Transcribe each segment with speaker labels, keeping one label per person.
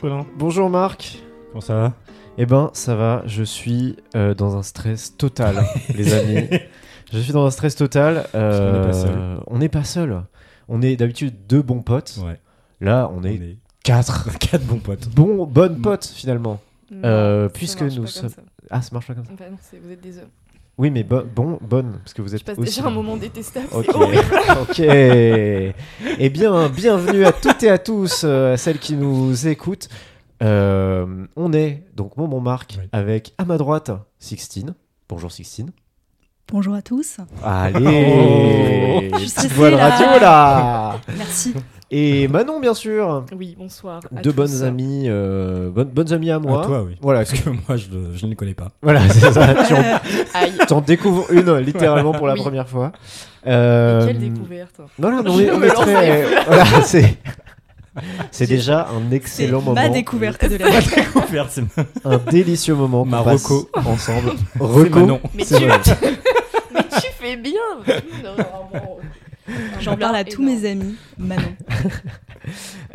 Speaker 1: Colin.
Speaker 2: Bonjour Marc.
Speaker 1: Comment ça va
Speaker 2: Eh ben, ça va, je suis euh, dans un stress total, les amis. Je suis dans un stress total.
Speaker 1: qu'on n'est pas seul.
Speaker 2: euh, on n'est pas seul. On est d'habitude deux bons potes.
Speaker 1: Ouais.
Speaker 2: Là, on
Speaker 1: On
Speaker 2: est
Speaker 1: est
Speaker 2: quatre
Speaker 1: quatre bons potes.
Speaker 2: bons, bonnes
Speaker 1: Mm.
Speaker 2: potes finalement.
Speaker 3: Non,
Speaker 2: Euh,
Speaker 3: ça
Speaker 2: puisque
Speaker 3: marche
Speaker 2: nous
Speaker 3: pas comme
Speaker 2: sommes- Ah, ça marche pas comme ça.
Speaker 3: ça. Bah non, c'est- vous êtes des hommes.
Speaker 2: Oui, mais bo- bon, bonne, parce que vous
Speaker 3: Je
Speaker 2: êtes
Speaker 3: passe
Speaker 2: aussi-
Speaker 3: déjà un moment détestable.
Speaker 2: Ok,
Speaker 3: c'est horrible.
Speaker 2: ok. Eh bien, bienvenue à toutes et à tous, euh, à celles qui nous écoutent. Euh, on est donc mon bon Marc
Speaker 1: Oui.
Speaker 2: avec à ma droite Sixtine. Bonjour Sixtine.
Speaker 4: Bonjour à tous.
Speaker 2: Allez,
Speaker 4: Oh. Je suis
Speaker 2: petite
Speaker 4: stressée,
Speaker 2: voix de
Speaker 4: là.
Speaker 2: radio là.
Speaker 4: Merci.
Speaker 2: Et Manon bien sûr,
Speaker 3: Oui, bonsoir. à
Speaker 2: deux
Speaker 3: tous.
Speaker 2: bonnes amies, euh, bonnes, bonnes amies à moi.
Speaker 1: À toi, oui.
Speaker 2: Voilà,
Speaker 1: Parce que moi, je, le- je ne les connais pas.
Speaker 2: voilà, c'est ça. tu en,
Speaker 3: Aïe.
Speaker 2: tu en découvres une littéralement pour la
Speaker 3: Oui.
Speaker 2: première fois. Euh,
Speaker 3: Quelle découverte.
Speaker 2: Non, non, mais on
Speaker 3: Je
Speaker 2: est, on
Speaker 3: me
Speaker 2: est
Speaker 3: lance
Speaker 2: très. euh, voilà, c'est. C'est déjà un
Speaker 4: C'est
Speaker 2: excellent
Speaker 4: ma
Speaker 2: moment,
Speaker 4: découverte de la vie.
Speaker 1: Couvert, c'est ma-
Speaker 2: un délicieux moment. qu'on
Speaker 1: Ma
Speaker 2: passe
Speaker 1: reco.
Speaker 2: ensemble.
Speaker 1: c'est Manon.
Speaker 2: Reco.
Speaker 3: Mais tu,
Speaker 2: c'est vrai.
Speaker 3: mais tu fais bien.
Speaker 4: J'en parle à tous mes amis. Manon.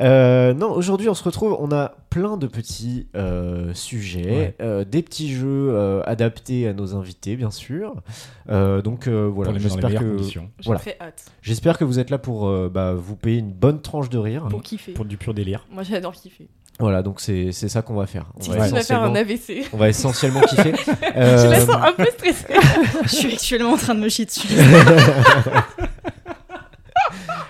Speaker 2: Euh, non, aujourd'hui, on se retrouve. On a plein de petits euh, sujets,
Speaker 1: Ouais.
Speaker 2: euh, des petits jeux euh, adaptés à nos invités, bien sûr. Euh, donc euh,
Speaker 1: Pour
Speaker 2: voilà,
Speaker 1: les mettre dans les
Speaker 2: j'espère
Speaker 1: meilleures
Speaker 2: que
Speaker 1: conditions.
Speaker 3: J'ai
Speaker 2: Voilà.
Speaker 3: très hâte.
Speaker 2: j'espère que vous êtes là pour euh, bah, vous payer une bonne tranche de rire.
Speaker 3: Pour kiffer.
Speaker 1: Pour du pur délire.
Speaker 3: Moi, j'adore kiffer.
Speaker 2: Voilà, donc c'est c'est ça qu'on va faire. On
Speaker 3: Si tu
Speaker 2: va
Speaker 3: vas faire un
Speaker 2: essentiellement-
Speaker 3: AVC.
Speaker 2: on va essentiellement kiffer.
Speaker 3: Je
Speaker 2: Euh,
Speaker 3: me sens un peu stressée.
Speaker 4: Je suis actuellement en train de me chier dessus.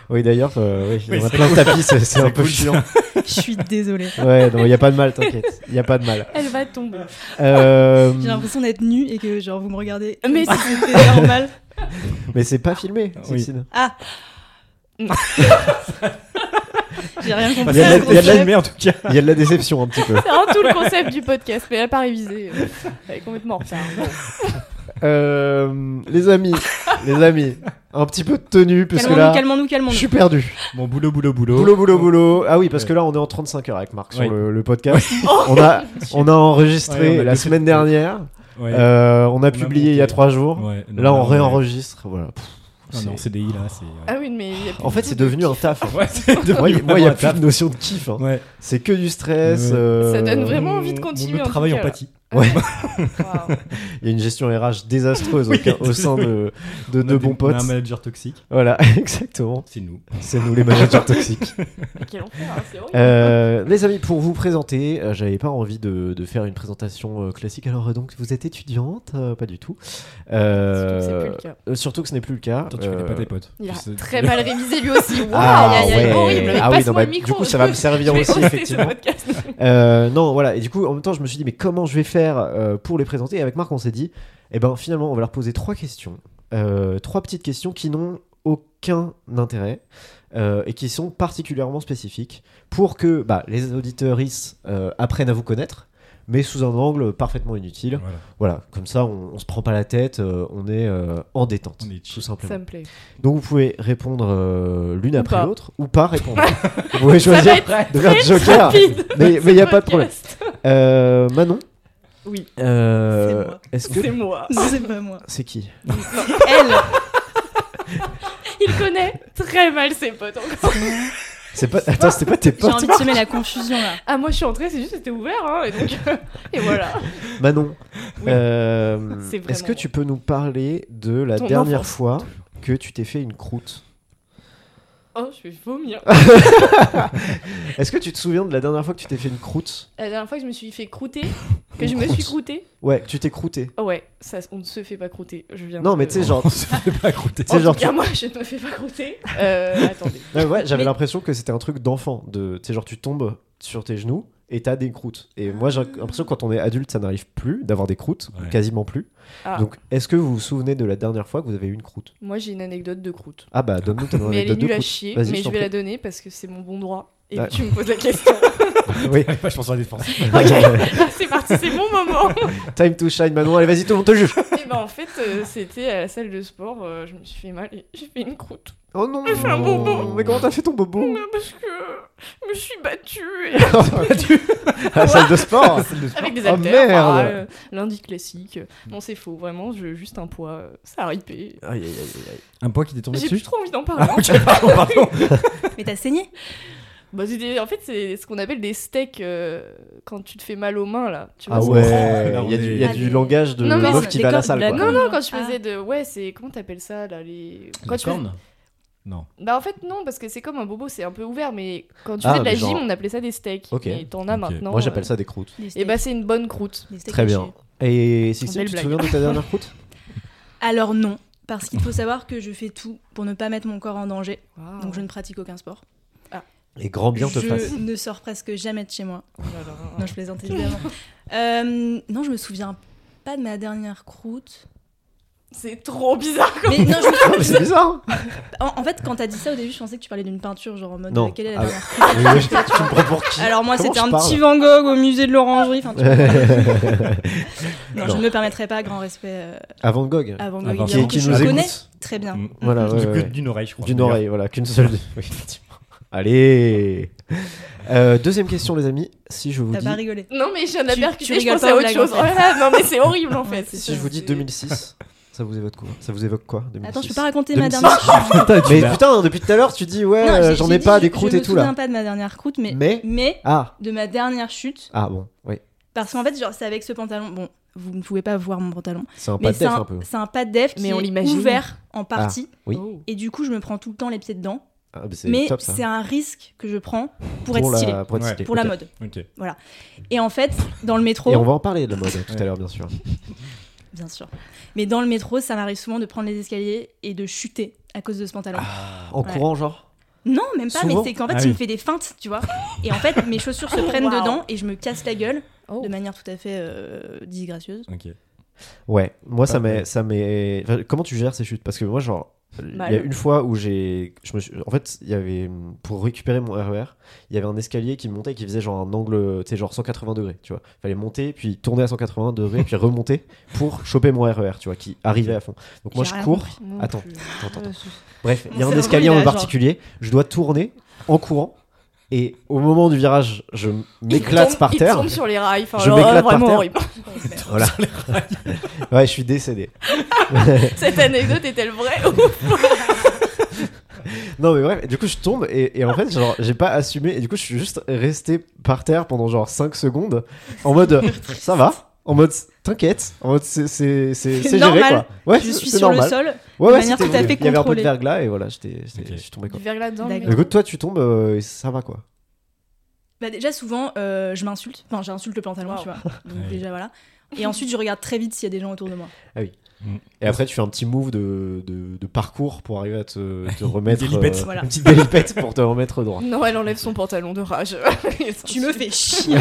Speaker 2: Oui, d'ailleurs, euh, oui,
Speaker 1: Oui,
Speaker 2: on a
Speaker 1: c'est
Speaker 2: plein de tapis, c'est c'est un
Speaker 1: C'est
Speaker 2: peu
Speaker 1: cool.
Speaker 2: chiant.
Speaker 4: Je suis désolée.
Speaker 2: Ouais, non, il n'y a pas de mal, t'inquiète. Il n'y a pas de mal.
Speaker 3: Elle va tomber.
Speaker 2: Euh,
Speaker 4: J'ai l'impression d'être nue et que genre vous me regardez.
Speaker 3: Mais
Speaker 4: Ah,
Speaker 3: c'était normal.
Speaker 2: mais c'est pas filmé,
Speaker 1: Oui.
Speaker 2: Sixtine.
Speaker 4: j'ai rien
Speaker 1: Il
Speaker 4: compris.
Speaker 1: y a de
Speaker 3: un
Speaker 1: la- il y a de la
Speaker 3: concept.
Speaker 1: lumière, en tout cas.
Speaker 2: Il y a de la déception un petit peu.
Speaker 3: C'est vraiment tout le concept du podcast, mais elle n'a pas révisé. euh, Elle est complètement en retard. Bon.
Speaker 2: Euh, les amis, les amis, un petit peu de tenue, parce que
Speaker 4: Calmons-nous,
Speaker 2: là,
Speaker 4: calmons-nous,
Speaker 2: je
Speaker 4: calmons-nous.
Speaker 2: suis perdu.
Speaker 1: Bon, boulot, boulot, boulot.
Speaker 2: Boulot, boulot, boulot. Ah oui, parce
Speaker 1: Ouais.
Speaker 2: que là, on est en 35 heures avec Marc sur
Speaker 1: Oui.
Speaker 2: le, le podcast.
Speaker 4: Oh.
Speaker 2: On a, on a enregistré
Speaker 1: Ouais, on a
Speaker 2: la
Speaker 1: deux-
Speaker 2: semaine dernière.
Speaker 1: Ouais.
Speaker 2: Euh, on a publié
Speaker 1: monté.
Speaker 2: il y a trois jours.
Speaker 1: Ouais, non,
Speaker 2: Là, on
Speaker 1: non,
Speaker 2: réenregistre. Voilà. Pff,
Speaker 1: ouais. Non, non,
Speaker 2: c'est-
Speaker 1: CDI, là, c'est... ouais.
Speaker 3: Ah oui, mais. il y a plus
Speaker 2: En fait,
Speaker 3: du
Speaker 2: c'est
Speaker 3: tout de
Speaker 2: devenu un
Speaker 3: kiff.
Speaker 2: taf.
Speaker 1: Ouais, c'est
Speaker 2: Moi,
Speaker 1: devenu
Speaker 2: il n'y a
Speaker 1: vraiment
Speaker 2: plus
Speaker 1: un
Speaker 2: de notion de kiff. hein.
Speaker 1: taf. Ouais.
Speaker 2: C'est que du stress.
Speaker 1: Ouais.
Speaker 2: euh,
Speaker 3: Ça donne vraiment envie de continuer,
Speaker 1: Mon
Speaker 3: en tout
Speaker 1: travail
Speaker 3: cas,
Speaker 1: en
Speaker 3: là.
Speaker 1: pâtit.
Speaker 3: Waouh.
Speaker 2: Il y a une gestion RH désastreuse au-
Speaker 1: Oui,
Speaker 2: au sein de, de
Speaker 1: On a
Speaker 2: deux
Speaker 1: des-
Speaker 2: bons potes.
Speaker 1: On a un manager toxique.
Speaker 2: Voilà, exactement.
Speaker 1: C'est nous.
Speaker 2: C'est nous les managers toxiques.
Speaker 3: Mais quel enfer, hein, c'est horrible.
Speaker 2: Euh, les amis, pour vous présenter, euh, j'avais pas envie de, de faire une présentation euh, classique. Alors euh, donc, vous êtes étudiante Euh, Pas du tout. Euh,
Speaker 3: Surtout que c'est plus le cas.
Speaker 2: euh, surtout que ce n'est plus le cas.
Speaker 1: Attends, tu connais
Speaker 2: Euh,
Speaker 1: pas tes potes.
Speaker 3: Il
Speaker 1: Tu
Speaker 3: a
Speaker 1: sais-
Speaker 3: très mal révisé lui aussi. Waouh,
Speaker 2: Ah,
Speaker 3: aïe, aïe, aïe,
Speaker 2: ouais.
Speaker 3: horrible. Mais
Speaker 2: Ah oui, non,
Speaker 3: Passe-moi
Speaker 2: bah,
Speaker 3: le
Speaker 2: du
Speaker 3: micro.
Speaker 2: coup, ça va me servir
Speaker 3: Je vais
Speaker 2: aussi,
Speaker 3: hoster ce
Speaker 2: effectivement.
Speaker 3: podcast.
Speaker 2: Euh, non, voilà. Et du coup, en même temps, je me suis dit, mais comment je vais faire euh, pour les présenter Et avec Marc, on s'est dit, eh ben, finalement, on va leur poser trois questions. Euh, trois petites questions qui n'ont aucun intérêt euh, et qui sont particulièrement spécifiques pour que bah, les auditeurs apprennent à vous connaître, mais sous un angle parfaitement inutile.
Speaker 1: Voilà.
Speaker 2: Voilà, comme ça, on, on se prend pas la tête, euh, on est euh, en détente,
Speaker 1: On est
Speaker 2: tout
Speaker 1: chill.
Speaker 2: simplement.
Speaker 3: Ça me plaît.
Speaker 2: Donc, vous pouvez répondre euh, l'une
Speaker 3: Ou
Speaker 2: après
Speaker 3: pas.
Speaker 2: l'autre ou pas répondre. vous pouvez
Speaker 3: Ça va
Speaker 2: choisir
Speaker 3: être
Speaker 2: de faire
Speaker 3: très
Speaker 2: joker,
Speaker 3: rapide.
Speaker 2: mais il
Speaker 3: ce
Speaker 2: n'y a pas de problème.
Speaker 3: podcast.
Speaker 2: Euh, Manon
Speaker 3: Oui,
Speaker 2: euh,
Speaker 4: C'est moi.
Speaker 2: Est-ce que
Speaker 3: c'est moi.
Speaker 4: C'est pas moi.
Speaker 2: c'est qui
Speaker 4: Elle.
Speaker 3: Il connaît très mal ses potes encore.
Speaker 2: C'est pas attends, c'était pas tes
Speaker 4: J'ai
Speaker 2: potes.
Speaker 4: envie de semer la confusion là.
Speaker 3: Ah, moi je suis entrée, c'est juste que c'était ouvert. Hein, et donc, et voilà.
Speaker 2: Manon.
Speaker 3: Oui.
Speaker 2: euh,
Speaker 3: C'est vraiment
Speaker 2: Est-ce que
Speaker 3: moi.
Speaker 2: tu peux nous parler de la
Speaker 3: Ton
Speaker 2: dernière
Speaker 3: enfance.
Speaker 2: fois que tu t'es fait une croûte
Speaker 3: Oh, je vais vomir.
Speaker 2: Est-ce que tu te souviens de la dernière fois que tu t'es fait une croûte
Speaker 3: La dernière fois que je me suis fait croûter, que
Speaker 2: Une
Speaker 3: je me suis
Speaker 2: croûte.
Speaker 3: croûtée.
Speaker 2: Ouais, que tu t'es croûté.
Speaker 3: Oh ouais, ça, on ne se fait pas croûter. Je viens
Speaker 2: Non,
Speaker 3: de-
Speaker 2: mais tu sais genre
Speaker 1: On se fait pas croûter.
Speaker 2: tu sais,
Speaker 3: en
Speaker 2: genre,
Speaker 3: tout cas,
Speaker 2: tu-
Speaker 3: moi je ne me fais pas croûter. Euh, attendez.
Speaker 2: Ouais, ouais, j'avais
Speaker 3: Mais-
Speaker 2: l'impression que c'était un truc d'enfant de tu sais genre tu tombes sur tes genoux et t'as des croûtes.
Speaker 3: Ah.
Speaker 2: Et moi j'ai l'impression que quand on est adulte, ça n'arrive plus d'avoir des croûtes, ou
Speaker 1: Ouais.
Speaker 2: quasiment plus.
Speaker 3: Ah,
Speaker 2: Donc est-ce que vous vous souvenez de la dernière fois que vous avez eu une croûte
Speaker 3: moi j'ai une anecdote de croûte.
Speaker 2: Ah bah donne-nous ton
Speaker 3: Mais elle est
Speaker 2: anecdote de
Speaker 3: nulle à
Speaker 2: croûte.
Speaker 3: chier,
Speaker 2: Vas-y, je
Speaker 3: mais je
Speaker 2: t'en
Speaker 3: vais
Speaker 2: prie. Bah.
Speaker 3: la donner parce que c'est mon bon droit. Et
Speaker 2: Ouais.
Speaker 3: tu me poses la question.
Speaker 2: Oui.
Speaker 1: Je pense qu'on va défendre.
Speaker 3: ok, c'est parti, c'est mon moment.
Speaker 2: Time to shine, Manon. Allez, vas-y, tout le monde te juge.
Speaker 3: et ben en fait, euh, c'était à la salle de sport, euh, je me suis fait mal et j'ai fait une croûte.
Speaker 2: Oh non
Speaker 3: J'ai fait un bonbon.
Speaker 2: Mais comment t'as fait ton bobo
Speaker 3: Mais Parce que je me suis battue et-
Speaker 2: À la salle de sport
Speaker 3: avec des
Speaker 2: Oh,
Speaker 3: haltères. enfin,
Speaker 2: merde.
Speaker 3: euh, Lundi classique. Non, c'est faux, vraiment, je, juste un poids. euh, Ça a ripé.
Speaker 2: Aïe, aïe, aïe, Oh, aïe.
Speaker 1: Un poids qui t'est tombé
Speaker 3: J'ai
Speaker 2: Ah,
Speaker 3: plus
Speaker 1: dessus
Speaker 3: trop envie d'en parler.
Speaker 1: Ah, ok, pardon, pardon.
Speaker 4: Mais t'as saigné
Speaker 3: Bah, c'est des- en fait, c'est ce qu'on appelle des steaks euh, quand tu te fais mal aux mains, là. Tu
Speaker 2: Ah
Speaker 3: vois,
Speaker 2: ouais,
Speaker 1: Là, on
Speaker 2: il y a du,
Speaker 1: est-
Speaker 2: il y a
Speaker 5: Ah,
Speaker 2: du
Speaker 5: mais-
Speaker 2: langage de
Speaker 3: Non, mais
Speaker 2: meuf
Speaker 3: c'est-
Speaker 2: qui
Speaker 4: des
Speaker 2: va à la
Speaker 4: cordes,
Speaker 2: salle.
Speaker 4: là,
Speaker 2: quoi.
Speaker 3: Non, non, quand je
Speaker 4: Ah.
Speaker 3: faisais de. Ouais, c'est. Comment t'appelles ça, là les... quand
Speaker 1: La
Speaker 3: tu fais-
Speaker 1: corne Non.
Speaker 3: Bah, en fait, non, parce que c'est comme un bobo, c'est un peu ouvert, mais quand tu
Speaker 2: Ah,
Speaker 3: fais de la
Speaker 2: mais
Speaker 3: gym,
Speaker 2: genre-
Speaker 3: on appelait ça des steaks.
Speaker 2: Ok.
Speaker 3: Et t'en as
Speaker 1: Ok.
Speaker 3: maintenant. euh,
Speaker 2: Moi j'appelle ça des croûtes.
Speaker 3: Et bah, c'est une bonne croûte.
Speaker 2: Très bien. Et Sixtine,
Speaker 4: Belle
Speaker 2: tu te
Speaker 4: blague.
Speaker 2: souviens de ta dernière croûte
Speaker 4: Alors non, parce qu'il faut savoir que je fais tout pour ne pas mettre mon corps en danger,
Speaker 3: Waouh.
Speaker 4: donc je ne pratique aucun sport.
Speaker 2: Et grand bien te
Speaker 4: je
Speaker 2: fasse.
Speaker 4: ne sors presque jamais de chez moi.
Speaker 3: Oh là là.
Speaker 4: Non, je plaisante évidemment. Euh, non, je me souviens pas de ma dernière croûte.
Speaker 3: C'est trop bizarre.
Speaker 4: Mais non, je me
Speaker 2: Ah, mais c'est bizarre
Speaker 4: En, en fait, quand t'as dit ça au début, je pensais que tu parlais d'une peinture, genre en mode
Speaker 2: Non.
Speaker 4: euh, quelle est la
Speaker 2: Ah
Speaker 4: dernière
Speaker 2: Mais ouais, je- Tu me prends pour qui
Speaker 4: Alors moi,
Speaker 2: Comment
Speaker 4: c'était
Speaker 2: je
Speaker 4: un
Speaker 2: parle
Speaker 4: petit Van Gogh au musée de l'Orangerie. Enfin, tu vois. non, je
Speaker 2: Non.
Speaker 4: ne me permettrais pas grand respect euh,
Speaker 2: À Van Gogh.
Speaker 4: à Van
Speaker 1: Ah,
Speaker 4: Gogh.
Speaker 1: Vincent,
Speaker 4: évidemment,
Speaker 2: qui
Speaker 4: que
Speaker 2: nous
Speaker 4: je
Speaker 2: écoute.
Speaker 4: connais très bien.
Speaker 1: Mm. Je
Speaker 2: Voilà,
Speaker 1: dis
Speaker 2: Ah ouais,
Speaker 1: que
Speaker 2: ouais.
Speaker 1: d'une oreille, je crois.
Speaker 2: D'une oreille, voilà, qu'une seule. Oui, effectivement. Allez Euh, Deuxième question, les amis. Si je vous
Speaker 4: T'as
Speaker 2: dis,
Speaker 4: pas rigolé.
Speaker 3: Non, mais je viens de la
Speaker 4: Tu-
Speaker 3: percuter,
Speaker 4: tu
Speaker 3: je
Speaker 4: rigoles
Speaker 3: pensais
Speaker 4: pas
Speaker 3: à
Speaker 4: aux
Speaker 3: autre
Speaker 4: blagues,
Speaker 3: chose.
Speaker 4: en fait.
Speaker 3: Oh là là, non, mais c'est horrible en fait.
Speaker 4: c'est
Speaker 2: si je vous dis
Speaker 3: C'est-
Speaker 2: 2006, ça vous évoque quoi Ça vous évoque quoi 2006
Speaker 4: Attends, je peux pas raconter ma
Speaker 2: 2006.
Speaker 4: dernière croûte.
Speaker 1: Putain, tu
Speaker 2: Mais
Speaker 1: l'as.
Speaker 2: putain, depuis tout à l'heure, tu dis ouais,
Speaker 4: Non,
Speaker 2: euh, j'en ai
Speaker 4: dit,
Speaker 2: pas
Speaker 4: je-
Speaker 2: des croûtes et tout
Speaker 4: Je me
Speaker 2: là.
Speaker 4: souviens pas de ma dernière croûte, mais,
Speaker 2: Mais
Speaker 4: mais
Speaker 2: ah
Speaker 4: de ma dernière chute.
Speaker 2: ah bon, oui,
Speaker 4: Parce qu'en fait, genre, c'est avec ce pantalon. Bon, vous ne pouvez pas voir mon pantalon.
Speaker 2: c'est un pas
Speaker 4: Mais
Speaker 2: de
Speaker 4: c'est
Speaker 2: def un
Speaker 4: un,
Speaker 2: peu. Ah.
Speaker 4: c'est un pas de def qui
Speaker 3: Mais on
Speaker 4: est
Speaker 3: l'imagine.
Speaker 4: ouvert en partie.
Speaker 2: oui.
Speaker 3: Oh.
Speaker 4: Et du coup, je me prends tout le temps les pieds dedans.
Speaker 2: Ah, bah, c'est
Speaker 4: Mais
Speaker 2: top ça.
Speaker 4: c'est un risque que je prends pour être
Speaker 2: la-
Speaker 4: stylé.
Speaker 2: Pour, être
Speaker 1: Ouais.
Speaker 2: stylé,
Speaker 4: Pour
Speaker 2: ok.
Speaker 4: la mode.
Speaker 1: Ok.
Speaker 4: Et en fait, dans le métro,
Speaker 2: Et on va en parler de la mode hein, tout à l'heure, bien sûr.
Speaker 4: bien sûr. Mais dans le métro, ça m'arrive souvent de prendre les escaliers et de chuter à cause de ce pantalon.
Speaker 2: En courant, genre
Speaker 4: Non, même pas,
Speaker 2: Ah. Souvent
Speaker 4: mais c'est qu'en fait,
Speaker 1: Ah
Speaker 4: il
Speaker 1: oui.
Speaker 4: me fait des feintes, tu vois. Et en fait, mes chaussures se prennent
Speaker 3: Wow.
Speaker 4: dedans et je me casse la gueule
Speaker 3: Oh.
Speaker 4: de manière tout à fait euh, disgracieuse.
Speaker 1: Ok.
Speaker 2: Ouais, moi ça
Speaker 1: Pas-
Speaker 2: m'est. ça m'est- enfin, comment tu gères ces chutes Parce que moi, genre, il y a
Speaker 3: Mal.
Speaker 2: une fois où j'ai. je me suis- En fait, il y avait. Pour récupérer mon RER, il y avait un escalier qui montait et qui faisait genre un angle, tu sais, genre 180 degrés, tu vois. Fallait monter, puis tourner à 180 degrés, puis remonter pour choper mon RER, tu vois, qui arrivait à fond. Donc moi,
Speaker 4: J'ai
Speaker 2: je
Speaker 4: rien
Speaker 2: cours.
Speaker 4: compris.
Speaker 3: Non
Speaker 2: Attends,
Speaker 3: plus.
Speaker 2: attends,
Speaker 4: Ah,
Speaker 2: attends.
Speaker 3: Euh, c'est-
Speaker 2: Bref, il y a
Speaker 4: Mon
Speaker 2: un
Speaker 4: cerveau,
Speaker 2: escalier
Speaker 4: il est
Speaker 2: en
Speaker 4: là, genre.
Speaker 2: particulier, je dois tourner en courant, et au moment du virage, je m'éclate
Speaker 3: tombe-
Speaker 2: par
Speaker 3: Il
Speaker 2: terre.
Speaker 3: tombe sur les rails. Enfin,
Speaker 2: Je
Speaker 3: alors,
Speaker 2: m'éclate
Speaker 3: euh,
Speaker 2: par
Speaker 3: vraiment
Speaker 2: terre.
Speaker 3: horrible.
Speaker 2: Voilà. ouais, je suis décédé.
Speaker 3: Cette anecdote est-elle vraie ou-
Speaker 2: Non mais bref, du coup je tombe et, et en fait genre j'ai pas assumé et du coup je suis juste resté par terre pendant genre 5 secondes en mode ça va en mode t'inquiète en mode c'est c'est c'est
Speaker 4: C'est
Speaker 2: c'est géré
Speaker 4: normal.
Speaker 2: quoi ouais
Speaker 4: je
Speaker 2: c'est-
Speaker 4: suis
Speaker 2: c'est
Speaker 4: sur
Speaker 2: normal.
Speaker 4: le sol.
Speaker 2: ouais, ouais,
Speaker 4: manière
Speaker 2: c'était-
Speaker 4: tout à fait
Speaker 2: il y avait un peu de
Speaker 4: contrôlée.
Speaker 2: verglas et voilà j'étais j'étais-
Speaker 1: Ok.
Speaker 2: je suis tombé quoi
Speaker 3: Du verglas dedans.
Speaker 4: D'accord.
Speaker 2: du coup toi tu tombes euh, et ça va quoi
Speaker 4: Bah déjà souvent, euh, je m'insulte. Enfin, j'insulte le pantalon,
Speaker 3: Wow.
Speaker 4: tu vois. Donc
Speaker 1: Ouais.
Speaker 4: déjà voilà. Et ensuite, je regarde très vite s'il y a des gens autour de moi.
Speaker 2: et après tu fais un petit move de, de, de parcours pour arriver à te, te remettre
Speaker 1: Galipette.
Speaker 2: euh,
Speaker 4: Voilà.
Speaker 2: une petite galipette pour te remettre droit
Speaker 3: Non, elle enlève son pantalon de rage.
Speaker 4: Tu me fais chier.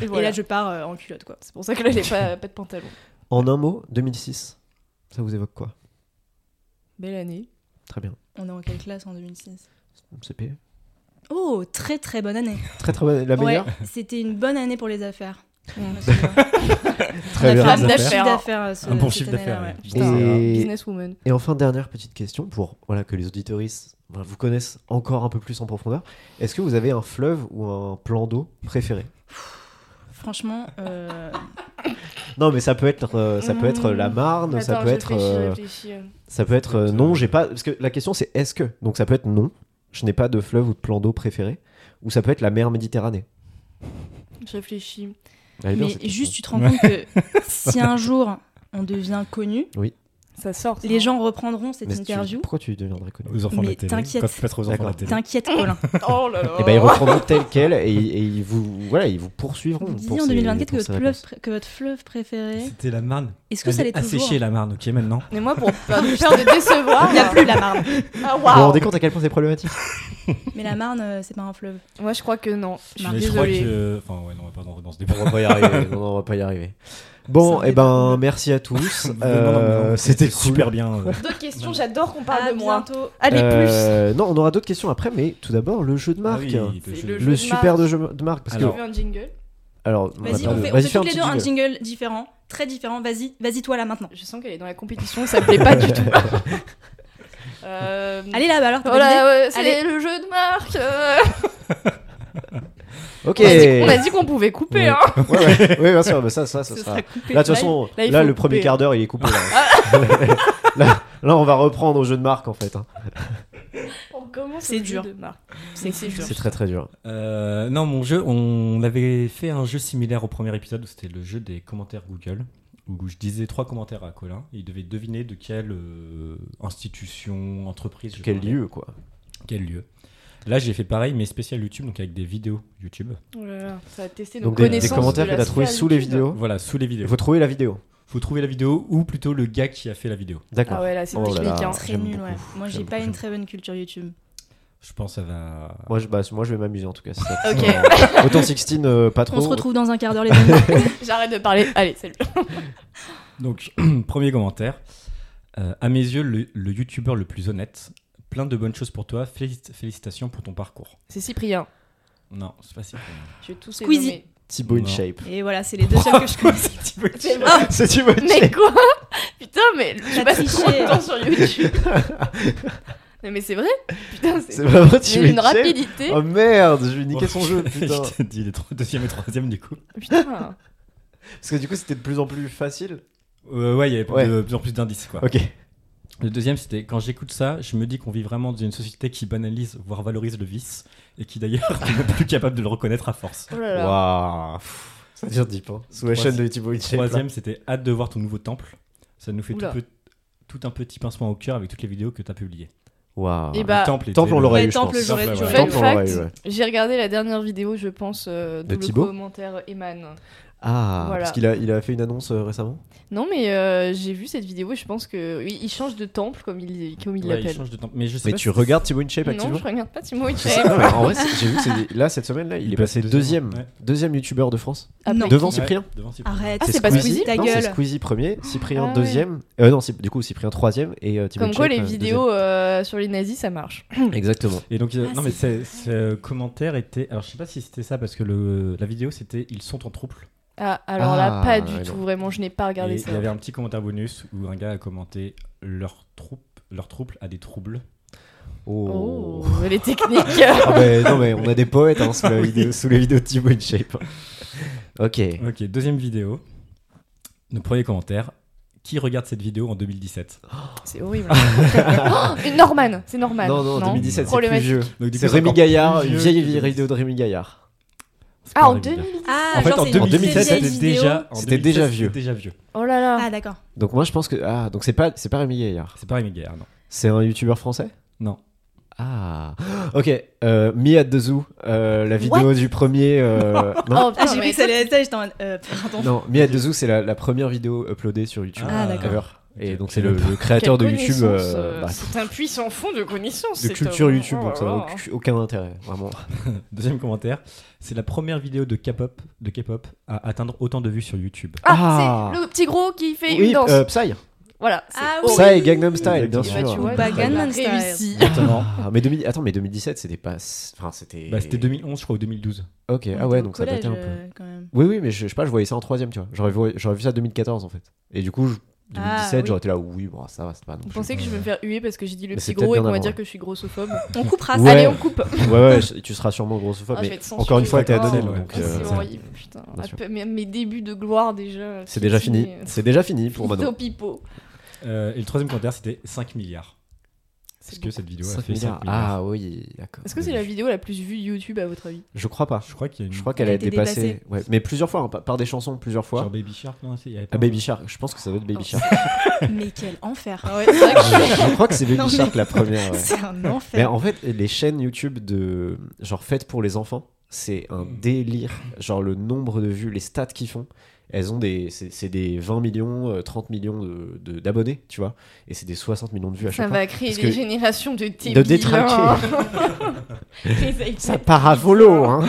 Speaker 3: Et,
Speaker 4: Et
Speaker 3: voilà.
Speaker 4: là, je pars euh, en culotte quoi.
Speaker 3: C'est pour ça que là, elle n'est pas, pas de pantalon.
Speaker 2: en un mot 2006 ça vous évoque quoi
Speaker 3: Belle année.
Speaker 2: très bien
Speaker 4: On est en quelle classe en 2006
Speaker 2: CP
Speaker 4: Oh, très très bonne année.
Speaker 2: très très bonne la
Speaker 4: Ouais,
Speaker 2: meilleure
Speaker 4: c'était une bonne année pour les affaires.
Speaker 3: Mm.
Speaker 4: On a fait
Speaker 2: très bien
Speaker 4: un
Speaker 3: Femme
Speaker 4: bon
Speaker 3: d'affaires.
Speaker 4: chiffre d'affaires. euh, ce-
Speaker 1: Un bon
Speaker 4: cette
Speaker 1: chiffre
Speaker 4: année-là,
Speaker 1: d'affaires.
Speaker 4: ouais.
Speaker 1: ouais.
Speaker 3: Putain.
Speaker 2: et,
Speaker 3: Businesswoman.
Speaker 2: Et enfin, dernière petite question pour voilà, que les auditoristes voilà, vous connaissent encore un peu plus en profondeur. Est-ce que vous avez un fleuve ou un plan d'eau préféré
Speaker 4: Franchement, euh,
Speaker 2: Non, mais ça peut être, euh, ça peut être
Speaker 4: Mmh.
Speaker 2: la Marne, ça
Speaker 3: Attends,
Speaker 2: peut
Speaker 3: je
Speaker 2: être,
Speaker 3: réfléchis,
Speaker 2: euh,
Speaker 3: réfléchis.
Speaker 2: ça peut être euh, non, j'ai pas. Parce que la question c'est est-ce que donc ça peut être non, je n'ai pas de fleuve ou de plan d'eau préféré, ou ça peut être la mer Méditerranée.
Speaker 3: Je réfléchis.
Speaker 2: Elle est bien,
Speaker 4: mais
Speaker 2: cette
Speaker 4: juste,
Speaker 2: question.
Speaker 4: tu te rends compte que si un jour on devient connu,
Speaker 3: Ça sort. ça.
Speaker 4: les gens reprendront cette
Speaker 2: Mais si tu-
Speaker 4: interview.
Speaker 2: pourquoi tu deviendrais connu
Speaker 1: Aux enfants de la
Speaker 4: Mais
Speaker 1: télé.
Speaker 4: t'inquiète.
Speaker 1: Quand tu passeras aux enfants de la
Speaker 2: D'accord.
Speaker 1: télé.
Speaker 4: T'inquiète, Colin.
Speaker 3: Oh là là.
Speaker 2: Et ben ils reprendront tel quel et, et ils vous voilà ils vous poursuivront.
Speaker 4: Vous disiez
Speaker 2: pour
Speaker 4: en
Speaker 2: ces-
Speaker 4: 2024 que
Speaker 2: pour ces
Speaker 4: votre,
Speaker 2: réponses.
Speaker 4: fleuve, pré- que votre fleuve préféré.
Speaker 1: C'était la Marne.
Speaker 4: Est-ce que ça
Speaker 1: Elle
Speaker 4: l'est
Speaker 1: est
Speaker 4: toujours
Speaker 1: asséchée la Marne, ok, maintenant.
Speaker 3: Mais moi, pour pas me faire de décevoir.
Speaker 4: Il n'y a plus la Marne.
Speaker 3: Ah,
Speaker 2: Vous vous
Speaker 3: waouh.
Speaker 2: rendez compte à quel point c'est problématique
Speaker 4: Mais la Marne, euh, c'est pas un fleuve.
Speaker 3: Moi, je crois que non. Je suis
Speaker 1: Mais je crois
Speaker 3: désolée.
Speaker 1: que. Enfin, ouais, non, on va pas dans dans ce
Speaker 2: On
Speaker 1: débat.
Speaker 2: va pas y arriver. non, non, on va pas y arriver. Bon,
Speaker 4: Ça
Speaker 2: et ben merci à tous. Euh, C'était cool.
Speaker 1: super bien. euh,
Speaker 3: D'autres questions, j'adore qu'on parle
Speaker 4: À
Speaker 3: de moi.
Speaker 4: bientôt.
Speaker 3: Allez, plus.
Speaker 2: Euh, non, on aura d'autres questions après, mais tout d'abord le jeu de
Speaker 1: ah
Speaker 2: marque.
Speaker 1: oui,
Speaker 3: C'est
Speaker 1: je-
Speaker 3: le-
Speaker 2: le
Speaker 3: jeu de
Speaker 2: super
Speaker 3: marque.
Speaker 2: de jeu de marque. Parce
Speaker 3: Tu
Speaker 1: Alors,
Speaker 2: que
Speaker 3: veux un jingle
Speaker 2: alors, on
Speaker 4: Vas-y,
Speaker 2: va
Speaker 4: on
Speaker 2: pas-
Speaker 4: fait, on
Speaker 2: vas-y,
Speaker 4: fait
Speaker 2: fais
Speaker 4: tous les deux un
Speaker 2: jingle.
Speaker 4: jingle différent, très différent. Vas-y, vas-y toi là maintenant.
Speaker 3: Je sens qu'elle est dans la compétition, ça me plaît pas du tout. Euh,
Speaker 4: Allez là, bah alors. t'as pas d'idée
Speaker 3: Voilà, ouais,
Speaker 4: Allez.
Speaker 3: c'est le jeu de marque. euh.
Speaker 2: Ok.
Speaker 3: On a dit- On a dit qu'on pouvait couper.
Speaker 2: Ouais.
Speaker 3: Hein.
Speaker 2: Ouais, ouais, ouais, bien sûr, bah, ça, ça, ça
Speaker 4: Ce
Speaker 2: sera.
Speaker 4: sera coupé.
Speaker 2: Là, de toute façon, là,
Speaker 3: là, il faut
Speaker 2: le premier
Speaker 3: couper.
Speaker 2: quart d'heure, il est coupé. Là. là, là, on va reprendre au jeu de marque en fait. hein.
Speaker 3: On on commence
Speaker 4: C'est
Speaker 3: au jeu
Speaker 4: dur.
Speaker 3: de Marc.
Speaker 4: C'est c'est dur.
Speaker 2: C'est très très dur.
Speaker 1: Euh, non, mon jeu, on avait fait un jeu similaire au premier épisode où c'était le jeu des commentaires Google, où je disais trois commentaires à Colin. et il devait deviner de quelle euh, institution, entreprise, je
Speaker 2: Quel
Speaker 1: parlais.
Speaker 2: lieu, quoi.
Speaker 1: Quel lieu. Là, j'ai fait pareil, mais spécial YouTube, donc avec des vidéos YouTube.
Speaker 3: Oh là là, ça a testé nos
Speaker 2: Donc des, des
Speaker 3: connaissances
Speaker 2: commentaires
Speaker 3: de
Speaker 2: que
Speaker 3: la
Speaker 2: t'as trouvé sous les
Speaker 3: spiritude.
Speaker 2: vidéos.
Speaker 1: Voilà, sous les vidéos.
Speaker 2: Il faut trouver la vidéo.
Speaker 1: Faut trouver la vidéo ou plutôt le gars qui a fait la vidéo.
Speaker 2: D'accord.
Speaker 3: Ah ouais, là, c'est
Speaker 2: Oh là
Speaker 3: technique.
Speaker 2: là.
Speaker 3: hein.
Speaker 4: Très
Speaker 2: J'aime
Speaker 4: nul,
Speaker 2: beaucoup.
Speaker 4: ouais. Moi, j'ai
Speaker 1: J'aime
Speaker 4: pas
Speaker 1: beaucoup.
Speaker 4: une très bonne culture YouTube.
Speaker 1: Je pense que ça va.
Speaker 2: Moi, je, bah, moi, je vais m'amuser en tout cas. c'est ça.
Speaker 3: Ok.
Speaker 2: Euh, Autant 16, euh, pas trop.
Speaker 4: On se retrouve dans un quart d'heure, les amis.
Speaker 3: J'arrête de parler. Allez, salut.
Speaker 1: Donc, premier commentaire. Euh, à mes yeux, le, le youtubeur le plus honnête. Plein de bonnes choses pour toi. Félici- félicitations pour ton parcours.
Speaker 3: C'est Cyprien.
Speaker 1: Non, c'est pas si.
Speaker 3: Je vais tous les
Speaker 4: Squeezie.
Speaker 3: nommer.
Speaker 2: Thibaut in
Speaker 1: Non.
Speaker 2: shape.
Speaker 4: Et voilà, c'est les deux seuls que je connais.
Speaker 2: C'est Thibaut in
Speaker 3: Mais
Speaker 2: shape.
Speaker 3: quoi Putain, mais je
Speaker 4: T'as
Speaker 3: passe trop
Speaker 4: triché.
Speaker 3: de temps sur YouTube. non, mais c'est vrai Putain,
Speaker 2: C'est
Speaker 3: c'est
Speaker 2: vraiment
Speaker 3: j'ai
Speaker 2: Thibaut in
Speaker 3: une
Speaker 2: shape.
Speaker 3: rapidité.
Speaker 2: Oh merde, je vais niquer son jeu, putain.
Speaker 1: je te dis les trois, deuxième et troisième du coup.
Speaker 2: Oh.
Speaker 3: Putain.
Speaker 2: Parce que du coup, c'était de plus en plus facile.
Speaker 1: Euh, ouais, il y avait
Speaker 2: Ouais.
Speaker 1: de plus en plus d'indices quoi.
Speaker 2: Ok.
Speaker 1: Le deuxième, c'était quand j'écoute ça, je me dis qu'on vit vraiment dans une société qui banalise, voire valorise le vice, et qui d'ailleurs n'est même plus capable de le reconnaître à force.
Speaker 3: Oh là là.
Speaker 2: Waouh. pff, Ça dure deep, hein. Sous la
Speaker 1: Troisième-
Speaker 2: chaîne de Thibaut in shape. là.
Speaker 1: Troisième, c'était hâte de voir ton nouveau temple. Ça nous fait tout,
Speaker 3: Oula.
Speaker 1: peu- tout un petit pincement au cœur avec toutes les vidéos que t'as publiées.
Speaker 2: Waouh.
Speaker 3: Et bah,
Speaker 1: le temple, était
Speaker 2: Temple, on
Speaker 1: le-
Speaker 2: l'aurait
Speaker 4: Ouais,
Speaker 2: eu, je
Speaker 4: Temple,
Speaker 2: pense.
Speaker 1: j'aurais- j'aurais-
Speaker 2: Temple,
Speaker 3: Fun
Speaker 2: on l'aurait
Speaker 3: fact,
Speaker 2: eu, ouais.
Speaker 3: j'ai regardé la dernière vidéo, je pense, euh,
Speaker 2: De
Speaker 3: d'où le
Speaker 2: Thibaut
Speaker 3: commentaire Eman.
Speaker 2: Ah,
Speaker 3: Voilà.
Speaker 2: parce qu'il a, il a fait une annonce euh, récemment
Speaker 3: Non, mais euh, j'ai vu cette vidéo et je pense que oui, il change de temple comme il comme il
Speaker 1: Ouais, il
Speaker 3: l'appelle.
Speaker 1: change de temple. Mais je sais
Speaker 2: Mais
Speaker 1: pas
Speaker 2: tu
Speaker 1: si-
Speaker 2: regardes Thibaut InShape
Speaker 3: Non,
Speaker 2: activement
Speaker 3: je regarde pas Timo et
Speaker 2: Je sais pas, mais en vrai, c'est- j'ai vu que c'est- là, cette semaine-là, il,
Speaker 1: Il
Speaker 2: est
Speaker 1: est
Speaker 2: passé
Speaker 1: passé
Speaker 2: deuxième,
Speaker 1: deuxième,
Speaker 2: deuxième,
Speaker 1: ouais.
Speaker 2: youtubeur de France.
Speaker 3: Ah,
Speaker 4: Non.
Speaker 2: Devant
Speaker 1: Ouais,
Speaker 2: Cyprien
Speaker 1: devant Cyprien.
Speaker 4: Arrête.
Speaker 3: Ah, c'est pas Squeezie
Speaker 4: Ta
Speaker 2: non,
Speaker 4: gueule.
Speaker 2: c'est Squeezie premier, Cyprien
Speaker 3: Ah ouais.
Speaker 2: deuxième. Euh, non, c'est- du coup, Cyprien troisième et euh, Thibaut
Speaker 3: Comme quoi,
Speaker 2: InShape,
Speaker 3: les
Speaker 2: euh,
Speaker 3: vidéos euh, sur les nazis, ça marche.
Speaker 2: deuxième. Exactement.
Speaker 1: Et donc, euh,
Speaker 4: Ah,
Speaker 1: non, mais
Speaker 4: c'est
Speaker 1: ce ce commentaire était. Alors, je sais pas si c'était ça, parce que le, la vidéo, c'était Ils sont en trouble.
Speaker 3: Ah, alors là,
Speaker 2: Ah,
Speaker 3: pas du
Speaker 2: ouais,
Speaker 3: tout.
Speaker 2: non.
Speaker 3: Vraiment, je n'ai pas
Speaker 1: Et
Speaker 3: regardé
Speaker 1: il
Speaker 3: ça.
Speaker 1: y avait un petit commentaire bonus où un gars a commenté Leur troupe, leur trouble a des troubles.
Speaker 2: Oh.
Speaker 3: Oh, les techniques.
Speaker 2: Ah bah, non, mais on a des poètes hein, sous, la
Speaker 1: Oui.
Speaker 2: vidéo, sous les vidéos de Thibaut InShape. ok.
Speaker 1: Ok, deuxième vidéo. Le premier commentaire. Qui regarde cette vidéo en 2017
Speaker 3: c'est horrible. Oh, et Norman, c'est Norman. Oh,
Speaker 2: Non, non, 2017, c'est plus
Speaker 3: Problématique.
Speaker 2: vieux.
Speaker 1: Donc, du
Speaker 2: C'est
Speaker 1: coup,
Speaker 2: Rémi
Speaker 1: encore
Speaker 2: Gaillard,
Speaker 1: plus
Speaker 2: une
Speaker 1: vieux
Speaker 2: vieille
Speaker 1: que
Speaker 2: vidéo de Rémi Gaillard.
Speaker 1: C'est pas
Speaker 3: Ah, en
Speaker 1: Rémi Gaillard.
Speaker 3: 2017
Speaker 4: Ah,
Speaker 1: En fait,
Speaker 4: genre,
Speaker 1: en
Speaker 4: c'est une
Speaker 1: 2017,
Speaker 4: vieille
Speaker 1: c'était
Speaker 4: vidéo.
Speaker 1: déjà, en
Speaker 2: C'était
Speaker 1: 2017,
Speaker 2: déjà vieux.
Speaker 1: déjà vieux.
Speaker 3: Oh là là.
Speaker 4: Ah, d'accord.
Speaker 2: Donc moi, je pense que... Ah, donc c'est pas, c'est pas Rémi Gaillard.
Speaker 1: C'est pas Rémi Gaillard, non.
Speaker 2: C'est un youtubeur français
Speaker 1: Non.
Speaker 2: Ah, ok. Euh, Me at the Zoo, euh, la vidéo du premier. euh, non,
Speaker 3: Oh,
Speaker 4: Ah,
Speaker 3: putain,
Speaker 4: j'ai vu
Speaker 3: mais-
Speaker 4: que ça allait être ça, j'étais en mode. euh, pardon.
Speaker 2: non, Me at the Zoo, c'est la, la première vidéo uploadée sur YouTube.
Speaker 4: Ah, d'accord.
Speaker 2: ever. Et
Speaker 1: Ok.
Speaker 2: donc, c'est le, le créateur de YouTube.
Speaker 3: Quelle connaissance,
Speaker 2: euh,
Speaker 3: euh,
Speaker 2: bah,
Speaker 3: c'est un puissant fond de connaissances.
Speaker 2: de
Speaker 3: cet
Speaker 2: culture
Speaker 3: homme.
Speaker 2: YouTube,
Speaker 3: Oh
Speaker 2: donc ça
Speaker 3: là
Speaker 2: n'a
Speaker 3: là.
Speaker 2: aucun, aucun intérêt, vraiment.
Speaker 1: Deuxième commentaire. C'est la première vidéo de K-pop, de K-pop à atteindre autant de vues sur YouTube.
Speaker 3: Ah,
Speaker 2: Ah.
Speaker 3: c'est le petit gros qui fait
Speaker 2: oui,
Speaker 3: une danse.
Speaker 2: euh, Psy.
Speaker 3: Voilà.
Speaker 4: Ah
Speaker 3: c'est
Speaker 4: oui.
Speaker 2: Psy et Gangnam Style, bien
Speaker 1: Exactement.
Speaker 3: Bah, tu
Speaker 2: sûr.
Speaker 3: vois,
Speaker 4: Bah,
Speaker 3: donc,
Speaker 4: Gangnam
Speaker 3: on a
Speaker 4: Style.
Speaker 3: réussi.
Speaker 1: Exactement.
Speaker 2: Ah, mais 2000 Attends, mais 2017, c'était pas. Enfin, c'était.
Speaker 1: Bah, c'était 2011, je crois, ou 2012.
Speaker 2: Ok,
Speaker 4: On
Speaker 2: ah ouais,
Speaker 4: était au
Speaker 2: donc ça
Speaker 4: collège,
Speaker 2: datait un peu.
Speaker 4: euh, quand même.
Speaker 2: Oui, oui, mais je, je sais pas, je voyais ça en troisième, tu vois. J'aurais vu, j'aurais vu ça en 2014, en fait. Et du coup, je- 2017,
Speaker 4: Ah, oui.
Speaker 2: j'aurais été là, oui, bon, ça va, c'est pas non
Speaker 3: Vous
Speaker 2: plus.
Speaker 3: pensez que je vais me faire huer parce que j'ai dit le
Speaker 2: Mais
Speaker 3: petit
Speaker 2: c'est
Speaker 3: gros
Speaker 2: peut-être
Speaker 3: et qu'on
Speaker 2: bien
Speaker 3: va
Speaker 2: avant,
Speaker 3: dire
Speaker 2: ouais.
Speaker 3: que je suis grossophobe
Speaker 4: On coupera
Speaker 2: Ouais.
Speaker 4: ça.
Speaker 3: Allez, on coupe.
Speaker 2: ouais, ouais, je- tu seras sûrement grossophobe,
Speaker 3: Ah, je vais
Speaker 2: mais
Speaker 3: être censurée.
Speaker 2: encore une fois, t'es
Speaker 1: D'accord.
Speaker 2: adolescent,
Speaker 1: Ouais.
Speaker 2: donc
Speaker 3: Ah,
Speaker 2: euh,
Speaker 3: c'est
Speaker 1: c'est-
Speaker 3: horrible, putain.
Speaker 2: Bien sûr.
Speaker 3: Ape- mes- Mes débuts de gloire déjà.
Speaker 2: c'est déjà fini.
Speaker 3: finis, euh,
Speaker 2: C'est déjà fini pour
Speaker 3: Fito
Speaker 2: Manon.
Speaker 3: Pipo.
Speaker 1: Euh, et le troisième commentaire, c'était 5 milliards. Parce
Speaker 3: C'est
Speaker 1: que
Speaker 3: beau.
Speaker 1: cette vidéo a
Speaker 2: 5
Speaker 1: fait
Speaker 2: milliards.
Speaker 1: 5 milliards.
Speaker 2: Ah oui, d'accord.
Speaker 3: Est-ce que c'est la vidéo la plus vue YouTube à votre avis
Speaker 2: Je crois pas.
Speaker 1: Je crois qu'il y a une.
Speaker 2: Ah. Je crois qu'elle a été dépassée. Ouais, mais plusieurs fois, hein, par- par des chansons, plusieurs
Speaker 1: Genre
Speaker 2: fois.
Speaker 1: Baby Shark, non c'est- il y avait pas
Speaker 2: Ah, Baby Shark, je pense que ça doit être Baby
Speaker 3: Oh,
Speaker 2: Shark.
Speaker 4: Mais quel enfer.
Speaker 3: Ah ouais, c'est vrai que je-
Speaker 2: Je crois que c'est
Speaker 4: Non,
Speaker 2: Baby
Speaker 4: mais-
Speaker 2: Shark la première. ouais.
Speaker 4: C'est un
Speaker 2: Mais
Speaker 4: enfer.
Speaker 2: en fait, les chaînes YouTube de genre faites pour les enfants, c'est un délire. Genre le nombre de vues, les stats qu'ils font, elles ont des, c'est c'est des 20 millions, euh, 30 millions de- de- d'abonnés, tu vois, et c'est des 60 millions de vues à
Speaker 3: Ça
Speaker 2: chaque fois.
Speaker 3: va créer
Speaker 2: Parce
Speaker 3: des
Speaker 2: que-
Speaker 3: générations de Ah, détraqués.
Speaker 2: De détraqués. Ça part à volo, hein.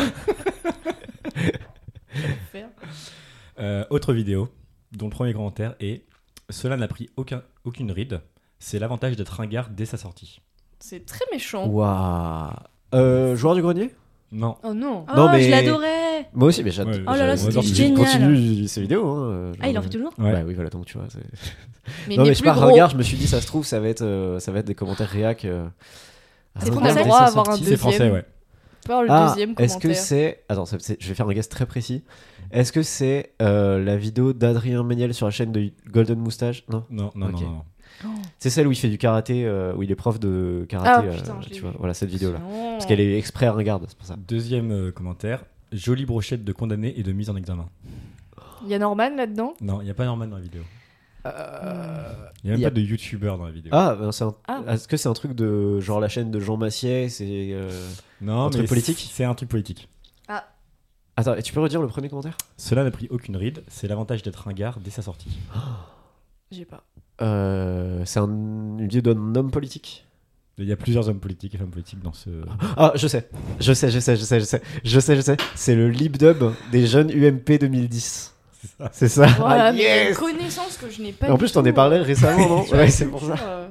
Speaker 1: Euh, autre vidéo, dont le premier commentaire est Cela n'a pris aucun, aucune ride. C'est l'avantage d'être un gars dès sa sortie.
Speaker 3: C'est très méchant.
Speaker 2: Waouh. Euh, joueur du grenier
Speaker 1: Non.
Speaker 3: Oh non.
Speaker 4: Oh,
Speaker 2: Non, mais-
Speaker 4: je l'adorais.
Speaker 2: Moi aussi, mais j'adore.
Speaker 1: Ouais,
Speaker 4: Oh là là,
Speaker 1: j'adore
Speaker 4: c'était
Speaker 1: ce
Speaker 2: Il
Speaker 1: jeu.
Speaker 4: génial.
Speaker 2: continue ses vidéos. Hein, euh,
Speaker 4: Ah, il en fait
Speaker 2: genre,
Speaker 4: toujours
Speaker 1: Ouais.
Speaker 2: Bah oui, voilà, donc tu vois. c'est-
Speaker 3: Mais
Speaker 2: non,
Speaker 3: il
Speaker 2: mais
Speaker 3: est
Speaker 2: je
Speaker 3: plus
Speaker 2: pars
Speaker 3: gros.
Speaker 2: regarde, je me suis dit, ça se trouve, ça va être, euh, ça va être des commentaires réac. euh, un
Speaker 4: C'est qu'on
Speaker 2: gars
Speaker 4: a le
Speaker 2: dès
Speaker 3: droit
Speaker 2: sa
Speaker 3: à avoir un
Speaker 2: sortie.
Speaker 1: C'est français, ouais.
Speaker 3: Par le
Speaker 2: Ah,
Speaker 3: deuxième
Speaker 2: est-ce
Speaker 3: commentaire.
Speaker 2: que c'est. ah, Attends, ça- c'est- je vais faire un guess très précis. Est-ce que c'est euh, la vidéo d'Adrien Méniel sur la chaîne de Golden Moustache Non
Speaker 1: Non, non,
Speaker 2: Ok.
Speaker 1: non, non.
Speaker 2: C'est celle où il fait du karaté, euh, où il est prof de
Speaker 3: Ah,
Speaker 2: karaté.
Speaker 3: putain,
Speaker 2: euh,
Speaker 3: je
Speaker 2: tu
Speaker 3: l'ai vu.
Speaker 2: vois, voilà cette vidéo là.
Speaker 3: Non.
Speaker 2: Parce qu'elle est exprès ringarde, c'est pour ça.
Speaker 1: Deuxième euh, commentaire. Jolie brochette de condamnés et de mise en examen.
Speaker 3: Il y a Norman là-dedans
Speaker 1: Non, il n'y a pas Norman dans la vidéo. Il n'y a
Speaker 2: Il
Speaker 1: même
Speaker 2: y a-
Speaker 1: pas de youtubeur dans la vidéo.
Speaker 2: Ah, ben, c'est un-
Speaker 3: Ah.
Speaker 2: est-ce que c'est un truc de genre la chaîne de Jean Massier C'est. euh,
Speaker 1: non,
Speaker 2: un truc
Speaker 1: mais
Speaker 2: politique
Speaker 1: C'est un truc politique.
Speaker 2: Attends, et tu peux redire le premier commentaire
Speaker 1: Cela n'a pris aucune ride. C'est l'avantage d'être ringard dès sa sortie.
Speaker 3: J'ai pas.
Speaker 2: Euh, C'est un... une vidéo d'un homme politique.
Speaker 1: Il y a plusieurs hommes politiques et femmes politiques dans ce.
Speaker 2: Ah, je sais, je sais, je sais, je sais, je sais, je sais, je sais. C'est le libdub des jeunes UMP 2010.
Speaker 1: C'est ça.
Speaker 2: C'est ça.
Speaker 3: Voilà,
Speaker 2: Ah,
Speaker 3: mais il y a une
Speaker 2: yes
Speaker 3: connaissance que je n'ai pas.
Speaker 2: En
Speaker 3: du
Speaker 2: plus, je t'en ai
Speaker 3: tout.
Speaker 2: parlé récemment, non Ouais, c'est pour ça.
Speaker 3: Euh,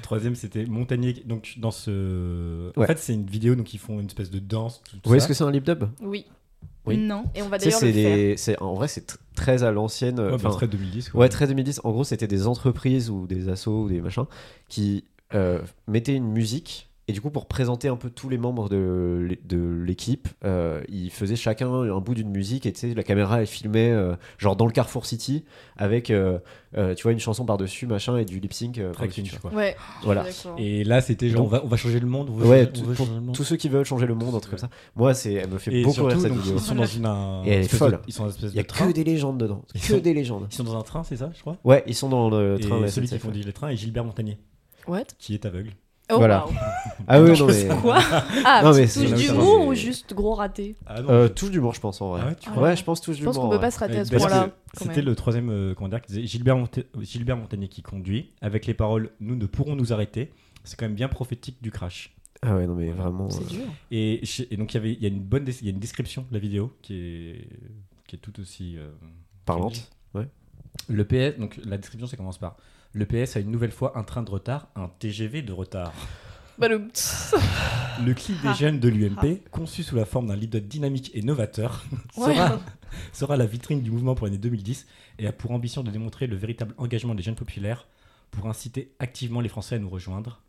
Speaker 1: Troisième, c'était Montagnier. Donc, dans ce. En
Speaker 2: Ouais.
Speaker 1: fait, c'est une vidéo, donc ils font une espèce de danse. Tout, tout
Speaker 2: Vous voyez
Speaker 1: ça.
Speaker 2: ce que c'est un libdub
Speaker 3: Oui,
Speaker 2: Oui.
Speaker 4: Non.
Speaker 3: et on va
Speaker 2: Tu sais,
Speaker 3: d'ailleurs le
Speaker 2: c'est
Speaker 3: faire.
Speaker 2: des- c'est- En vrai, c'est tr- très à l'ancienne.
Speaker 1: Ouais,
Speaker 2: euh,
Speaker 1: bah,
Speaker 2: enfin,
Speaker 1: très 2010. quoi.
Speaker 2: Ouais, très 2010. En gros, c'était des entreprises ou des assos ou des machins qui euh, mettaient une musique. Et du coup, pour présenter un peu tous les membres de, l'é- de l'équipe, euh, ils faisaient chacun un bout d'une musique. Et tu sais, la caméra, elle filmait euh, genre dans le Carrefour City avec, euh, euh, tu vois, une chanson par-dessus, machin, et du lip sync. euh,
Speaker 1: Très
Speaker 2: par-dessus,
Speaker 1: cringe,
Speaker 2: tu vois.
Speaker 1: quoi.
Speaker 3: Ouais.
Speaker 2: Voilà.
Speaker 3: Et...
Speaker 1: Et là, c'était genre,
Speaker 2: Donc-
Speaker 1: on, va, on va changer le monde. On veut
Speaker 2: Ouais,
Speaker 1: changer-
Speaker 2: tout-
Speaker 1: on veut
Speaker 2: pour
Speaker 1: changer le monde.
Speaker 2: Tous ceux qui veulent changer le monde, un truc comme ça. Moi, c'est, elle me fait
Speaker 1: Et
Speaker 2: beaucoup
Speaker 1: surtout,
Speaker 2: rire cette
Speaker 1: donc,
Speaker 2: vidéo.
Speaker 1: ils sont dans une. un-
Speaker 2: Et elle est
Speaker 1: espèce
Speaker 2: folle.
Speaker 1: de- Ils sont dans une espèce
Speaker 2: Il y a
Speaker 1: de train.
Speaker 2: que des légendes dedans.
Speaker 1: Ils
Speaker 2: Que
Speaker 1: sont-
Speaker 2: des légendes.
Speaker 1: Ils sont dans un train, c'est ça, je crois
Speaker 2: Ouais, ils sont dans le
Speaker 1: Et
Speaker 2: train. la
Speaker 1: celui qui
Speaker 2: SNCF, ouais.
Speaker 1: conduit les trains est Gilbert Montagnier,
Speaker 3: What
Speaker 1: qui est aveugle.
Speaker 3: Oh,
Speaker 2: Voilà.
Speaker 3: waouh.
Speaker 2: Ah ouais, non, mais.
Speaker 4: Quoi
Speaker 3: Ah,
Speaker 2: Non, mais
Speaker 3: mais
Speaker 2: c'est-
Speaker 3: touche
Speaker 1: c'est-
Speaker 3: du
Speaker 1: c'est-
Speaker 3: mot
Speaker 2: c'est-
Speaker 3: ou juste gros raté
Speaker 1: Ah non,
Speaker 2: Euh,
Speaker 1: je-
Speaker 2: touche du mort, je pense en vrai.
Speaker 1: Ah ouais, tu
Speaker 3: Ah
Speaker 1: crois
Speaker 2: ouais. je pense touche
Speaker 3: Je
Speaker 2: du
Speaker 3: pense
Speaker 2: mort.
Speaker 3: qu'on peut pas
Speaker 2: ouais.
Speaker 3: se rater
Speaker 1: Ouais,
Speaker 3: à ce
Speaker 1: parce que
Speaker 3: point-là. quand
Speaker 1: C'était
Speaker 3: même.
Speaker 1: le troisième euh, commandeur qui disait Gilbert, Monta- Gilbert Montagnier qui conduit, avec les paroles Nous ne pourrons nous arrêter. C'est quand même bien prophétique du crash.
Speaker 2: Ah ouais, non, mais vraiment.
Speaker 3: C'est
Speaker 2: euh,
Speaker 3: dur.
Speaker 1: Et, chez- et donc, il y avait- il y a une bonne des- il y a une description de la vidéo qui est, qui est tout aussi euh,
Speaker 2: Parlante,
Speaker 1: cringe.
Speaker 2: ouais.
Speaker 1: Le PS, donc la description, ça commence par Le PS a une nouvelle fois un train de retard, un TGV de retard.
Speaker 3: Bah, le-
Speaker 1: Le clip des jeunes de l'UMP, conçu sous la forme d'un lead-up dynamique et novateur,
Speaker 3: Ouais.
Speaker 1: sera, sera la vitrine du mouvement pour l'année 2010 et a pour ambition de démontrer le véritable engagement des jeunes populaires pour inciter activement les Français à nous rejoindre.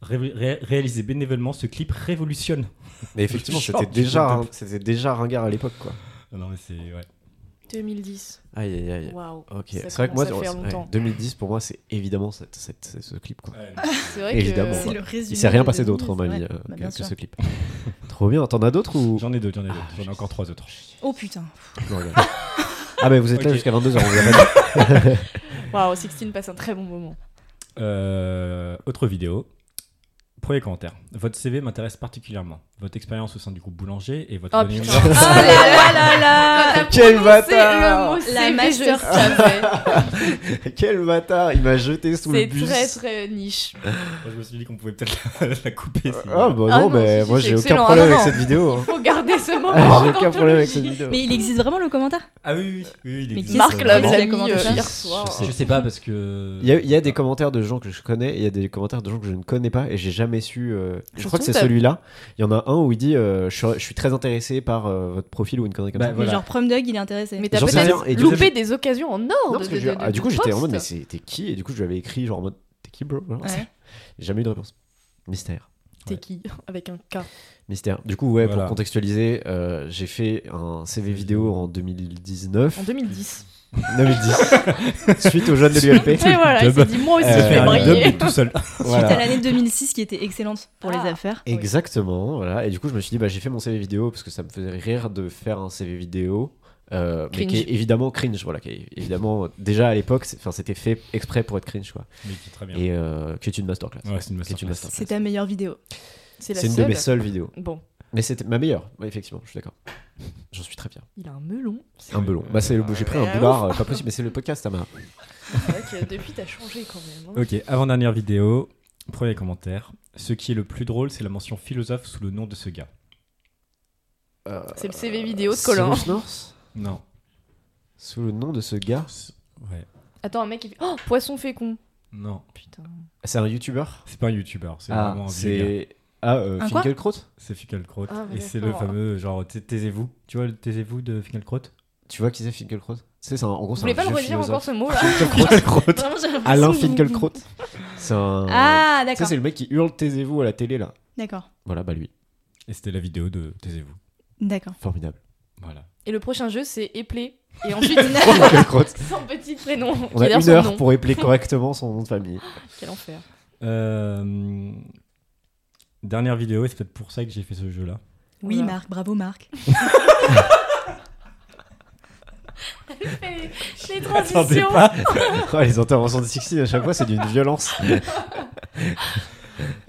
Speaker 1: Ré- ré- réaliser bénévolement ce clip révolutionne.
Speaker 2: Mais effectivement,
Speaker 1: Genre,
Speaker 2: c'était
Speaker 1: tu
Speaker 2: déjà,
Speaker 1: te
Speaker 2: rin- c'était déjà ringard à l'époque, quoi.
Speaker 1: Non mais c'est ouais.
Speaker 3: 2010.
Speaker 2: Aïe, aïe, aïe.
Speaker 3: Waouh.
Speaker 2: Ok,
Speaker 3: Ça
Speaker 2: c'est vrai que moi,
Speaker 3: commence à
Speaker 2: c'est-
Speaker 3: faire
Speaker 2: ouais,
Speaker 3: longtemps.
Speaker 2: 2010, pour moi, c'est évidemment cette- cette- c'est ce clip, quoi.
Speaker 3: C'est vrai
Speaker 2: Évidemment.
Speaker 4: C'est
Speaker 3: que.
Speaker 4: le résumé.
Speaker 2: bah, Il s'est rien
Speaker 4: de
Speaker 2: passé
Speaker 4: 2010,
Speaker 2: d'autre dans ma vie
Speaker 4: ouais.
Speaker 2: euh, que-
Speaker 4: Bah, bien
Speaker 2: que
Speaker 4: sûr.
Speaker 2: ce clip. Trop bien, t'en as d'autres ou.
Speaker 1: J'en ai deux, j'en ai deux.
Speaker 2: Ah,
Speaker 1: j'en ai encore trois autres.
Speaker 4: Oh putain.
Speaker 2: Non, regarde. Ah, mais vous êtes là
Speaker 1: Ok.
Speaker 2: jusqu'à 22h, on vous a pas dit.
Speaker 3: Waouh, Sixteen passe un très bon moment.
Speaker 1: Euh, autre vidéo. Premier commentaire. Votre CV m'intéresse particulièrement. Votre expérience au sein du groupe Boulanger et votre
Speaker 3: Oh,
Speaker 1: bonne
Speaker 3: putain.
Speaker 1: humeur.
Speaker 4: Ah là là là là
Speaker 2: Quel
Speaker 3: C'est le
Speaker 2: bâtard
Speaker 3: mot
Speaker 4: La
Speaker 3: CV, je
Speaker 4: master-
Speaker 3: savais.
Speaker 2: Quel bâtard Il m'a jeté sous le
Speaker 3: C'est
Speaker 2: bus.
Speaker 3: très très niche.
Speaker 1: Moi, je me suis dit qu'on pouvait peut-être la, la couper. si-
Speaker 2: Ah, bah non,
Speaker 3: Ah non,
Speaker 2: mais
Speaker 3: si,
Speaker 2: moi,
Speaker 3: si,
Speaker 2: j'ai
Speaker 3: c'est
Speaker 2: aucun
Speaker 3: excellent.
Speaker 2: problème
Speaker 3: Ah, non,
Speaker 2: avec
Speaker 3: non.
Speaker 2: cette vidéo. hein.
Speaker 3: Faut garder ce moment.
Speaker 2: J'ai aucun problème avec cette
Speaker 3: d'anthologie.
Speaker 2: vidéo.
Speaker 4: Mais il existe vraiment le commentaire
Speaker 1: Ah oui, oui, oui, oui, il
Speaker 4: Mais
Speaker 1: existe.
Speaker 4: qui
Speaker 3: Marc
Speaker 1: Euh,
Speaker 3: l'a
Speaker 4: Qui
Speaker 1: vraiment.
Speaker 4: a
Speaker 3: mis
Speaker 4: commenté
Speaker 3: euh,
Speaker 4: ça
Speaker 3: hier
Speaker 2: Je
Speaker 3: soir.
Speaker 2: sais.
Speaker 1: Je sais pas parce que. Ah.
Speaker 2: Il y, a, il y a des commentaires de gens que je connais, et il y a des commentaires de gens que je ne connais pas et j'ai jamais su. euh, je
Speaker 3: Surtout
Speaker 2: crois que c'est
Speaker 3: t'as-
Speaker 2: celui-là. Il y en a un où il dit euh, je, suis, je suis très intéressé par euh, votre profil ou une connerie comme
Speaker 1: Bah,
Speaker 2: ça.
Speaker 1: Voilà.
Speaker 4: Mais genre Prom Dog, il est intéressé.
Speaker 3: Mais t'as
Speaker 2: J'en sais rien,
Speaker 3: peut-être
Speaker 2: et du
Speaker 1: coup,
Speaker 3: loupé
Speaker 1: j'ai-
Speaker 3: des occasions en
Speaker 2: Non,
Speaker 3: or.
Speaker 2: parce
Speaker 3: de-
Speaker 2: que
Speaker 3: de-
Speaker 2: j'ai-
Speaker 3: de-
Speaker 2: ah, du
Speaker 3: de
Speaker 2: coup, j'étais en mode
Speaker 3: poste.
Speaker 2: mais c'est- t'es qui Et du coup, je lui avais écrit genre en mode t'es qui, bro Voilà.
Speaker 4: Ouais.
Speaker 2: J'ai Jamais eu de réponse. Mystère.
Speaker 3: T'es qui Avec un K.
Speaker 2: Mystère. Du coup, ouais,
Speaker 1: Voilà.
Speaker 2: pour contextualiser, euh, j'ai fait un CV vidéo en 2019.
Speaker 3: En 2010.
Speaker 2: 2010. suite aux jeunes de l'ULP.
Speaker 3: Et voilà, Oh, il s'est dit moi aussi
Speaker 2: Euh,
Speaker 3: je vais
Speaker 1: un
Speaker 2: briller.
Speaker 1: dub, mais tout seul.
Speaker 4: Suite à
Speaker 2: Voilà.
Speaker 4: l'année 2006 qui était excellente pour
Speaker 3: Ah.
Speaker 4: les affaires.
Speaker 2: Exactement, voilà. Et du coup, je me suis dit, bah, j'ai fait mon CV vidéo parce que ça me faisait rire de faire un CV vidéo, euh, mais
Speaker 3: Cringe.
Speaker 2: qui est évidemment cringe, voilà. Qui est évidemment, déjà à l'époque, c'est- enfin, c'était fait exprès pour être cringe, quoi.
Speaker 1: Mais qui est très bien.
Speaker 2: Et euh, qui est une masterclass.
Speaker 1: Ouais, c'est une
Speaker 2: Qui est
Speaker 1: masterclass.
Speaker 2: une masterclass.
Speaker 4: C'est ta meilleure vidéo.
Speaker 3: C'est la
Speaker 2: C'est une de
Speaker 3: seule.
Speaker 2: mes seules vidéos.
Speaker 3: Bon,
Speaker 2: Mais c'était ma meilleure, ouais, effectivement, je suis d'accord. J'en suis très fier.
Speaker 3: il a un melon. C'est
Speaker 2: Un belon. Bah, c'est le j'ai pris un
Speaker 3: Ah,
Speaker 2: boulard, euh, pas possible, mais c'est le podcast, Tamara.
Speaker 3: vrai que depuis t'as changé quand même. hein.
Speaker 1: Ok, avant-dernière vidéo. Premier commentaire. Ce qui est le plus drôle, c'est la mention philosophe sous le nom de ce gars.
Speaker 2: Euh,
Speaker 3: C'est le CV vidéo de Colin.
Speaker 2: Cyrus North
Speaker 1: Non.
Speaker 2: Sous le nom de ce gars.
Speaker 1: Ouais.
Speaker 3: Attends, un mec il fait Oh, poisson fécond.
Speaker 1: Non.
Speaker 2: Oh,
Speaker 3: Putain.
Speaker 2: C'est un youtubeur
Speaker 1: C'est pas un youtubeur, c'est
Speaker 2: Ah,
Speaker 1: vraiment un vieux gars.
Speaker 2: c'est. Ah, euh,
Speaker 4: Un quoi
Speaker 2: Finkielkraut
Speaker 1: C'est Finkielkraut.
Speaker 3: Ah, bah,
Speaker 1: et c'est le
Speaker 3: d'accord.
Speaker 1: fameux genre t- taisez-vous. Tu vois le taisez-vous de Finkielkraut
Speaker 2: Tu vois qui c'est Finkielkraut Tu sais, c'est un- en gros,
Speaker 3: Vous
Speaker 2: c'est un
Speaker 3: voulez pas le
Speaker 2: vieux
Speaker 3: redire
Speaker 2: philosophe. Ah.
Speaker 3: encore ce mot là
Speaker 1: Finkielkraut.
Speaker 4: Vraiment, j'ai l'impression
Speaker 2: Alain
Speaker 4: que vous-
Speaker 2: Finkielkraut. C'est un.
Speaker 4: Ah,
Speaker 2: tu sais,
Speaker 4: d'accord.
Speaker 2: c'est le mec qui hurle taisez-vous à la télé là.
Speaker 4: D'accord.
Speaker 2: Voilà, bah lui.
Speaker 1: Et c'était la vidéo de taisez-vous.
Speaker 4: D'accord.
Speaker 2: Formidable.
Speaker 1: Voilà.
Speaker 3: Et le prochain jeu c'est éplé
Speaker 4: Et ensuite,
Speaker 2: Oh, quelle crotte.
Speaker 3: Son petit prénom.
Speaker 2: On
Speaker 3: qui
Speaker 2: a
Speaker 3: est
Speaker 2: une
Speaker 3: son
Speaker 2: heure
Speaker 3: nom.
Speaker 2: pour épeler correctement son nom de famille.
Speaker 3: Quel enfer.
Speaker 1: Euh, Dernière vidéo, et c'est peut-être pour ça que j'ai fait ce jeu-là.
Speaker 4: oui,
Speaker 3: Voilà.
Speaker 4: Marc, bravo Marc.
Speaker 3: Les, les
Speaker 1: Attendez
Speaker 3: transitions.
Speaker 1: pas.
Speaker 2: Oh, les interventions de Sixty à chaque fois, c'est d'une violence.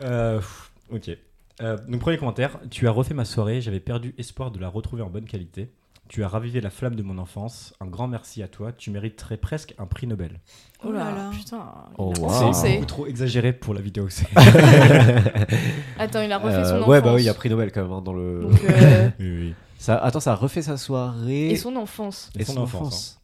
Speaker 1: Euh, pff, ok. Euh, donc, premier commentaire. Tu as refait ma soirée. J'avais perdu espoir de la retrouver en bonne qualité. Tu as ravivé la flamme de mon enfance. Un grand merci à toi. Tu mériterais presque un prix Nobel.
Speaker 3: Oh là
Speaker 4: Oh là là.
Speaker 3: là. Putain. il
Speaker 2: Oh,
Speaker 3: a
Speaker 2: wow.
Speaker 1: C'est
Speaker 3: recensé.
Speaker 1: beaucoup trop exagéré pour la vidéo. c'est-
Speaker 3: Attends, il a refait son
Speaker 2: Euh,
Speaker 3: enfance.
Speaker 2: ouais, bah oui, il a pris Nobel quand même hein, dans le.
Speaker 3: Donc, euh,
Speaker 1: oui, oui.
Speaker 2: Ça, attends, ça a refait sa soirée
Speaker 3: et son enfance.
Speaker 1: Et son enfance,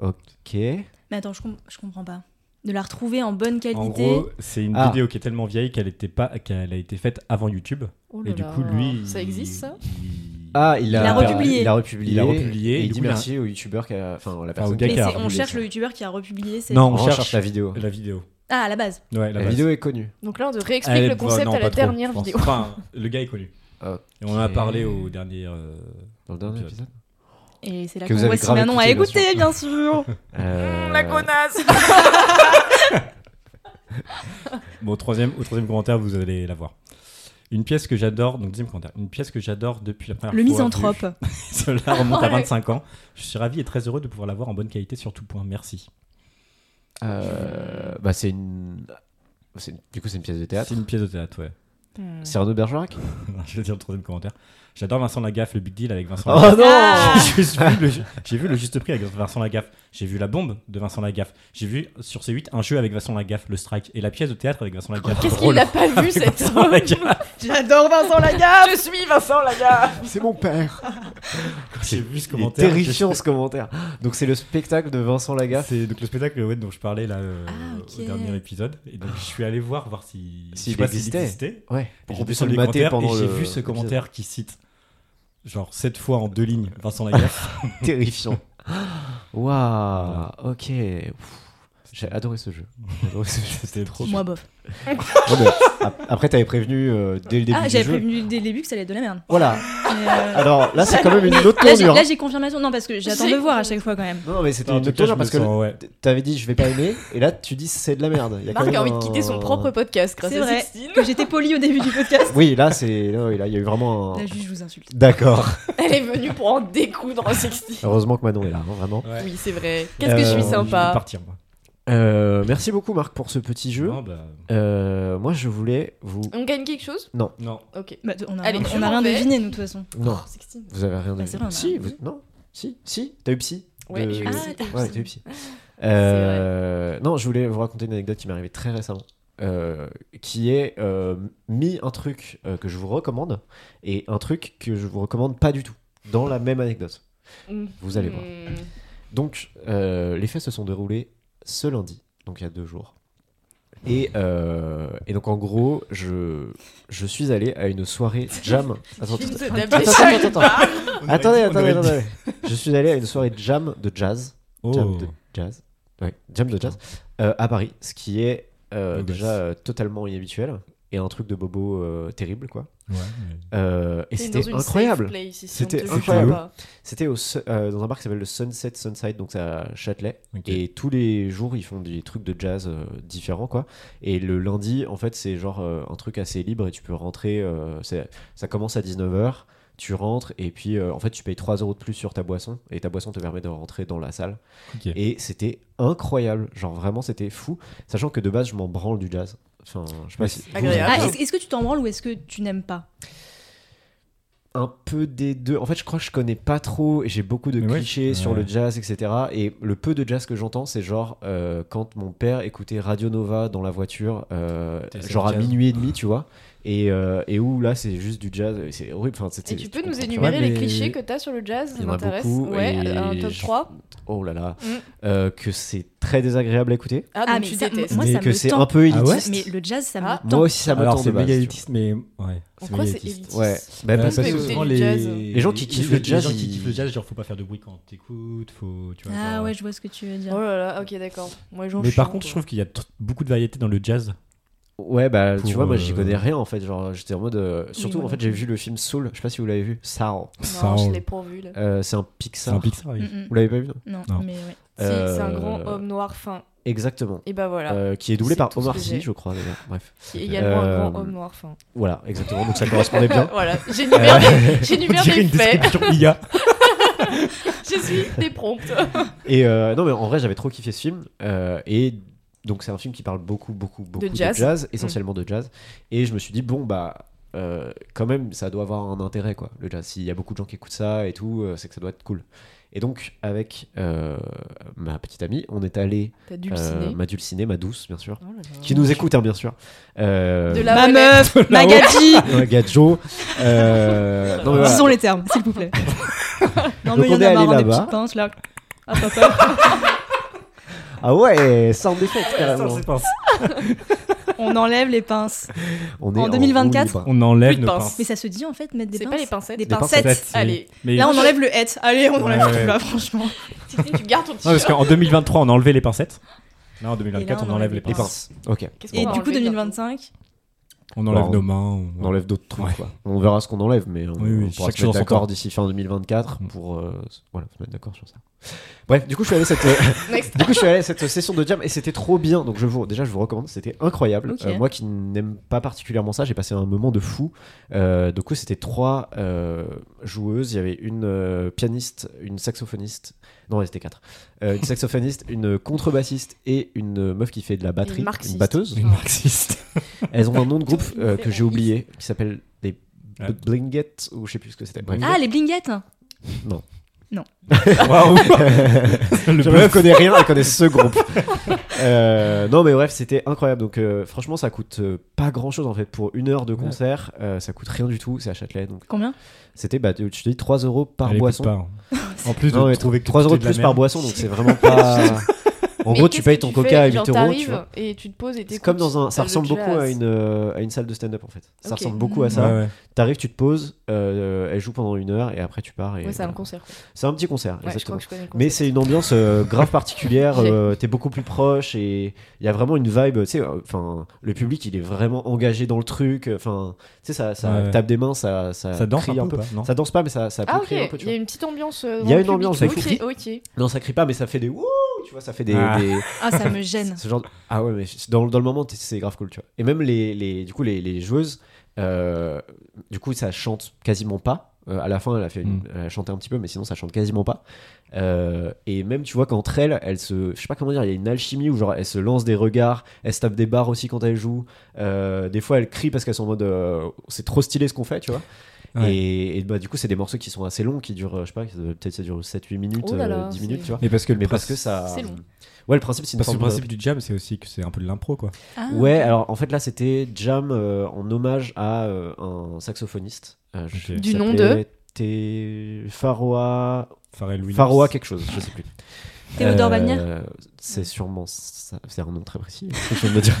Speaker 2: Ok.
Speaker 4: Mais attends, je, com- je comprends pas. De la retrouver en bonne qualité.
Speaker 1: En gros, c'est une
Speaker 2: Ah.
Speaker 1: vidéo qui est tellement vieille qu'elle était pas, qu'elle a été faite avant YouTube.
Speaker 3: Oh là
Speaker 1: Et du
Speaker 3: là.
Speaker 1: coup, lui,
Speaker 3: Ça
Speaker 1: il-
Speaker 3: existe ça
Speaker 1: il-
Speaker 2: Ah, il a,
Speaker 4: a republié.
Speaker 2: Il a republié.
Speaker 1: Il a republié,
Speaker 2: Et
Speaker 1: et
Speaker 2: il
Speaker 1: du
Speaker 2: dit
Speaker 1: coup, il a-
Speaker 2: merci au youtubeur qui a. Enfin, à
Speaker 1: Enfin,
Speaker 2: la
Speaker 1: au
Speaker 2: personne
Speaker 1: gars
Speaker 2: qui
Speaker 4: mais
Speaker 1: qui a
Speaker 4: c'est- on
Speaker 1: republié
Speaker 4: cherche
Speaker 1: ça.
Speaker 4: le youtubeur qui a republié. c'est-
Speaker 1: Non,
Speaker 2: On,
Speaker 1: on,
Speaker 2: cherche,
Speaker 1: cherche
Speaker 2: la vidéo.
Speaker 1: la vidéo.
Speaker 4: Ah, à la base.
Speaker 1: Ouais, la
Speaker 2: La
Speaker 1: base.
Speaker 2: vidéo est connue.
Speaker 3: Donc là, on te
Speaker 1: Elle
Speaker 3: réexplique
Speaker 1: est-
Speaker 3: le
Speaker 1: bah,
Speaker 3: concept
Speaker 1: non,
Speaker 3: à la
Speaker 1: pas trop,
Speaker 3: dernière
Speaker 1: je pense.
Speaker 3: vidéo.
Speaker 1: Enfin, le gars est connu.
Speaker 2: Ok.
Speaker 1: Et on en a parlé au dernier. euh,
Speaker 2: Dans le dernier
Speaker 1: Épisode.
Speaker 2: épisode.
Speaker 4: Et c'est là
Speaker 2: Que
Speaker 4: qu'on
Speaker 2: vous avez
Speaker 4: voit si
Speaker 2: grave
Speaker 4: Manon a
Speaker 2: écouté,
Speaker 4: écouté, bien sûr.
Speaker 2: Euh,
Speaker 3: connasse
Speaker 1: Bon, au troisième, au troisième commentaire, vous allez la voir. Une pièce que j'adore, donc deuxième commentaire, une pièce que j'adore depuis la première
Speaker 4: Le
Speaker 1: fois.
Speaker 4: misanthrope.
Speaker 1: vue. Cela remonte à
Speaker 3: Ouais.
Speaker 1: 25 ans. Je suis ravi et très heureux de pouvoir la voir en bonne qualité sur tout point. Merci.
Speaker 2: euh, bah, c'est une. c'est- Du coup, c'est une pièce de théâtre.
Speaker 1: C'est une pièce de théâtre, ouais.
Speaker 3: Hmm.
Speaker 2: C'est Renaud Bergerac
Speaker 1: Je vais dire le troisième commentaire. J'adore Vincent Lagaffe, le big deal avec Vincent
Speaker 2: Oh non
Speaker 4: Ah
Speaker 1: J'ai juste vu le ju- J'ai vu le juste prix avec Vincent Lagaffe. J'ai vu la bombe de Vincent Lagaffe. J'ai vu sur C8 un jeu avec Vincent Lagaffe, le strike, et la pièce de théâtre avec Vincent Lagaffe.
Speaker 3: Qu'est-ce qu'il
Speaker 1: Drôle.
Speaker 3: n'a pas vu
Speaker 1: Avec
Speaker 3: cette
Speaker 1: Vincent Lagaffe.
Speaker 4: J'adore Vincent Lagaffe.
Speaker 3: Je suis Vincent Lagaffe
Speaker 2: C'est mon père
Speaker 1: J'ai vu ce
Speaker 2: Il est
Speaker 1: commentaire.
Speaker 2: terrifiant ce commentaire Donc, c'est le spectacle de Vincent Lagaffe.
Speaker 1: C'est donc le spectacle ouais, dont je parlais là euh,
Speaker 4: Ah, ok.
Speaker 1: au dernier épisode. Et donc je suis allé voir voir si
Speaker 2: S'il
Speaker 1: je sais pas
Speaker 2: existait. Ouais,
Speaker 1: Et j'ai
Speaker 2: pour qu'on
Speaker 1: vu
Speaker 2: puisse
Speaker 1: sur
Speaker 2: le
Speaker 1: les
Speaker 2: mater
Speaker 1: commentaires
Speaker 2: pendant
Speaker 1: et j'ai
Speaker 2: le-
Speaker 1: vu ce
Speaker 2: l'épisode.
Speaker 1: commentaire qui cite genre sept fois en deux lignes Vincent Lagaffe.
Speaker 2: Terrifiant Waouh Ok Ouf. J'ai adoré ce jeu. J'ai adoré ce jeu.
Speaker 1: C'était trop.
Speaker 4: Moi, bof.
Speaker 2: Non, mais ap- après, t'avais prévenu euh, dès le début
Speaker 4: Ah,
Speaker 2: du jeu.
Speaker 4: j'avais prévenu dès le début que ça allait être de la merde.
Speaker 2: Voilà.
Speaker 4: Mais, euh,
Speaker 2: Alors là, c'est quand même une autre
Speaker 4: Là, j'ai-
Speaker 2: tournure.
Speaker 4: là, j'ai confirmation. Non, parce que j'attends
Speaker 3: J'ai
Speaker 4: de voir à chaque fois quand même.
Speaker 2: hein. Non, mais c'était
Speaker 1: Non, en
Speaker 2: une
Speaker 1: tout
Speaker 2: autre
Speaker 1: cas, je
Speaker 2: tournure
Speaker 1: me
Speaker 2: parce que
Speaker 1: sens, ouais.
Speaker 2: t'avais dit je vais pas aimer, et là tu dis c'est de la merde. Il y a quand
Speaker 3: Marc
Speaker 2: même
Speaker 3: a envie de
Speaker 2: un-
Speaker 3: quitter son propre podcast grâce
Speaker 4: C'est
Speaker 3: à
Speaker 4: vrai.
Speaker 3: Sixtine.
Speaker 4: Que j'étais polie au début du podcast.
Speaker 2: Oui, là c'est. là, oui, là, il y a eu vraiment un.
Speaker 4: Là, juste, je vous insulte.
Speaker 2: D'accord.
Speaker 3: Elle est venue pour en découdre, Sixtine.
Speaker 2: Heureusement que Manon est là, hein, vraiment.
Speaker 1: Ouais.
Speaker 3: Oui, c'est vrai. Qu'est-ce que
Speaker 2: Euh,
Speaker 3: je suis
Speaker 1: vais
Speaker 3: sympa.
Speaker 1: partir moi.
Speaker 2: Euh, merci beaucoup Marc pour ce petit jeu.
Speaker 1: Non, bah,
Speaker 2: Euh, moi je voulais vous.
Speaker 3: On gagne quelque chose
Speaker 1: non.
Speaker 3: Ok.
Speaker 4: Bah, t- on a,
Speaker 3: Allez,
Speaker 4: rien-
Speaker 3: je
Speaker 4: on a
Speaker 3: m'en
Speaker 4: rien
Speaker 3: vais.
Speaker 4: deviné, nous, de toute façon.
Speaker 2: Non,
Speaker 3: Sixtine.
Speaker 2: vous avez rien
Speaker 4: Bah,
Speaker 2: de.
Speaker 4: c'est vrai, on a
Speaker 2: si,
Speaker 4: rien
Speaker 2: vous- non, si, si, t'as eu psy.
Speaker 3: Ouais,
Speaker 2: de-
Speaker 3: j'ai eu psy.
Speaker 4: Ah, t'as eu
Speaker 2: Ouais,
Speaker 4: psy. Ah.
Speaker 2: t'as eu psy. Euh, non, je voulais vous raconter une anecdote qui m'est arrivée très récemment. euh, qui est euh, mis un truc euh, que je vous recommande et un truc que je vous recommande pas du tout dans la même anecdote. Vous allez voir.
Speaker 3: Hmm.
Speaker 2: Donc, euh, les faits se sont déroulés ce lundi, donc il y a deux jours. Et, euh, et donc, en gros, je, je suis allé à une soirée jam. Attends,
Speaker 3: Film
Speaker 2: attends,
Speaker 3: de David
Speaker 2: attends,
Speaker 3: Fincher.
Speaker 2: attends, attends. Attendez,
Speaker 1: On
Speaker 2: attendez,
Speaker 1: aurait dit-
Speaker 2: attendez. Je suis allé à une soirée jam de jazz. Jam
Speaker 1: Oh.
Speaker 2: de jazz. Ouais, jam de jazz. euh, à Paris, ce qui est euh,
Speaker 1: Beau gosse.
Speaker 2: déjà euh, totalement inhabituel et un truc de bobo euh, terrible, quoi.
Speaker 1: Ouais, mais-
Speaker 2: Euh, et
Speaker 3: T'es dans
Speaker 2: c'était
Speaker 3: une
Speaker 2: incroyable.
Speaker 3: safe place ici,
Speaker 2: C'était
Speaker 3: on te juge
Speaker 2: incroyable.
Speaker 3: pas.
Speaker 2: C'était au su- euh, dans un bar qui s'appelle le Sunset Sunside, donc c'est à Châtelet.
Speaker 1: Ok.
Speaker 2: Et tous les jours, ils font des trucs de jazz euh, différents, quoi. Et le lundi, en fait, c'est genre euh, un truc assez libre et tu peux rentrer. euh, c'est- ça commence à 19h, tu rentres et puis, euh, en fait, tu payes 3 euros de plus sur ta boisson et ta boisson te permet de rentrer dans la salle.
Speaker 1: Ok.
Speaker 2: Et c'était incroyable. Genre, vraiment, c'était fou. Sachant que de base, je m'en branle du jazz. Enfin, je sais pas
Speaker 1: Mais
Speaker 2: si.
Speaker 1: c'est-
Speaker 3: Agréable.
Speaker 4: Ah,
Speaker 3: Attends.
Speaker 4: est-ce, est-ce que tu t'en branles ou est-ce que tu n'aimes pas
Speaker 2: un peu des deux. En fait, je crois que je connais pas trop et j'ai beaucoup de
Speaker 1: Mais ouais.
Speaker 2: clichés sur
Speaker 1: Ouais.
Speaker 2: le jazz, etc. Et le peu de jazz que j'entends, c'est genre euh, quand mon père écoutait Radio Nova dans la voiture, euh,
Speaker 1: T'es sur
Speaker 2: genre à
Speaker 1: le jazz.
Speaker 2: minuit et demi, tu vois. Et, euh, et où là, c'est juste du jazz, et c'est horrible. Enfin, c'est-
Speaker 3: Et
Speaker 2: c'est-
Speaker 3: tu peux
Speaker 2: on
Speaker 3: nous
Speaker 2: comprend pas.
Speaker 3: énumérer
Speaker 1: Ouais,
Speaker 3: les
Speaker 1: mais-
Speaker 3: clichés que t'as sur le jazz
Speaker 2: Il
Speaker 3: Ça
Speaker 2: y en a
Speaker 3: m'intéresse.
Speaker 2: beaucoup,
Speaker 3: Ouais,
Speaker 2: et
Speaker 3: un top
Speaker 2: je-
Speaker 3: 3.
Speaker 2: Oh là là,
Speaker 3: Mm.
Speaker 2: Euh, que c'est très désagréable à écouter,
Speaker 3: Ah,
Speaker 4: Ah,
Speaker 3: donc
Speaker 4: mais
Speaker 3: tu
Speaker 4: ça,
Speaker 3: détestes.
Speaker 4: moi,
Speaker 2: mais
Speaker 4: ça
Speaker 2: que
Speaker 4: me
Speaker 2: c'est
Speaker 4: tend.
Speaker 2: un peu
Speaker 1: Ah ouais
Speaker 2: élitiste.
Speaker 4: Mais le jazz, ça me
Speaker 3: Ah.
Speaker 4: tend.
Speaker 2: Moi aussi, ça me
Speaker 1: Alors
Speaker 2: tend
Speaker 1: c'est
Speaker 2: de base,
Speaker 1: méga
Speaker 2: tu
Speaker 1: élitiste, mais ouais.
Speaker 3: En quoi c'est
Speaker 1: mégalitiste.
Speaker 3: élitiste
Speaker 2: vois. Ouais, Bah,
Speaker 1: Euh,
Speaker 2: parce
Speaker 3: peut
Speaker 2: que-
Speaker 3: écouter
Speaker 1: souvent,
Speaker 3: du jazz.
Speaker 2: Les gens qui kiffent le jazz,
Speaker 1: les gens qui
Speaker 2: ils-
Speaker 1: kiffent le jazz, genre faut pas faire de bruit quand t'écoutes, faut tu vois.
Speaker 4: Ah
Speaker 1: genre,
Speaker 4: ouais, je vois ce que tu veux dire.
Speaker 3: Oh là là, ok, d'accord. Moi, j'en
Speaker 1: Mais par
Speaker 3: chante,
Speaker 1: contre, je
Speaker 3: ouais.
Speaker 1: trouve qu'il y a tr- beaucoup de variété dans le jazz.
Speaker 2: Ouais, bah
Speaker 1: Pour,
Speaker 2: tu vois, moi j'y
Speaker 1: euh,
Speaker 2: connais rien en fait. Genre, j'étais en mode. euh, surtout, en
Speaker 4: voilà.
Speaker 2: fait, j'ai vu le film Soul. Je sais pas si vous l'avez vu. Soul.
Speaker 1: Ça,
Speaker 3: Non, je
Speaker 1: on-
Speaker 3: l'ai pas vu là.
Speaker 2: Euh, c'est un
Speaker 1: c'est
Speaker 2: Pixar.
Speaker 1: un Pixar. oui.
Speaker 4: Mm, mm.
Speaker 2: Vous l'avez pas vu non
Speaker 4: Non,
Speaker 1: Non.
Speaker 4: mais ouais.
Speaker 3: Si, C'est un
Speaker 2: Euh,
Speaker 3: grand homme noir fin.
Speaker 2: Exactement.
Speaker 3: Et bah voilà.
Speaker 2: Euh, qui est doublé
Speaker 3: C'est
Speaker 2: par
Speaker 3: tout ce
Speaker 2: Omar
Speaker 3: que
Speaker 2: Sy,
Speaker 3: j'ai.
Speaker 2: je crois. d'ailleurs. Bref.
Speaker 3: qui est également
Speaker 2: euh,
Speaker 3: un grand homme noir fin.
Speaker 2: Voilà, exactement. Donc ça correspondait bien. Euh,
Speaker 3: voilà, j'énumère des- j'énumère
Speaker 1: Euh, dirait
Speaker 3: des
Speaker 1: une
Speaker 3: faits.
Speaker 1: description IA.
Speaker 3: Je suis des promptes.
Speaker 2: Et euh, non, mais en vrai, j'avais trop kiffé ce film. euh, et donc, c'est un film qui parle beaucoup, beaucoup, beaucoup de jazz,
Speaker 3: jazz. Mm.
Speaker 2: essentiellement de jazz. Et je me suis dit, bon, bah, euh, quand même, ça doit avoir un intérêt, quoi, le jazz. S'il y a beaucoup de gens qui écoutent ça et tout, euh, c'est que ça doit être cool. Et donc, avec euh, ma petite amie, on est allé,
Speaker 3: T'as
Speaker 2: euh,
Speaker 3: dulciné.
Speaker 2: ma dulcinée, ma douce, bien sûr,
Speaker 3: Oh là là.
Speaker 2: qui nous écoute, hein, bien sûr. Euh,
Speaker 3: De la
Speaker 4: Ma meuf, ma
Speaker 1: Là-haut.
Speaker 4: gadji
Speaker 2: ouais, Gadjo. euh, non, mais voilà.
Speaker 4: Disons les termes, s'il vous plaît. non,
Speaker 2: Donc,
Speaker 4: mais il y
Speaker 2: on
Speaker 4: en
Speaker 2: est
Speaker 4: a
Speaker 2: allé
Speaker 4: marre, hein, des
Speaker 2: là-bas.
Speaker 4: petites pinces là. Ah, papa.
Speaker 2: Ah ouais, sans défaite,
Speaker 1: Ça,
Speaker 2: carrément.
Speaker 1: je pense.
Speaker 4: On enlève les pinces.
Speaker 2: On est
Speaker 4: En
Speaker 2: roue
Speaker 4: 2024,
Speaker 2: libre.
Speaker 1: On enlève
Speaker 3: Plus de
Speaker 1: nos
Speaker 3: pinces.
Speaker 1: pinces.
Speaker 4: Mais ça se dit en fait mettre des
Speaker 3: C'est
Speaker 4: pinces.
Speaker 3: pas les pincettes.
Speaker 4: Des
Speaker 2: Des
Speaker 4: pincettes.
Speaker 1: pincettes.
Speaker 3: Allez,
Speaker 1: Mais-
Speaker 4: Là, on enlève le het. Allez, on enlève
Speaker 1: Ouais,
Speaker 4: tout
Speaker 1: ouais.
Speaker 4: là, franchement.
Speaker 3: Titi, tu gardes ton
Speaker 1: Non, parce
Speaker 3: t-shirt.
Speaker 1: qu'en 2023, on a enlevé les pincettes. Là, en 2024, on, enlève les
Speaker 2: Les
Speaker 1: pinces.
Speaker 2: pinces. Ok.
Speaker 3: Qu'est-ce
Speaker 4: Et
Speaker 3: qu'on
Speaker 4: du
Speaker 3: va
Speaker 4: coup,
Speaker 3: enlever
Speaker 4: 2025,
Speaker 1: On enlève
Speaker 2: Bon,
Speaker 1: nos mains.
Speaker 2: On enlève d'autres trucs.
Speaker 1: Ouais.
Speaker 2: quoi. On verra ce qu'on enlève, mais on,
Speaker 1: Oui, oui,
Speaker 2: on pourra
Speaker 1: chaque
Speaker 2: se
Speaker 1: chose en
Speaker 2: mettre
Speaker 1: son
Speaker 2: d'accord
Speaker 1: temps.
Speaker 2: d'ici fin 2024
Speaker 1: Mm.
Speaker 2: pour euh, s- voilà, se mettre d'accord sur ça. Bref, du coup, je suis allé à cette, euh,
Speaker 3: Next.
Speaker 2: du coup, je suis allé à cette session de jam et c'était trop bien. Donc, je vous, déjà, je vous recommande, c'était incroyable.
Speaker 4: Ok.
Speaker 2: Euh, moi qui n'aime pas particulièrement ça, j'ai passé un moment de fou. Euh, du coup, c'était trois euh, joueuses. Il y avait une euh, pianiste, une saxophoniste. Non, ouais, c'était quatre. Euh, une saxophoniste, une contrebassiste et une euh, meuf qui fait de la batterie, une
Speaker 3: marxiste.
Speaker 2: batteuse.
Speaker 1: Une marxiste.
Speaker 2: Elles ont un nom de groupe
Speaker 3: Tout
Speaker 2: euh,
Speaker 3: fait
Speaker 2: que j'ai
Speaker 3: en
Speaker 2: oublié qui s'appelle les B-
Speaker 1: Ouais.
Speaker 2: Blingettes ou je sais plus ce que c'était. Bref.
Speaker 4: ah les blinguettes.
Speaker 2: Non.
Speaker 1: Waouh. Le
Speaker 2: Je ne
Speaker 1: bluff.
Speaker 2: connais rien, elle connaît ce groupe. Euh, non mais bref, c'était incroyable. Donc euh, franchement, ça coûte euh, pas grand chose en fait pour une heure de
Speaker 1: Ouais.
Speaker 2: concert. euh, ça coûte rien du tout. C'est à Châtelet, donc
Speaker 4: Combien
Speaker 2: c'était bah tu je te dis 3 euros par
Speaker 1: Elle écoute
Speaker 2: boisson.
Speaker 1: pas, hein. En plus
Speaker 2: Non,
Speaker 1: de
Speaker 2: mais
Speaker 1: trouver que
Speaker 2: 3
Speaker 1: tout
Speaker 2: euros
Speaker 1: est
Speaker 2: de
Speaker 1: la
Speaker 2: plus
Speaker 1: merde.
Speaker 2: par boisson, donc c'est vraiment pas. En
Speaker 3: Mais
Speaker 2: gros, tu
Speaker 3: qu'est-ce
Speaker 2: payes
Speaker 3: que
Speaker 2: ton
Speaker 3: fais
Speaker 2: coca à 8
Speaker 3: Genre,
Speaker 2: euros. Tu
Speaker 3: t'arrives
Speaker 2: vois.
Speaker 3: Et tu te poses et
Speaker 2: C'est
Speaker 3: t'écoutes
Speaker 2: comme dans un. Ça
Speaker 3: le
Speaker 2: ressemble
Speaker 3: jazz.
Speaker 2: beaucoup à une, euh, à une salle de stand-up en fait. Ça
Speaker 3: Ok.
Speaker 2: ressemble beaucoup à ça.
Speaker 1: Mmh. Ouais, ouais.
Speaker 2: T'arrives, tu te poses, euh, elle joue pendant une heure et après tu pars. Et
Speaker 3: Ouais, c'est un
Speaker 2: voilà.
Speaker 3: concert. quoi.
Speaker 2: C'est un petit concert,
Speaker 3: Ouais, je crois
Speaker 2: exactement.
Speaker 3: que je connais le
Speaker 2: Mais
Speaker 3: concert.
Speaker 2: c'est une ambiance euh, grave particulière,
Speaker 3: J'ai-
Speaker 2: euh, t'es beaucoup plus proche et il y a vraiment une vibe, tu sais, euh, enfin, le public il est vraiment engagé dans le truc, euh, enfin, tu sais, ça, ça
Speaker 1: Ouais, ouais.
Speaker 2: tape des mains, ça, ça,
Speaker 1: Ça danse
Speaker 2: crie
Speaker 1: un peu, ou pas Non.
Speaker 2: Ça danse pas, mais ça, ça peut
Speaker 3: Ah, ok,
Speaker 2: crier un peu, tu
Speaker 3: il y a
Speaker 2: vois.
Speaker 3: une petite ambiance. euh,
Speaker 2: Il y a
Speaker 3: dans le
Speaker 2: une ambiance,
Speaker 3: public.
Speaker 2: ça
Speaker 3: Ok, ok.
Speaker 2: Non, ça crie pas, mais ça fait des wouh, tu vois, ça fait des.
Speaker 1: Ah.
Speaker 2: des-
Speaker 4: Ah ça me gêne.
Speaker 2: ce genre de- Ah ouais, mais dans, dans le moment, t'es- c'est grave cool, tu vois. Et même les, les, du coup, les, les joueuses, euh, du coup, ça chante quasiment pas. Euh, à la fin, elle a, fait une-
Speaker 1: Mm.
Speaker 2: elle a chanté un petit peu, mais sinon, ça chante quasiment pas. Euh, et même, tu vois qu'entre elles, elles se. Je sais pas comment dire, il y a une alchimie où, genre, elles se lancent des regards, elles se tapent des barres aussi quand elles jouent. Euh, des fois, elles crient parce qu'elles sont en mode euh, c'est trop stylé ce qu'on fait, tu vois.
Speaker 1: Ouais.
Speaker 2: Et, et bah, du coup, c'est des morceaux qui sont assez longs, qui durent, euh, je sais pas, peut-être ça dure 7-8 minutes,
Speaker 3: Oh là
Speaker 2: euh,
Speaker 3: là,
Speaker 2: 10 minutes,
Speaker 3: c'est-
Speaker 2: tu vois.
Speaker 1: Mais parce que le
Speaker 2: Mais parce que
Speaker 1: principe-
Speaker 2: ça.
Speaker 3: c'est long.
Speaker 2: Ouais, le principe, c'est une
Speaker 1: Parce que le
Speaker 2: forme de-
Speaker 1: principe du jam, c'est aussi que c'est un peu de l'impro, quoi.
Speaker 4: Ah,
Speaker 2: Ouais,
Speaker 4: ok.
Speaker 2: alors en fait là c'était Jam euh, en hommage à euh, un saxophoniste. euh, je-
Speaker 1: Ok.
Speaker 2: qui
Speaker 3: Du nom
Speaker 2: s'appelait T- Faroa.
Speaker 1: Pharrell Williams.
Speaker 2: Faroa quelque chose, je sais plus.
Speaker 4: Théodore
Speaker 2: Euh,
Speaker 4: Wagner
Speaker 2: C'est sûrement. ça- C'est un nom très précis, ce que je viens de me dire.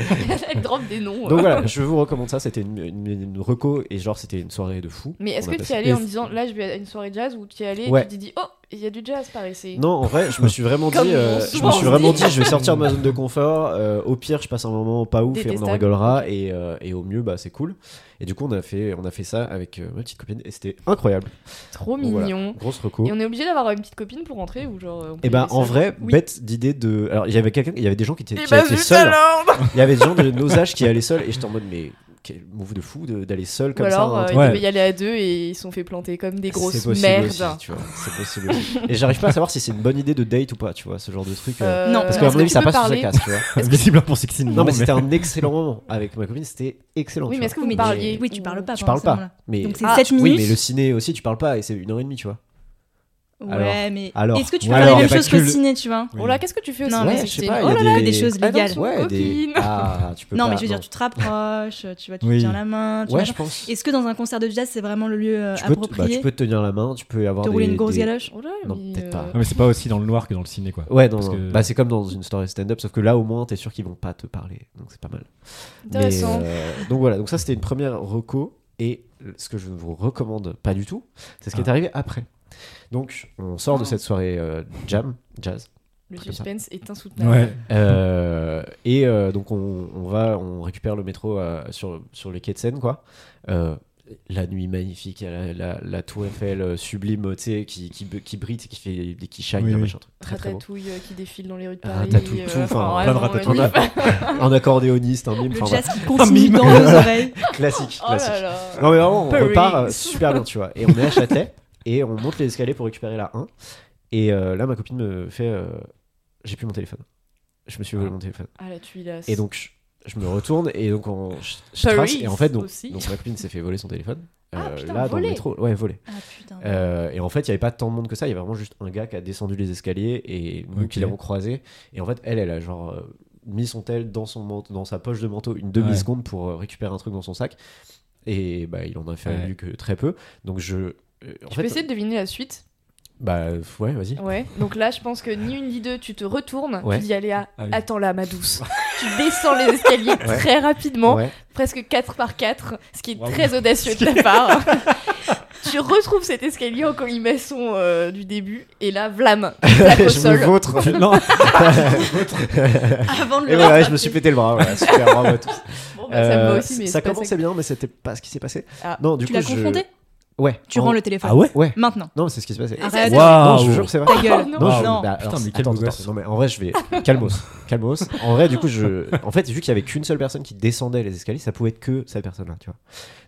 Speaker 3: Elle drop des noms.
Speaker 2: Donc
Speaker 3: euh.
Speaker 2: voilà, je vous recommande ça. C'était une, une, une reco et genre c'était une soirée de fou.
Speaker 3: Mais est-ce
Speaker 2: On a
Speaker 3: que tu
Speaker 2: passé-
Speaker 3: es allé en
Speaker 1: Et-
Speaker 3: disant là je vais à une soirée jazz ou tu es allé
Speaker 2: Ouais.
Speaker 3: et tu t'es dit oh il y a du jazz par ici
Speaker 2: Non, en vrai, je me suis vraiment dit,
Speaker 3: Comme ils
Speaker 2: euh,
Speaker 3: l'ont
Speaker 2: je me
Speaker 3: souvent
Speaker 2: suis vraiment
Speaker 3: dit.
Speaker 2: dit, je vais sortir de ma zone de confort. euh, au pire, je passe un moment pas ouf et on en
Speaker 3: Détestable.
Speaker 2: rigolera. Et, euh, et au mieux, bah c'est cool. Et du coup, on a fait, on a fait ça avec euh, ma petite copine et c'était incroyable.
Speaker 3: Trop
Speaker 2: Donc voilà.
Speaker 3: Oh, mignon.
Speaker 2: Grosse reco.
Speaker 3: Et on est obligé d'avoir une petite copine pour rentrer ou genre. euh, on peut
Speaker 2: Et bah
Speaker 3: y aller
Speaker 2: en
Speaker 3: seul
Speaker 2: vrai,
Speaker 3: Oui.
Speaker 2: bête d'idée de. Alors il y avait quelqu'un, il y avait des gens qui étaient,
Speaker 3: Eh
Speaker 2: qui
Speaker 3: bah
Speaker 2: étaient
Speaker 3: zut
Speaker 2: seuls.
Speaker 3: alors
Speaker 2: Il y avait des gens de nos âges qui allaient seuls et j'étais en mode mais quel move de fou de- d'aller seul
Speaker 3: Ou
Speaker 2: comme
Speaker 3: alors
Speaker 2: ça.
Speaker 3: euh,
Speaker 2: un
Speaker 3: ils
Speaker 1: Ouais.
Speaker 3: devaient y aller à deux et ils se sont fait planter comme des grosses
Speaker 2: c'est possible
Speaker 3: merdes.
Speaker 2: aussi, tu vois, c'est possible. aussi. et j'arrive pas à savoir si c'est une bonne idée de date ou pas, tu vois, ce genre de truc. euh,
Speaker 3: Euh,
Speaker 4: Non,
Speaker 2: Parce
Speaker 4: que
Speaker 2: qu'à
Speaker 4: est-ce
Speaker 2: mon avis,
Speaker 3: tu
Speaker 2: ça
Speaker 3: peux
Speaker 2: passe ou ça
Speaker 3: parler
Speaker 2: casse, tu vois.
Speaker 1: Visiblement pour Sixteen.
Speaker 2: Non, mais c'était un excellent moment avec ma copine, c'était excellent.
Speaker 3: Oui,
Speaker 2: tu vois.
Speaker 3: mais est-ce que vous
Speaker 4: Oui, mais-
Speaker 3: parliez
Speaker 4: Oui, tu parles pas.
Speaker 2: Je parle
Speaker 4: pendant ce
Speaker 2: pas.
Speaker 4: moment-là.
Speaker 2: Mais
Speaker 4: Donc c'est
Speaker 3: Ah,
Speaker 4: 7
Speaker 2: oui,
Speaker 4: minutes.
Speaker 2: mais le ciné aussi, tu parles pas et c'est une heure et demie, tu vois.
Speaker 4: Ouais,
Speaker 2: alors-
Speaker 4: mais
Speaker 2: alors-
Speaker 4: est-ce que tu
Speaker 1: Ouais,
Speaker 4: parles la
Speaker 1: alors,
Speaker 4: même
Speaker 1: il y a
Speaker 4: chose
Speaker 1: pas que
Speaker 4: que
Speaker 1: le-
Speaker 4: ciné, tu vois
Speaker 3: Oh là qu'est-ce que tu fais aussi
Speaker 4: Non,
Speaker 3: dans
Speaker 4: mais
Speaker 3: cette
Speaker 2: je sais
Speaker 3: scène
Speaker 2: pas, il
Speaker 3: Oh
Speaker 2: y a
Speaker 3: là là
Speaker 4: des choses
Speaker 2: Ah non,
Speaker 4: légales.
Speaker 2: ouais, des-
Speaker 3: Copine.
Speaker 2: Ah, tu peux
Speaker 4: Non,
Speaker 2: pas,
Speaker 4: mais je veux dire,
Speaker 2: non.
Speaker 4: tu te rapproches, tu vois, tu
Speaker 1: Oui.
Speaker 4: te tiens la main. Tu
Speaker 2: Ouais,
Speaker 4: machin.
Speaker 2: je pense.
Speaker 4: Est-ce que dans un concert de jazz, c'est vraiment le lieu euh,
Speaker 2: Tu peux, te- bah, tu
Speaker 4: approprié
Speaker 2: peux te tenir la main, tu peux avoir
Speaker 4: de
Speaker 2: des.
Speaker 4: rouler une grosse
Speaker 2: des-
Speaker 4: galoche
Speaker 3: Oh là,
Speaker 2: Non,
Speaker 3: mais,
Speaker 2: peut-être pas.
Speaker 3: euh,
Speaker 1: Non, mais c'est pas aussi dans le noir que dans le ciné, quoi.
Speaker 2: Ouais, non,
Speaker 1: Parce
Speaker 2: non.
Speaker 1: que-
Speaker 2: Bah, c'est comme dans une story stand-up, sauf que là, au moins, t'es sûr qu'ils vont pas te parler, donc c'est pas mal. Mais,
Speaker 3: Intéressant.
Speaker 2: euh, donc voilà, donc ça, c'était une première reco, et ce que je ne vous recommande pas du tout, c'est ce qui
Speaker 1: Ah.
Speaker 4: Oh.
Speaker 2: est arrivé après. Donc, on sort de cette soirée euh, jam, jazz,
Speaker 3: Le
Speaker 2: truc comme ça.
Speaker 3: suspense est insoutenable.
Speaker 1: Ouais.
Speaker 2: Euh, et euh, donc on, on va, on récupère le métro euh, sur, sur les quais de Seine, quoi. Euh, la nuit magnifique, il y a la, la, la tour Eiffel euh, sublime, tu sais, qui, qui, qui brille, tu sais, qui fait, qui shine,
Speaker 1: Oui,
Speaker 2: un
Speaker 1: oui.
Speaker 2: machin, truc très très beau.
Speaker 3: Ratatouille euh, qui défile dans les rues de Paris.
Speaker 2: Ratatouille, tout, enfin,
Speaker 1: plein de
Speaker 3: vraiment,
Speaker 1: ratatouille.
Speaker 3: la nuit.
Speaker 2: Un accordéoniste, un mime,
Speaker 4: Le
Speaker 2: enfin,
Speaker 4: jazz qui
Speaker 1: mime.
Speaker 4: continue dans nos oreilles.
Speaker 2: voilà. classique,
Speaker 3: Oh
Speaker 2: classique.
Speaker 3: là là.
Speaker 2: Non mais vraiment, on
Speaker 3: Paris.
Speaker 2: repart euh, super bien, tu vois. Et on est à Châtelet et on monte les escaliers pour récupérer la 1. Et euh, là, ma copine me fait, euh, j'ai plus mon téléphone. Je me suis volé mon téléphone.
Speaker 3: Ah la tuilasse.
Speaker 2: Et donc, je, je me retourne et donc on, je, je
Speaker 3: Paris
Speaker 2: trace. Et en fait, donc,
Speaker 3: aussi.
Speaker 2: donc ma copine s'est fait voler son téléphone. Euh,
Speaker 3: Ah, putain,
Speaker 2: là, dans le
Speaker 3: volé.
Speaker 2: métro. Ouais, volé.
Speaker 4: Ah putain.
Speaker 2: Euh, et en fait, il n'y avait pas tant de monde que ça. Il y avait vraiment juste un gars qui a descendu les escaliers et nous
Speaker 1: Ok.
Speaker 2: qui l'avons croisé. Et en fait, elle, elle a genre euh, mis son tel dans, son manteau, dans sa poche de manteau une demi-seconde pour euh, récupérer un truc dans son sac. Et bah, il en a fait
Speaker 1: Ouais.
Speaker 2: mieux que très peu. Donc je. euh, en
Speaker 3: Tu
Speaker 2: fait,
Speaker 3: peux essayer de deviner la suite.
Speaker 2: bah euh, ouais, vas-y.
Speaker 3: Ouais. Donc là, je pense que ni une ni deux, tu te retournes,
Speaker 2: Ouais.
Speaker 3: tu dis Aléa,
Speaker 1: Ah oui.
Speaker 3: attends là, ma douce. tu descends les escaliers très rapidement,
Speaker 2: Ouais.
Speaker 3: presque 4 par 4, ce qui est
Speaker 1: Waouh.
Speaker 3: très audacieux de ta part. tu retrouves cet escalier en colimaçon euh, du début, et là, vlam, tu plaques au
Speaker 2: je me
Speaker 3: sol.
Speaker 2: vautre.
Speaker 1: non,
Speaker 4: Avant de
Speaker 2: Et voilà,
Speaker 4: le
Speaker 2: je
Speaker 4: rattraper.
Speaker 2: me suis pété le bras. Voilà, super, bravo à tous.
Speaker 3: Bon, bah, ça me va
Speaker 2: Euh,
Speaker 3: aussi, mais
Speaker 2: ça
Speaker 3: c'est pas
Speaker 2: commençait bien, mais c'était pas ce qui s'est passé.
Speaker 3: Ah.
Speaker 2: non, du
Speaker 4: Tu
Speaker 2: coup,
Speaker 4: l'as
Speaker 2: je-
Speaker 4: confronté
Speaker 2: Ouais.
Speaker 4: Tu
Speaker 2: En-
Speaker 4: rends le téléphone.
Speaker 1: ah ouais
Speaker 2: Ouais.
Speaker 4: Maintenant.
Speaker 2: Non, mais c'est ce qui s'est passé.
Speaker 1: Ah,
Speaker 4: Arrête.
Speaker 2: Non, je
Speaker 1: Waouh
Speaker 2: vous jure, c'est vrai.
Speaker 4: Ta gueule.
Speaker 3: Oh non.
Speaker 2: Non, je-
Speaker 4: Non.
Speaker 2: bah,
Speaker 1: Putain,
Speaker 2: alors,
Speaker 1: mais
Speaker 2: attends,
Speaker 1: quel
Speaker 2: attends,
Speaker 1: beau gosse.
Speaker 2: attends, non, mais en vrai, je vais. Calmos. Calmos. En vrai, du coup, je. En fait, vu qu'il y avait qu'une seule personne qui descendait les escaliers, ça pouvait être que cette personne-là, tu vois.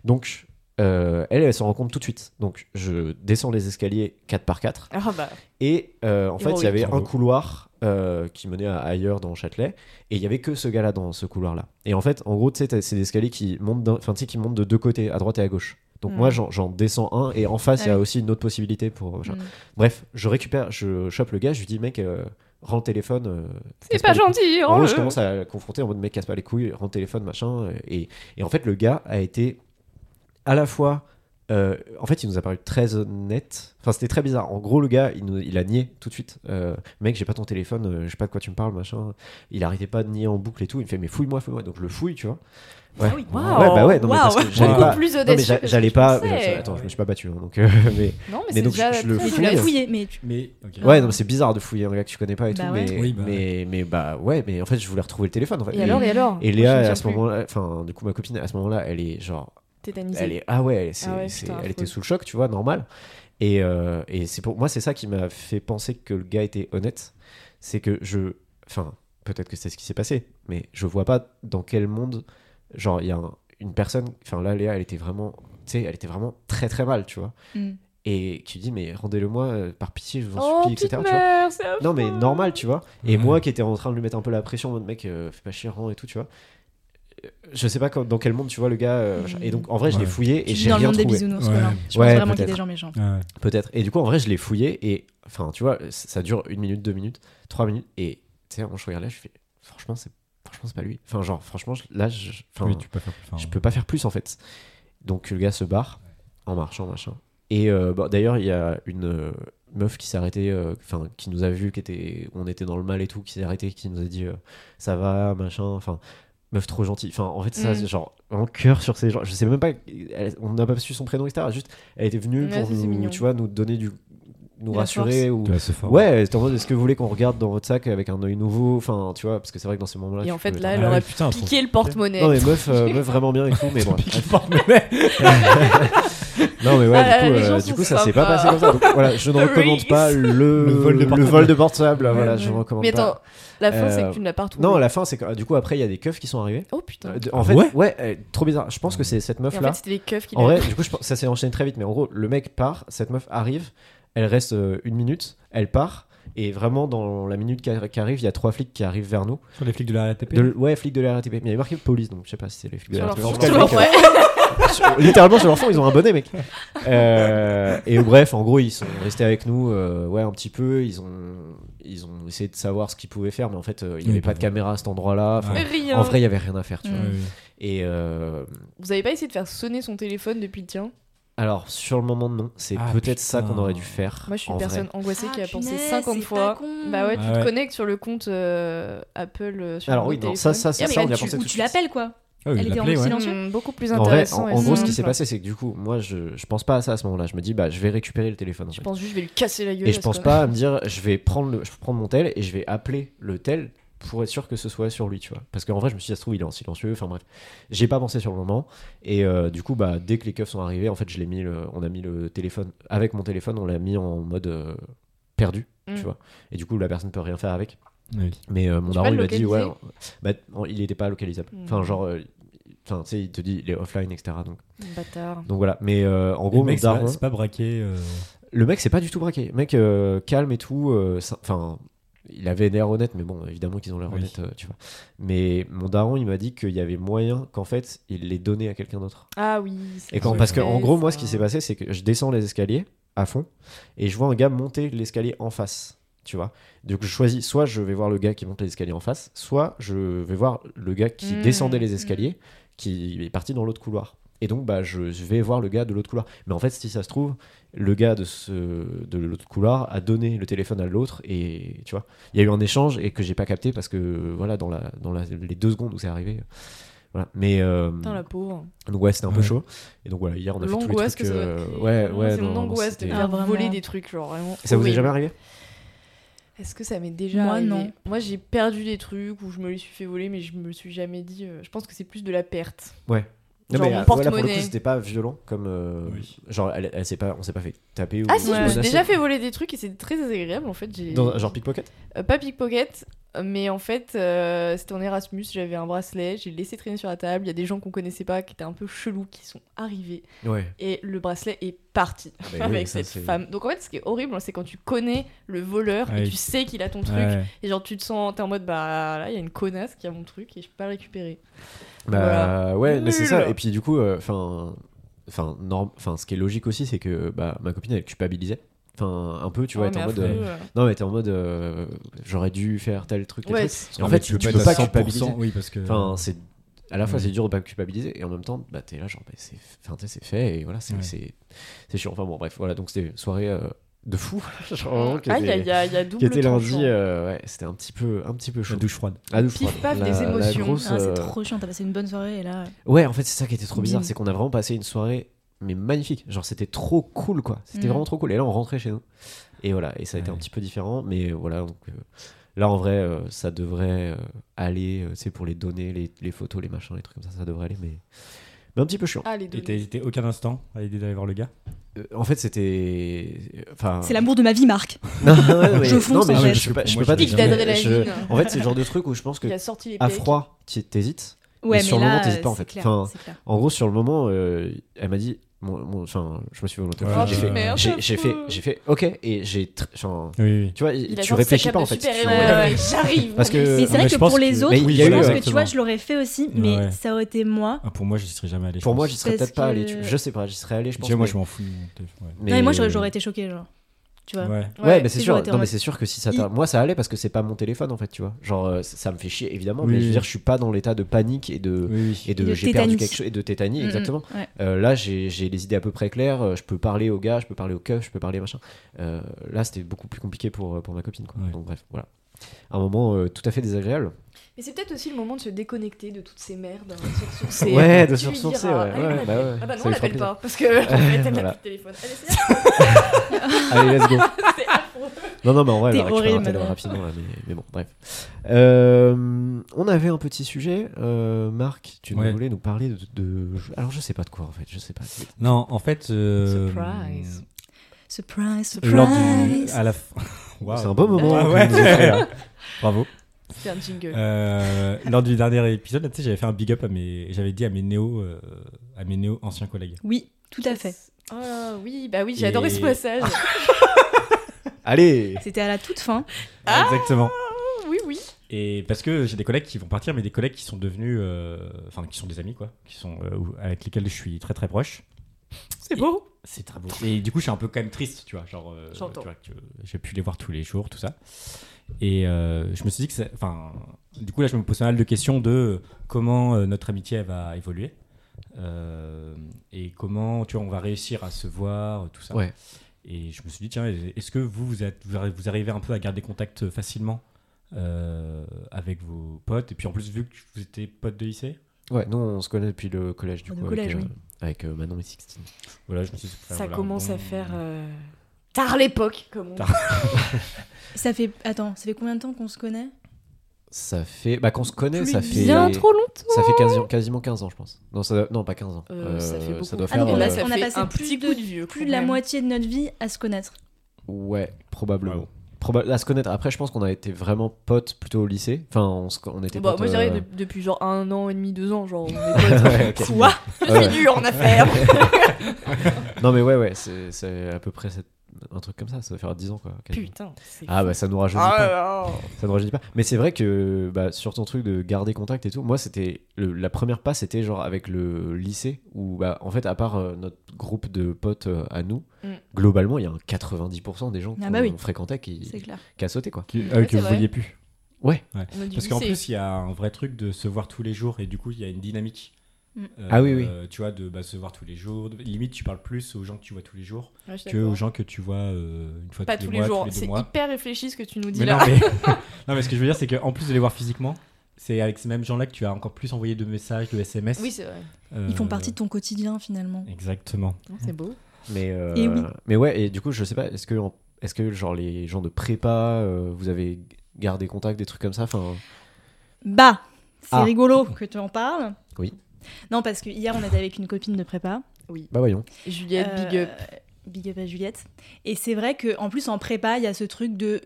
Speaker 2: Donc, euh, elle, elle s'en rend compte tout de suite. Donc, je descends les escaliers 4 par 4.
Speaker 3: Ah bah,
Speaker 2: Et euh, en fait, il y
Speaker 3: Héroïque.
Speaker 2: avait un
Speaker 1: Bravo.
Speaker 2: couloir euh, qui menait à ailleurs dans Châtelet. Et il y avait que ce gars-là dans ce couloir-là. Et en fait, en gros, tu sais, t'as ces escaliers qui montent, d'un- enfin, tu sais, qui montent de deux côtés, à droite et à gauche. Donc,
Speaker 3: Mm.
Speaker 2: moi, j'en j'en descends un. Et en face, il y a
Speaker 4: Ah oui.
Speaker 2: aussi une autre possibilité pour. machin.
Speaker 4: Mm.
Speaker 2: Bref, je récupère, je chope le gars, je lui dis, mec, euh, rends le téléphone. euh,
Speaker 3: c'est
Speaker 2: casse
Speaker 3: pas
Speaker 2: les-
Speaker 3: gentil, hein,
Speaker 2: En gros,
Speaker 3: rends-le.
Speaker 2: je commence à le confronter en mode, mec, casse pas les couilles, rends le téléphone, machin. euh, Et, et en fait, le gars a été à la fois. euh, en fait, il nous a paru très honnête. Enfin, c'était très bizarre. En gros, le gars, il, nous- il a nié tout de suite. Euh, mec, j'ai pas ton téléphone, euh, je sais pas de quoi tu me parles, machin. Il arrêtait pas de nier en boucle et tout. Il me fait, mais fouille-moi, fouille-moi. Donc, je le fouille, tu vois. Ouais,
Speaker 4: Ah oui,
Speaker 3: waouh.
Speaker 2: ouais bah ouais, non, mais parce que
Speaker 4: Waouh.
Speaker 2: j'allais
Speaker 1: Beaucoup
Speaker 2: pas.
Speaker 3: plus
Speaker 2: Non, mais
Speaker 3: audacieux
Speaker 2: j'a-
Speaker 3: que ce
Speaker 2: j'allais
Speaker 3: que
Speaker 2: pas. euh,
Speaker 3: je pensais.
Speaker 2: Attends, je me suis pas battu. hein, donc, euh, mais.
Speaker 3: Non, mais,
Speaker 2: Mais
Speaker 3: c'est
Speaker 2: donc,
Speaker 3: déjà
Speaker 2: je- je le euh,
Speaker 3: très
Speaker 4: Tu
Speaker 2: fouille.
Speaker 4: l'as
Speaker 3: audacieux.
Speaker 4: fouillé, mais tu-
Speaker 1: Mais ok.
Speaker 2: Ouais, non, mais c'est bizarre de fouiller un gars que tu connais pas et
Speaker 4: Bah
Speaker 2: tout,
Speaker 4: ouais.
Speaker 2: mais,
Speaker 1: Oui, bah
Speaker 2: mais, mais bah ouais, mais en fait, je voulais retrouver le téléphone. En fait.
Speaker 3: Et alors, et
Speaker 2: et
Speaker 3: alors Hein, Moi, je me
Speaker 2: Léa, à
Speaker 3: souviens
Speaker 2: ce
Speaker 3: plus.
Speaker 2: moment-là, enfin, du coup, ma copine, à ce moment-là, elle est genre,
Speaker 3: Tétanisée.
Speaker 2: elle est, ah ouais, elle, c'est-
Speaker 3: Ah ouais,
Speaker 2: c'est-
Speaker 3: putain,
Speaker 2: elle était
Speaker 3: affreux.
Speaker 2: sous le choc, tu vois, normal. Et, euh, et c'est pour moi, c'est ça qui m'a fait penser que le gars était honnête, c'est que je, enfin, peut-être que c'est ce qui s'est passé, mais je vois pas dans quel monde, genre, il y a un- une personne, enfin là, Léa, elle était vraiment, tu sais, elle était vraiment très très mal, tu vois,
Speaker 4: Mm.
Speaker 2: et qui dit, mais rendez-le-moi euh, par pitié, je vous en
Speaker 3: Oh,
Speaker 2: supplie, etc.
Speaker 3: petite
Speaker 2: tu vois.
Speaker 3: mère, c'est
Speaker 2: Non mais
Speaker 3: affreux.
Speaker 2: normal tu vois.
Speaker 1: Ouais.
Speaker 2: Et moi qui étais en train de lui mettre un peu la pression en mode mec euh, fais pas chier rends et tout tu vois. Euh, Je sais pas quand- dans quel monde tu vois le gars. euh,
Speaker 4: Mhm.
Speaker 2: Et donc en vrai je l'ai
Speaker 1: Ouais.
Speaker 2: fouillé et
Speaker 4: tu vis
Speaker 2: j'ai
Speaker 4: dans le
Speaker 2: rien
Speaker 4: monde des
Speaker 2: trouvé.
Speaker 4: bisounours.
Speaker 1: Ouais.
Speaker 4: Colin. Je
Speaker 2: Ouais,
Speaker 4: pense vraiment qu'il y a
Speaker 2: peut-être.
Speaker 4: des gens méchants.
Speaker 1: Ouais.
Speaker 2: Peut-être. Et du coup en vrai je l'ai fouillé et enfin tu vois c- ça dure une minute, deux minutes, trois minutes et tu sais moi je regarde là je fais franchement c'est franchement c'est pas lui. Enfin genre franchement je- là je enfin,
Speaker 1: Oui, tu peux faire plus. Enfin,
Speaker 2: je peux pas faire plus en fait. Donc le gars se barre en marchant, machin. Et euh, bah, d'ailleurs, il y a une euh, meuf qui s'est arrêtée, euh, enfin, qui nous a vu, qui était, on était dans le mal et tout, qui s'est arrêtée, qui nous a dit euh, ça va, machin, enfin, meuf trop gentille. Enfin, en fait, ça,
Speaker 3: Mm.
Speaker 2: c'est genre, un cœur sur ces gens. Je sais même pas, elle- on n'a pas su son prénom, etc. Juste, elle était venue
Speaker 3: Ouais,
Speaker 2: pour
Speaker 3: ça, c'est
Speaker 2: nous,
Speaker 3: mignon.
Speaker 2: tu vois, nous donner du. nous
Speaker 4: De la
Speaker 2: rassurer ou.
Speaker 1: Ouais, c'est fort.
Speaker 2: Ouais, c'était en mode, est-ce que vous voulez qu'on regarde dans votre sac avec un œil nouveau Enfin, tu vois, parce que c'est vrai que dans ces moments-là.
Speaker 3: Et
Speaker 2: tu
Speaker 3: en fait,
Speaker 2: peux-
Speaker 3: là,
Speaker 1: Ah
Speaker 3: elle
Speaker 1: ouais,
Speaker 3: aurait
Speaker 1: putain, trop-
Speaker 3: Piquer le porte-monnaie.
Speaker 2: Non, mais meuf, euh, meuf vraiment bien et tout, mais bon.
Speaker 1: Piquer le porte-monnaie.
Speaker 2: Non mais ouais,
Speaker 3: Ah là
Speaker 2: du
Speaker 3: là,
Speaker 2: coup,
Speaker 3: les
Speaker 2: euh,
Speaker 3: gens
Speaker 2: du
Speaker 3: sont
Speaker 2: coup ça s'est pas
Speaker 3: sympas.
Speaker 2: passé comme ça. Donc, voilà, je ne
Speaker 3: Le
Speaker 2: recommande
Speaker 3: risque.
Speaker 2: pas le,
Speaker 1: Le vol de portable.
Speaker 2: vol de portable, hein,
Speaker 1: Ouais,
Speaker 2: voilà,
Speaker 1: ouais.
Speaker 2: je ne recommande
Speaker 3: Mais attends,
Speaker 2: pas.
Speaker 3: la fin, c'est
Speaker 2: Euh,
Speaker 3: que tu ne l'as pas retrouvé.
Speaker 2: Non, à la fin c'est que euh, du coup après il y a des keufs qui sont arrivés.
Speaker 3: Oh putain.
Speaker 2: Euh, de-
Speaker 1: Ah
Speaker 2: En fait,
Speaker 1: ouais
Speaker 2: ouais, euh, trop bizarre. Je pense que c'est cette meuf
Speaker 3: Et en
Speaker 2: là.
Speaker 3: fait, c'était les keufs qui
Speaker 2: En
Speaker 3: l'avaient-
Speaker 2: vrai, du coup, je pense- ça s'est enchaîné très vite, mais en gros, le mec part, cette meuf arrive, elle reste euh, une minute, elle part, et vraiment, dans la minute qui arri- qui arrive, il y a trois flics qui arrivent vers nous.
Speaker 1: Sur les flics de la RATP.
Speaker 2: De l- ouais, flics de la RATP, mais il y avait marqué police, donc je sais pas si c'est les flics de
Speaker 3: Sur
Speaker 2: la
Speaker 3: leur
Speaker 2: RATP. En
Speaker 3: front.
Speaker 2: tout cas, le
Speaker 3: Sur leur
Speaker 2: mec, euh, sur- littéralement sur leur fond ils ont un bonnet mec Euh, et bref en gros ils sont restés avec nous euh, ouais un petit peu ils ont ils ont essayé de savoir ce qu'ils pouvaient faire mais en fait euh, il n'y
Speaker 1: Oui,
Speaker 2: avait pas
Speaker 1: bah,
Speaker 2: de caméra à cet endroit là
Speaker 1: Ouais.
Speaker 3: Rien.
Speaker 2: en vrai il y avait rien à faire tu
Speaker 4: Mm.
Speaker 2: vois
Speaker 1: Ouais, Ah ouais.
Speaker 2: et euh,
Speaker 3: Vous avez pas essayé de faire sonner son téléphone depuis le tien
Speaker 2: alors sur le moment non c'est
Speaker 1: Ah,
Speaker 2: peut-être ça
Speaker 1: putain.
Speaker 2: qu'on aurait dû faire
Speaker 3: Moi, je suis une
Speaker 2: en vrai.
Speaker 3: personne angoissée qui a
Speaker 4: Ah,
Speaker 3: pensé
Speaker 4: punaise,
Speaker 3: 50
Speaker 4: c'est
Speaker 3: fois.
Speaker 4: pas con.
Speaker 3: Bah ouais, tu
Speaker 1: Ah
Speaker 3: te
Speaker 1: ouais.
Speaker 3: connectes sur le compte euh, Apple euh, sur
Speaker 2: Alors
Speaker 3: mon
Speaker 2: oui, non, ça-
Speaker 3: téléphone.
Speaker 2: ça-
Speaker 3: Et
Speaker 2: ça-
Speaker 3: après,
Speaker 2: ça, on y a
Speaker 3: tu-
Speaker 2: pensé.
Speaker 4: Ou
Speaker 2: tout de
Speaker 4: tu
Speaker 2: suite.
Speaker 4: l'appelles quoi.
Speaker 1: Ah oui,
Speaker 4: Elle
Speaker 1: la
Speaker 4: était en
Speaker 1: plaie,
Speaker 4: mode
Speaker 1: ouais.
Speaker 4: silencieux.
Speaker 3: Hmm, beaucoup plus
Speaker 2: En, vrai, en,
Speaker 3: intéressant.
Speaker 2: en
Speaker 3: et
Speaker 2: gros, ce
Speaker 3: simple.
Speaker 2: qui s'est passé, c'est que du coup, moi, je, je pense pas à ça à ce moment-là. Je me dis, bah, je vais récupérer le téléphone. en
Speaker 3: Je
Speaker 2: fait.
Speaker 3: pense juste je vais lui casser la gueule.
Speaker 2: Et je
Speaker 3: à ce
Speaker 2: pense
Speaker 3: connard.
Speaker 2: pas à me dire, je vais prendre, le, je vais prendre mon tel et je vais appeler le tel pour être sûr que ce soit sur lui, tu vois. Parce qu'en vrai, je me suis dit, ça se trouve, il est en silencieux. Enfin bref, j'ai pas pensé sur le moment. Et euh, du coup, bah, dès que les keufs sont arrivés, en fait, je l'ai mis, le- on a mis le téléphone, avec mon téléphone, on l'a mis en mode euh, perdu,
Speaker 3: Mm.
Speaker 2: tu vois. Et du coup, la personne peut rien faire avec.
Speaker 1: Oui.
Speaker 2: Mais euh, mon
Speaker 3: Tu
Speaker 2: daron,
Speaker 3: peux
Speaker 2: il
Speaker 3: le
Speaker 2: m'a dit, ouais,
Speaker 3: localiser
Speaker 2: bah, on- il était pas localisable.
Speaker 3: Mm.
Speaker 2: Enfin, genre, euh, enfin, tu sais, il te dit, il est offline, etc. Donc,
Speaker 3: Bâtard.
Speaker 2: donc voilà. Mais euh, en
Speaker 1: Le
Speaker 2: gros,
Speaker 1: mec,
Speaker 2: mon
Speaker 1: c'est pas-
Speaker 2: daron.
Speaker 1: c'est pas braqué. euh,
Speaker 2: Le mec, c'est pas du tout braqué. Le mec, euh, calme et tout. euh, ça- Enfin, il avait l'air honnête, mais bon, évidemment qu'ils ont l'air
Speaker 1: Oui.
Speaker 2: honnête, euh, tu vois. Mais mon daron, il m'a dit qu'il y avait moyen qu'en fait, il les donnait à quelqu'un d'autre.
Speaker 3: Ah oui. c'est
Speaker 2: Et quand,
Speaker 1: Ouais.
Speaker 2: parce qu'en
Speaker 3: vrai,
Speaker 2: gros, moi,
Speaker 3: ça.
Speaker 2: ce qui s'est passé, c'est que je descends les escaliers à fond et je vois un gars monter l'escalier en face. Tu vois, donc je choisis soit je vais voir le gars qui monte les escaliers en face, soit je vais voir le gars qui
Speaker 3: Mmh,
Speaker 2: descendait les escaliers qui est parti dans l'autre couloir. Et donc, bah, je je vais voir le gars de l'autre couloir. Mais en fait, si ça se trouve, le gars de, ce, de l'autre couloir a donné le téléphone à l'autre et tu vois, il y a eu un échange et que j'ai pas capté parce que voilà, dans, la, dans la- les deux secondes où c'est arrivé. Voilà. Mais euh,
Speaker 3: Putain, la pauvre.
Speaker 2: donc ouais, c'était un peu
Speaker 1: Ouais.
Speaker 2: chaud. Et donc voilà, hier on a fait tous les
Speaker 3: L'angoisse
Speaker 2: trucs.
Speaker 3: que ça doit
Speaker 2: euh,
Speaker 3: créer.
Speaker 2: Ouais,
Speaker 3: Vraiment,
Speaker 2: ouais,
Speaker 3: c'est
Speaker 2: non,
Speaker 3: mon
Speaker 2: non,
Speaker 3: angoisse de
Speaker 2: c'était-
Speaker 4: Ah,
Speaker 3: bien
Speaker 4: vraiment.
Speaker 3: voler des trucs, genre vraiment.
Speaker 2: Ça vous est
Speaker 3: horrible.
Speaker 2: jamais arrivé
Speaker 3: Est-ce que ça m'est déjà
Speaker 4: Moi,
Speaker 3: arrivé
Speaker 4: non.
Speaker 3: Moi, j'ai perdu des trucs ou je me les suis fait voler, mais je me suis jamais dit. euh, Je pense que c'est plus de la perte.
Speaker 2: Non,
Speaker 3: Genre
Speaker 2: mais
Speaker 3: mon
Speaker 2: euh, voilà, pour le coup,
Speaker 3: porte-monnaie.
Speaker 2: c'était pas violent comme. euh,
Speaker 1: Oui.
Speaker 2: Genre, elle, elle s'est pas, on s'est pas fait taper ou.
Speaker 3: Ah si, je me
Speaker 2: menacer.
Speaker 3: suis déjà fait voler des trucs et c'est très désagréable en fait. J'ai
Speaker 2: Dans- genre pickpocket
Speaker 3: Euh, pas pickpocket, euh, mais en fait, euh, c'était en Erasmus, j'avais un bracelet, j'ai laissé traîner sur la table, il y a des gens qu'on connaissait pas qui étaient un peu chelous qui sont arrivés
Speaker 2: Ouais.
Speaker 3: et le bracelet est parti
Speaker 2: Bah
Speaker 3: avec cette femme. Donc en fait, ce qui est horrible, hein, c'est quand tu connais le voleur
Speaker 1: Ouais.
Speaker 3: et tu sais qu'il a ton truc
Speaker 1: ouais.
Speaker 3: et genre tu te sens t'es en mode bah là, il y a une connasse qui a mon truc et je peux pas le récupérer.
Speaker 2: Bah
Speaker 3: Voilà.
Speaker 2: ouais, mais c'est ça.
Speaker 3: Nul.
Speaker 2: Et puis du coup, euh, enfin, enfin, norm... enfin, ce qui est logique aussi, c'est que bah ma copine elle culpabilisait. Enfin, un peu, tu vois,
Speaker 3: Ouais,
Speaker 2: elle était
Speaker 3: mais
Speaker 2: en mode.
Speaker 3: affreux,
Speaker 2: euh,
Speaker 3: euh.
Speaker 2: Non, mais t'es en mode. euh, J'aurais dû faire tel truc. tel
Speaker 3: Ouais,
Speaker 2: truc.
Speaker 3: c'est-
Speaker 2: Et en
Speaker 1: Ouais,
Speaker 2: fait,
Speaker 1: mais
Speaker 2: tu peux pas
Speaker 1: être à 100%,
Speaker 2: culpabiliser.
Speaker 1: Oui, parce que.
Speaker 2: Enfin, c'est à la fois
Speaker 1: Euh, Ouais.
Speaker 2: c'est dur de pas culpabiliser et en même temps, bah t'es là genre bah, c'est, enfin, tu sais, c'est fait et voilà c'est,
Speaker 1: Ouais.
Speaker 2: c'est, c'est chiant. Enfin bon bref voilà donc c'était une soirée euh, de fou. genre, vraiment, qui
Speaker 3: Ah, il y,
Speaker 2: était,
Speaker 3: a- il y a- il y a double
Speaker 2: qui était lundi
Speaker 3: tranchant.
Speaker 2: euh, ouais c'était un petit peu un petit peu chaud.
Speaker 1: la douche froide.
Speaker 2: Ah, douche
Speaker 3: Pif,
Speaker 2: froide.
Speaker 3: paf,
Speaker 2: La-
Speaker 3: des
Speaker 2: la
Speaker 3: émotions.
Speaker 2: grosse,
Speaker 4: Ah,
Speaker 2: euh,
Speaker 4: c'est trop chiant, t'as passé une bonne soirée et là.
Speaker 2: Ouais, en fait, c'est ça qui était trop bizarre,
Speaker 4: Bim.
Speaker 2: c'est qu'on a vraiment passé une soirée, mais magnifique. Genre, c'était trop cool, quoi. C'était
Speaker 4: Mm.
Speaker 2: vraiment trop cool. Et là, on rentrait chez nous. Et voilà, et ça a été
Speaker 1: Ouais.
Speaker 2: un petit peu différent, mais voilà. Donc, euh, là, en vrai, euh, ça devrait euh, aller, euh, tu sais, pour les données, les, les photos, les machins, les trucs comme ça, ça devrait aller, mais, mais un petit peu chiant.
Speaker 3: Ah, les
Speaker 1: Et
Speaker 3: deux.
Speaker 1: t'as hésité aucun instant à l'idée d'aller voir le gars
Speaker 2: Euh, en fait, c'était. euh, Enfin.
Speaker 4: C'est l'amour de ma vie, Marc.
Speaker 2: Non, ouais, ouais,
Speaker 4: Je fonce,
Speaker 2: non, mais
Speaker 4: en
Speaker 2: je-
Speaker 4: fait.
Speaker 2: je peux pas- je peux
Speaker 1: Moi,
Speaker 2: pas
Speaker 1: je
Speaker 2: te-
Speaker 1: pique
Speaker 3: d'adrénaline.
Speaker 2: je- En fait, c'est le genre de truc où je pense que
Speaker 3: Il a sorti les
Speaker 2: à
Speaker 3: pecs.
Speaker 2: froid, t'y- t'hésites.
Speaker 4: Ouais, mais,
Speaker 2: sur le
Speaker 4: là,
Speaker 2: moment, t'hésites pas, en
Speaker 4: c'est
Speaker 2: fait.
Speaker 4: clair,
Speaker 2: Enfin,
Speaker 4: c'est clair.
Speaker 2: En gros, sur le moment, euh, elle m'a dit. mon- mon- Enfin, je me suis fait au
Speaker 3: Oh,
Speaker 2: téléphone,
Speaker 1: Ouais.
Speaker 2: j'ai fait,
Speaker 1: Ah, merde,
Speaker 2: j'ai- j'ai
Speaker 3: un
Speaker 2: fait,
Speaker 3: peu.
Speaker 2: j'ai fait, ok, et j'ai, tr- enfin,
Speaker 1: Oui, oui.
Speaker 2: tu vois,
Speaker 3: Il a
Speaker 2: tu
Speaker 3: sorti sa
Speaker 2: réfléchis
Speaker 3: cape
Speaker 2: pas en
Speaker 3: de
Speaker 2: fait.
Speaker 3: super-héros,
Speaker 2: Tu-
Speaker 3: ouais,
Speaker 2: ouais.
Speaker 3: ouais, J'arrive.
Speaker 2: Parce que-
Speaker 4: Mais c'est
Speaker 1: Mais
Speaker 4: vrai
Speaker 1: je
Speaker 4: que
Speaker 1: pense
Speaker 4: pour
Speaker 1: que-
Speaker 4: les autres,
Speaker 2: mais il y a
Speaker 4: je
Speaker 2: eu,
Speaker 4: pense que tu
Speaker 1: exactement.
Speaker 4: vois, je l'aurais fait aussi, mais
Speaker 1: Ouais.
Speaker 4: ça aurait été moi.
Speaker 1: Ah, pour moi, j'y serais jamais allé. je
Speaker 2: Pour moi,
Speaker 1: pense.
Speaker 2: j'y serais
Speaker 4: Parce
Speaker 2: peut-être pas allé.
Speaker 4: que-
Speaker 2: tu- Je sais pas, j'y serais allé, je pense.
Speaker 1: Tu vois, moi,
Speaker 2: mais-
Speaker 1: je m'en fous. ouais.
Speaker 2: mais-
Speaker 4: Non, mais moi, j'aurais j'aurais été choquée, genre. Tu vois.
Speaker 1: Ouais.
Speaker 2: Ouais, mais c'est
Speaker 4: Et
Speaker 2: sûr.
Speaker 4: j'aurais été en
Speaker 2: Non, mais
Speaker 4: mode-
Speaker 2: c'est sûr que si ça, t'a- moi, ça allait parce que c'est pas mon téléphone en fait, tu vois. Genre, euh, ça ça me fait chier évidemment, mais
Speaker 1: Oui.
Speaker 2: je veux dire, je suis pas dans l'état de panique et de
Speaker 1: Oui, oui.
Speaker 2: et de,
Speaker 4: Et de
Speaker 2: j'ai perdu
Speaker 4: tétanie.
Speaker 2: quelque chose et de tétanie
Speaker 4: Mm, mm,
Speaker 2: exactement.
Speaker 4: ouais.
Speaker 2: Euh, là, j'ai j'ai les idées à peu près claires. euh, Je peux parler au gars, je peux parler au keuf, je peux parler machin. Euh, là, c'était beaucoup plus compliqué pour, euh, pour ma copine. Quoi.
Speaker 1: Ouais.
Speaker 2: Donc, bref, voilà. Un moment euh, tout à fait désagréable.
Speaker 3: Mais c'est peut-être aussi le moment de se déconnecter de toutes ces merdes hein, sursourcées.
Speaker 2: Ouais, de
Speaker 3: Tu lui
Speaker 2: sursourcer,
Speaker 3: diras,
Speaker 2: ouais,
Speaker 3: allez,
Speaker 2: ouais,
Speaker 3: on l'appelle.
Speaker 2: bah ouais,
Speaker 3: Ah bah non,
Speaker 2: ça
Speaker 3: on
Speaker 2: lui fera
Speaker 3: l'appelle
Speaker 2: plaisir.
Speaker 3: pas parce que en fait, elle
Speaker 2: Voilà.
Speaker 3: n'a plus de téléphone. Allez, c'est
Speaker 2: Allez, let's go.
Speaker 3: c'est affreux.
Speaker 2: Non, non, mais en vrai, elle va récupérer
Speaker 4: T'es
Speaker 2: un
Speaker 4: horrible,
Speaker 2: téléphone
Speaker 4: madame.
Speaker 2: rapidement. là, mais, mais bon, bref. Euh, on avait un petit sujet. Euh, Marc, tu
Speaker 1: Ouais.
Speaker 2: voulais nous parler de, de- je- Alors, je sais pas de quoi en fait. Je sais pas.
Speaker 1: Non, en fait. euh,
Speaker 3: Surprise.
Speaker 4: Surprise,
Speaker 1: Lors du.
Speaker 4: surprise.
Speaker 1: À la fin. Waouh.
Speaker 2: C'est un beau moment. hein,
Speaker 1: Ah
Speaker 2: que
Speaker 1: ouais.
Speaker 2: vous nous offrez, là.
Speaker 1: Bravo.
Speaker 3: C'était un jingle.
Speaker 1: Euh, lors du dernier épisode, là, tu sais, j'avais fait un big up à mes. J'avais dit à mes néo, euh, à mes néo anciens collègues.
Speaker 4: Oui, tout à fait.
Speaker 3: Ah oui, bah oui,
Speaker 1: Et-
Speaker 3: j'ai adoré ce passage.
Speaker 2: Ah, Allez.
Speaker 4: C'était à la toute fin.
Speaker 1: Exactement.
Speaker 3: oui, oui.
Speaker 1: Et parce que j'ai des collègues qui vont partir, mais des collègues qui sont devenus, euh, enfin qui sont des amis quoi, qui sont euh, ou- avec lesquels je suis très très proche.
Speaker 3: C'est beau.
Speaker 1: C'est très beau. Et du coup, je suis un peu quand même triste, tu vois, genre, euh, tu
Speaker 3: J'entends.
Speaker 1: vois que j'ai pu les voir tous les jours, tout ça. Et euh, je me suis dit que, ça- enfin, du coup là, je me pose pas mal de questions de comment euh, notre amitié elle va évoluer euh, et comment, tu vois, on va réussir à se voir, tout ça.
Speaker 2: Ouais.
Speaker 1: Et je me suis dit, tiens, est-ce que vous, vous, êtes, vous arri- vous arrivez un peu à garder contact euh, facilement euh, avec vos potes Et puis en plus, vu que vous étiez potes de lycée,
Speaker 2: Ouais, nous on se connaît depuis le collège du
Speaker 3: Ah,
Speaker 4: Le
Speaker 2: coup.
Speaker 4: collège,
Speaker 2: avec,
Speaker 4: oui.
Speaker 2: euh, avec, euh, Manon et Sixtine.
Speaker 1: Voilà, je me suis dit,
Speaker 3: Ça
Speaker 1: voilà,
Speaker 3: commence
Speaker 1: on-
Speaker 3: à faire euh, tard l'époque, comme on dit.
Speaker 1: Tard.
Speaker 4: Ça fait. Attends, ça fait combien de temps qu'on se connaît
Speaker 2: Ça fait. Bah, qu'on se connaît,
Speaker 4: Plus
Speaker 2: ça fait.
Speaker 3: bien trop longtemps.
Speaker 2: Ça fait quasi- quasiment 15 ans, je pense. Non, ça doit- non pas 15 ans.
Speaker 3: Euh, ça fait beaucoup.
Speaker 2: doit
Speaker 4: Ah
Speaker 2: faire,
Speaker 4: non, mais là,
Speaker 2: euh,
Speaker 4: ça- on a passé
Speaker 3: un
Speaker 4: plus
Speaker 3: petit
Speaker 4: de-
Speaker 3: coup de vieux.
Speaker 4: Plus de la moitié de notre vie à se connaître.
Speaker 2: Ouais, probablement.
Speaker 1: Waouh.
Speaker 2: Proba- à se connaître. Après, je pense qu'on a été vraiment potes plutôt au lycée. Enfin, on, se- on était
Speaker 3: Bah,
Speaker 2: potes.
Speaker 3: moi, je dirais
Speaker 2: euh,
Speaker 3: de- depuis genre un an et demi, deux ans, genre.
Speaker 2: Ouais, ok.
Speaker 3: Quoi
Speaker 2: Ouais.
Speaker 3: C'est dur en affaires.
Speaker 2: Non, mais ouais, ouais, c'est- c'est à peu près cette- un truc comme ça. Ça doit faire 10 ans, quoi. quasiment.
Speaker 3: Putain. c'est
Speaker 2: Ah,
Speaker 3: fou.
Speaker 2: bah, ça nous rajeunit
Speaker 3: Ah,
Speaker 2: pas.
Speaker 3: là, là.
Speaker 2: Ça ne rajeunit pas. Mais c'est vrai que bah, sur ton truc de garder contact et tout, moi, c'était le- la première passe, c'était genre avec le lycée où, bah, en fait, à part euh, notre groupe de potes euh, à nous,
Speaker 3: Mm.
Speaker 2: globalement, il y a un 90% des gens
Speaker 4: Ah
Speaker 2: qu'on
Speaker 4: bah oui.
Speaker 2: fréquentait
Speaker 4: C'est
Speaker 2: qui,
Speaker 4: clair.
Speaker 2: qui a sauté, quoi.
Speaker 1: Qui- ah,
Speaker 3: Ouais,
Speaker 1: que
Speaker 3: c'est
Speaker 1: vous
Speaker 3: vrai.
Speaker 1: voyez plus.
Speaker 3: On a du
Speaker 1: Parce qu'en
Speaker 3: lycée.
Speaker 1: plus, il y a un vrai truc de se voir tous les jours et du coup, il y a une dynamique.
Speaker 4: Mm.
Speaker 1: Euh,
Speaker 2: Ah oui, oui.
Speaker 1: euh, Tu vois, de bah, se voir tous les jours. Limite, tu parles plus aux gens que tu vois tous les jours
Speaker 3: Ouais, je suis
Speaker 1: que
Speaker 3: d'accord.
Speaker 1: aux gens que tu vois euh, une fois
Speaker 3: Pas
Speaker 1: tous
Speaker 3: tous
Speaker 1: les
Speaker 3: les
Speaker 1: mois,
Speaker 3: jours.
Speaker 1: tous les deux
Speaker 3: C'est
Speaker 1: mois.
Speaker 3: hyper réfléchi ce que tu nous dis
Speaker 1: Mais non,
Speaker 3: là.
Speaker 1: mais... non, mais ce que je veux dire, c'est qu'en plus de les voir physiquement, c'est avec ces mêmes gens-là que tu as encore plus envoyé de messages, de SMS.
Speaker 3: Oui, c'est vrai.
Speaker 4: Ils font partie de ton quotidien finalement.
Speaker 1: Euh, Exactement.
Speaker 3: Non, C'est beau.
Speaker 2: Mais, euh,
Speaker 4: Et oui.
Speaker 2: mais ouais, et du coup, je sais pas, est-ce que, en- est-ce que genre les gens de prépa, euh, vous avez gardé contact, des trucs comme ça enfin,
Speaker 4: Bah, c'est
Speaker 2: Ah.
Speaker 4: rigolo que tu en parles.
Speaker 2: Oui.
Speaker 4: Non, parce que hier, on était avec une copine de prépa.
Speaker 2: Bah voyons.
Speaker 3: Juliette,
Speaker 4: Euh,
Speaker 3: big up.
Speaker 4: Big up à Juliette. Et c'est vrai que en plus, en prépa, il y a ce truc de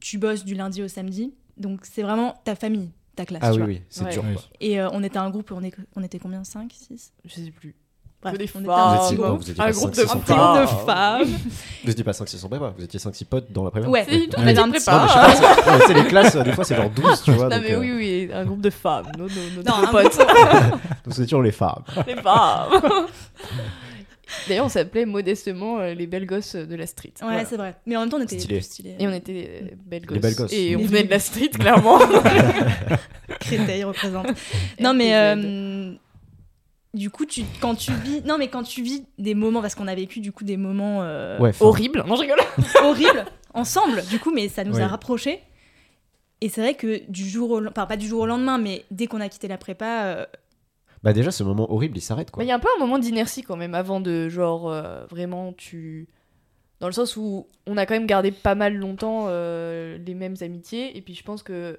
Speaker 4: tu bosses du lundi au samedi. Donc, c'est vraiment ta famille, ta classe.
Speaker 2: Ah
Speaker 4: tu
Speaker 2: oui,
Speaker 4: vois.
Speaker 2: oui, c'est
Speaker 3: Ouais.
Speaker 2: dur.
Speaker 1: Ouais.
Speaker 2: quoi.
Speaker 4: Et euh, on était un groupe, on, est- on était combien 5, 6
Speaker 3: Je sais plus.
Speaker 4: Bref,
Speaker 3: Que des
Speaker 4: on était
Speaker 3: femmes.
Speaker 4: un
Speaker 2: Vous étiez-
Speaker 4: petit
Speaker 2: non,
Speaker 4: groupe. Ah.
Speaker 2: vous étiez
Speaker 3: Un
Speaker 2: pas 5,
Speaker 3: groupe de
Speaker 2: vous
Speaker 4: Un groupe
Speaker 2: étiez-
Speaker 3: femmes.
Speaker 4: de
Speaker 1: Ah.
Speaker 4: femmes.
Speaker 2: Vous étiez pas 5, 6 en prépa, vous étiez 5-6 potes dans la prépa.
Speaker 4: Ouais,
Speaker 3: C'est une
Speaker 4: on avait un petit.
Speaker 2: Non, mais je sais
Speaker 3: prépa.
Speaker 2: pas, c'est- non, mais tu sais, les classes, euh, des fois, c'est genre 12, tu vois.
Speaker 3: Non,
Speaker 2: donc,
Speaker 3: mais
Speaker 2: euh,
Speaker 3: oui, oui, un groupe de femmes. Nos, nos, nos-
Speaker 4: Non,
Speaker 3: nos
Speaker 4: un
Speaker 3: potes.
Speaker 2: Nous étions les femmes.
Speaker 3: les femmes. D'ailleurs, on s'appelait modestement euh, les belles gosses de la street.
Speaker 4: Ouais,
Speaker 3: Voilà.
Speaker 4: c'est vrai. Mais en même temps, on était
Speaker 2: Stylé.
Speaker 4: plus stylés.
Speaker 3: Et on était euh, belles gosses.
Speaker 2: Les belles gosses.
Speaker 3: Et on
Speaker 4: Mais-
Speaker 3: venait de la street, clairement.
Speaker 4: Créteil représente. non mais euh, du coup tu quand tu vis non mais quand tu vis des moments parce qu'on a vécu du coup des moments euh,
Speaker 2: Ouais, fin.
Speaker 3: Horrible. Non, je rigole.
Speaker 4: horribles ensemble du coup mais ça nous
Speaker 1: Ouais.
Speaker 4: a rapprochés et c'est vrai que du jour au lendemain, enfin pas du jour au lendemain mais dès qu'on a quitté la prépa euh,
Speaker 2: Bah, déjà, ce moment horrible, il s'arrête,
Speaker 3: Mais
Speaker 2: quoi.
Speaker 3: il y a un peu un moment d'inertie quand même avant de genre euh, vraiment tu dans le sens où on a quand même gardé pas mal longtemps euh, les mêmes amitiés et puis je pense que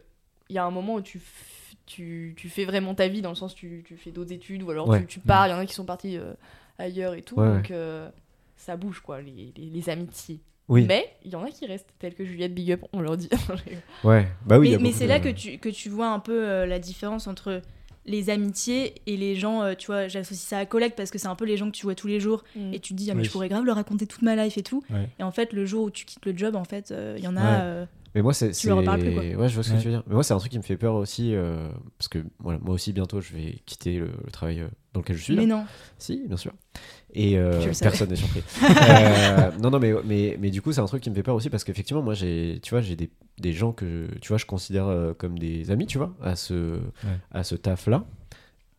Speaker 3: il y a un moment où tu f- tu, tu fais vraiment ta vie dans le sens tu, tu fais d'autres études ou alors
Speaker 2: Ouais. Mm.
Speaker 3: tu, tu pars il y en a qui sont partis euh, ailleurs et tout
Speaker 2: Ouais,
Speaker 3: donc euh, ça bouge quoi les, les- les amitiés
Speaker 2: Oui,
Speaker 3: mais il y en a qui restent tels que Juliette Big Up on leur dit
Speaker 2: ouais. Bah oui, il y a
Speaker 4: mais, mais
Speaker 2: beaucoup
Speaker 4: c'est
Speaker 2: de-
Speaker 4: là que tu que tu vois un peu euh, la différence entre les amitiés et les gens euh, tu vois j'associe ça à collègues parce que c'est un peu les gens que tu vois tous les jours
Speaker 3: Mm.
Speaker 4: et tu te dis ah, mais
Speaker 1: Oui.
Speaker 4: je pourrais grave leur raconter toute ma life et tout
Speaker 1: Ouais.
Speaker 4: et en fait le jour où tu quittes le job en fait euh, il y en a
Speaker 1: Ouais.
Speaker 4: euh,
Speaker 2: Mais moi, c'est.
Speaker 4: Tu leur
Speaker 2: c'est-
Speaker 4: parles plus, quoi.
Speaker 2: Ouais, je vois ce que
Speaker 1: Ouais.
Speaker 2: tu veux dire. Mais moi, c'est un truc qui me fait peur aussi. euh, parce que voilà, moi aussi, bientôt, je vais quitter le, le travail euh, dans lequel je suis. là.
Speaker 4: mais non
Speaker 2: Si, bien sûr. Et euh,
Speaker 4: Je le savais.
Speaker 2: personne n'est surpris. Euh, non, non, mais, mais, mais du coup, c'est un truc qui me fait peur aussi parce qu'effectivement, moi, j'ai, tu vois, j'ai des, des gens que tu vois, je considère euh, comme des amis, tu vois, à ce, à ce taf-là.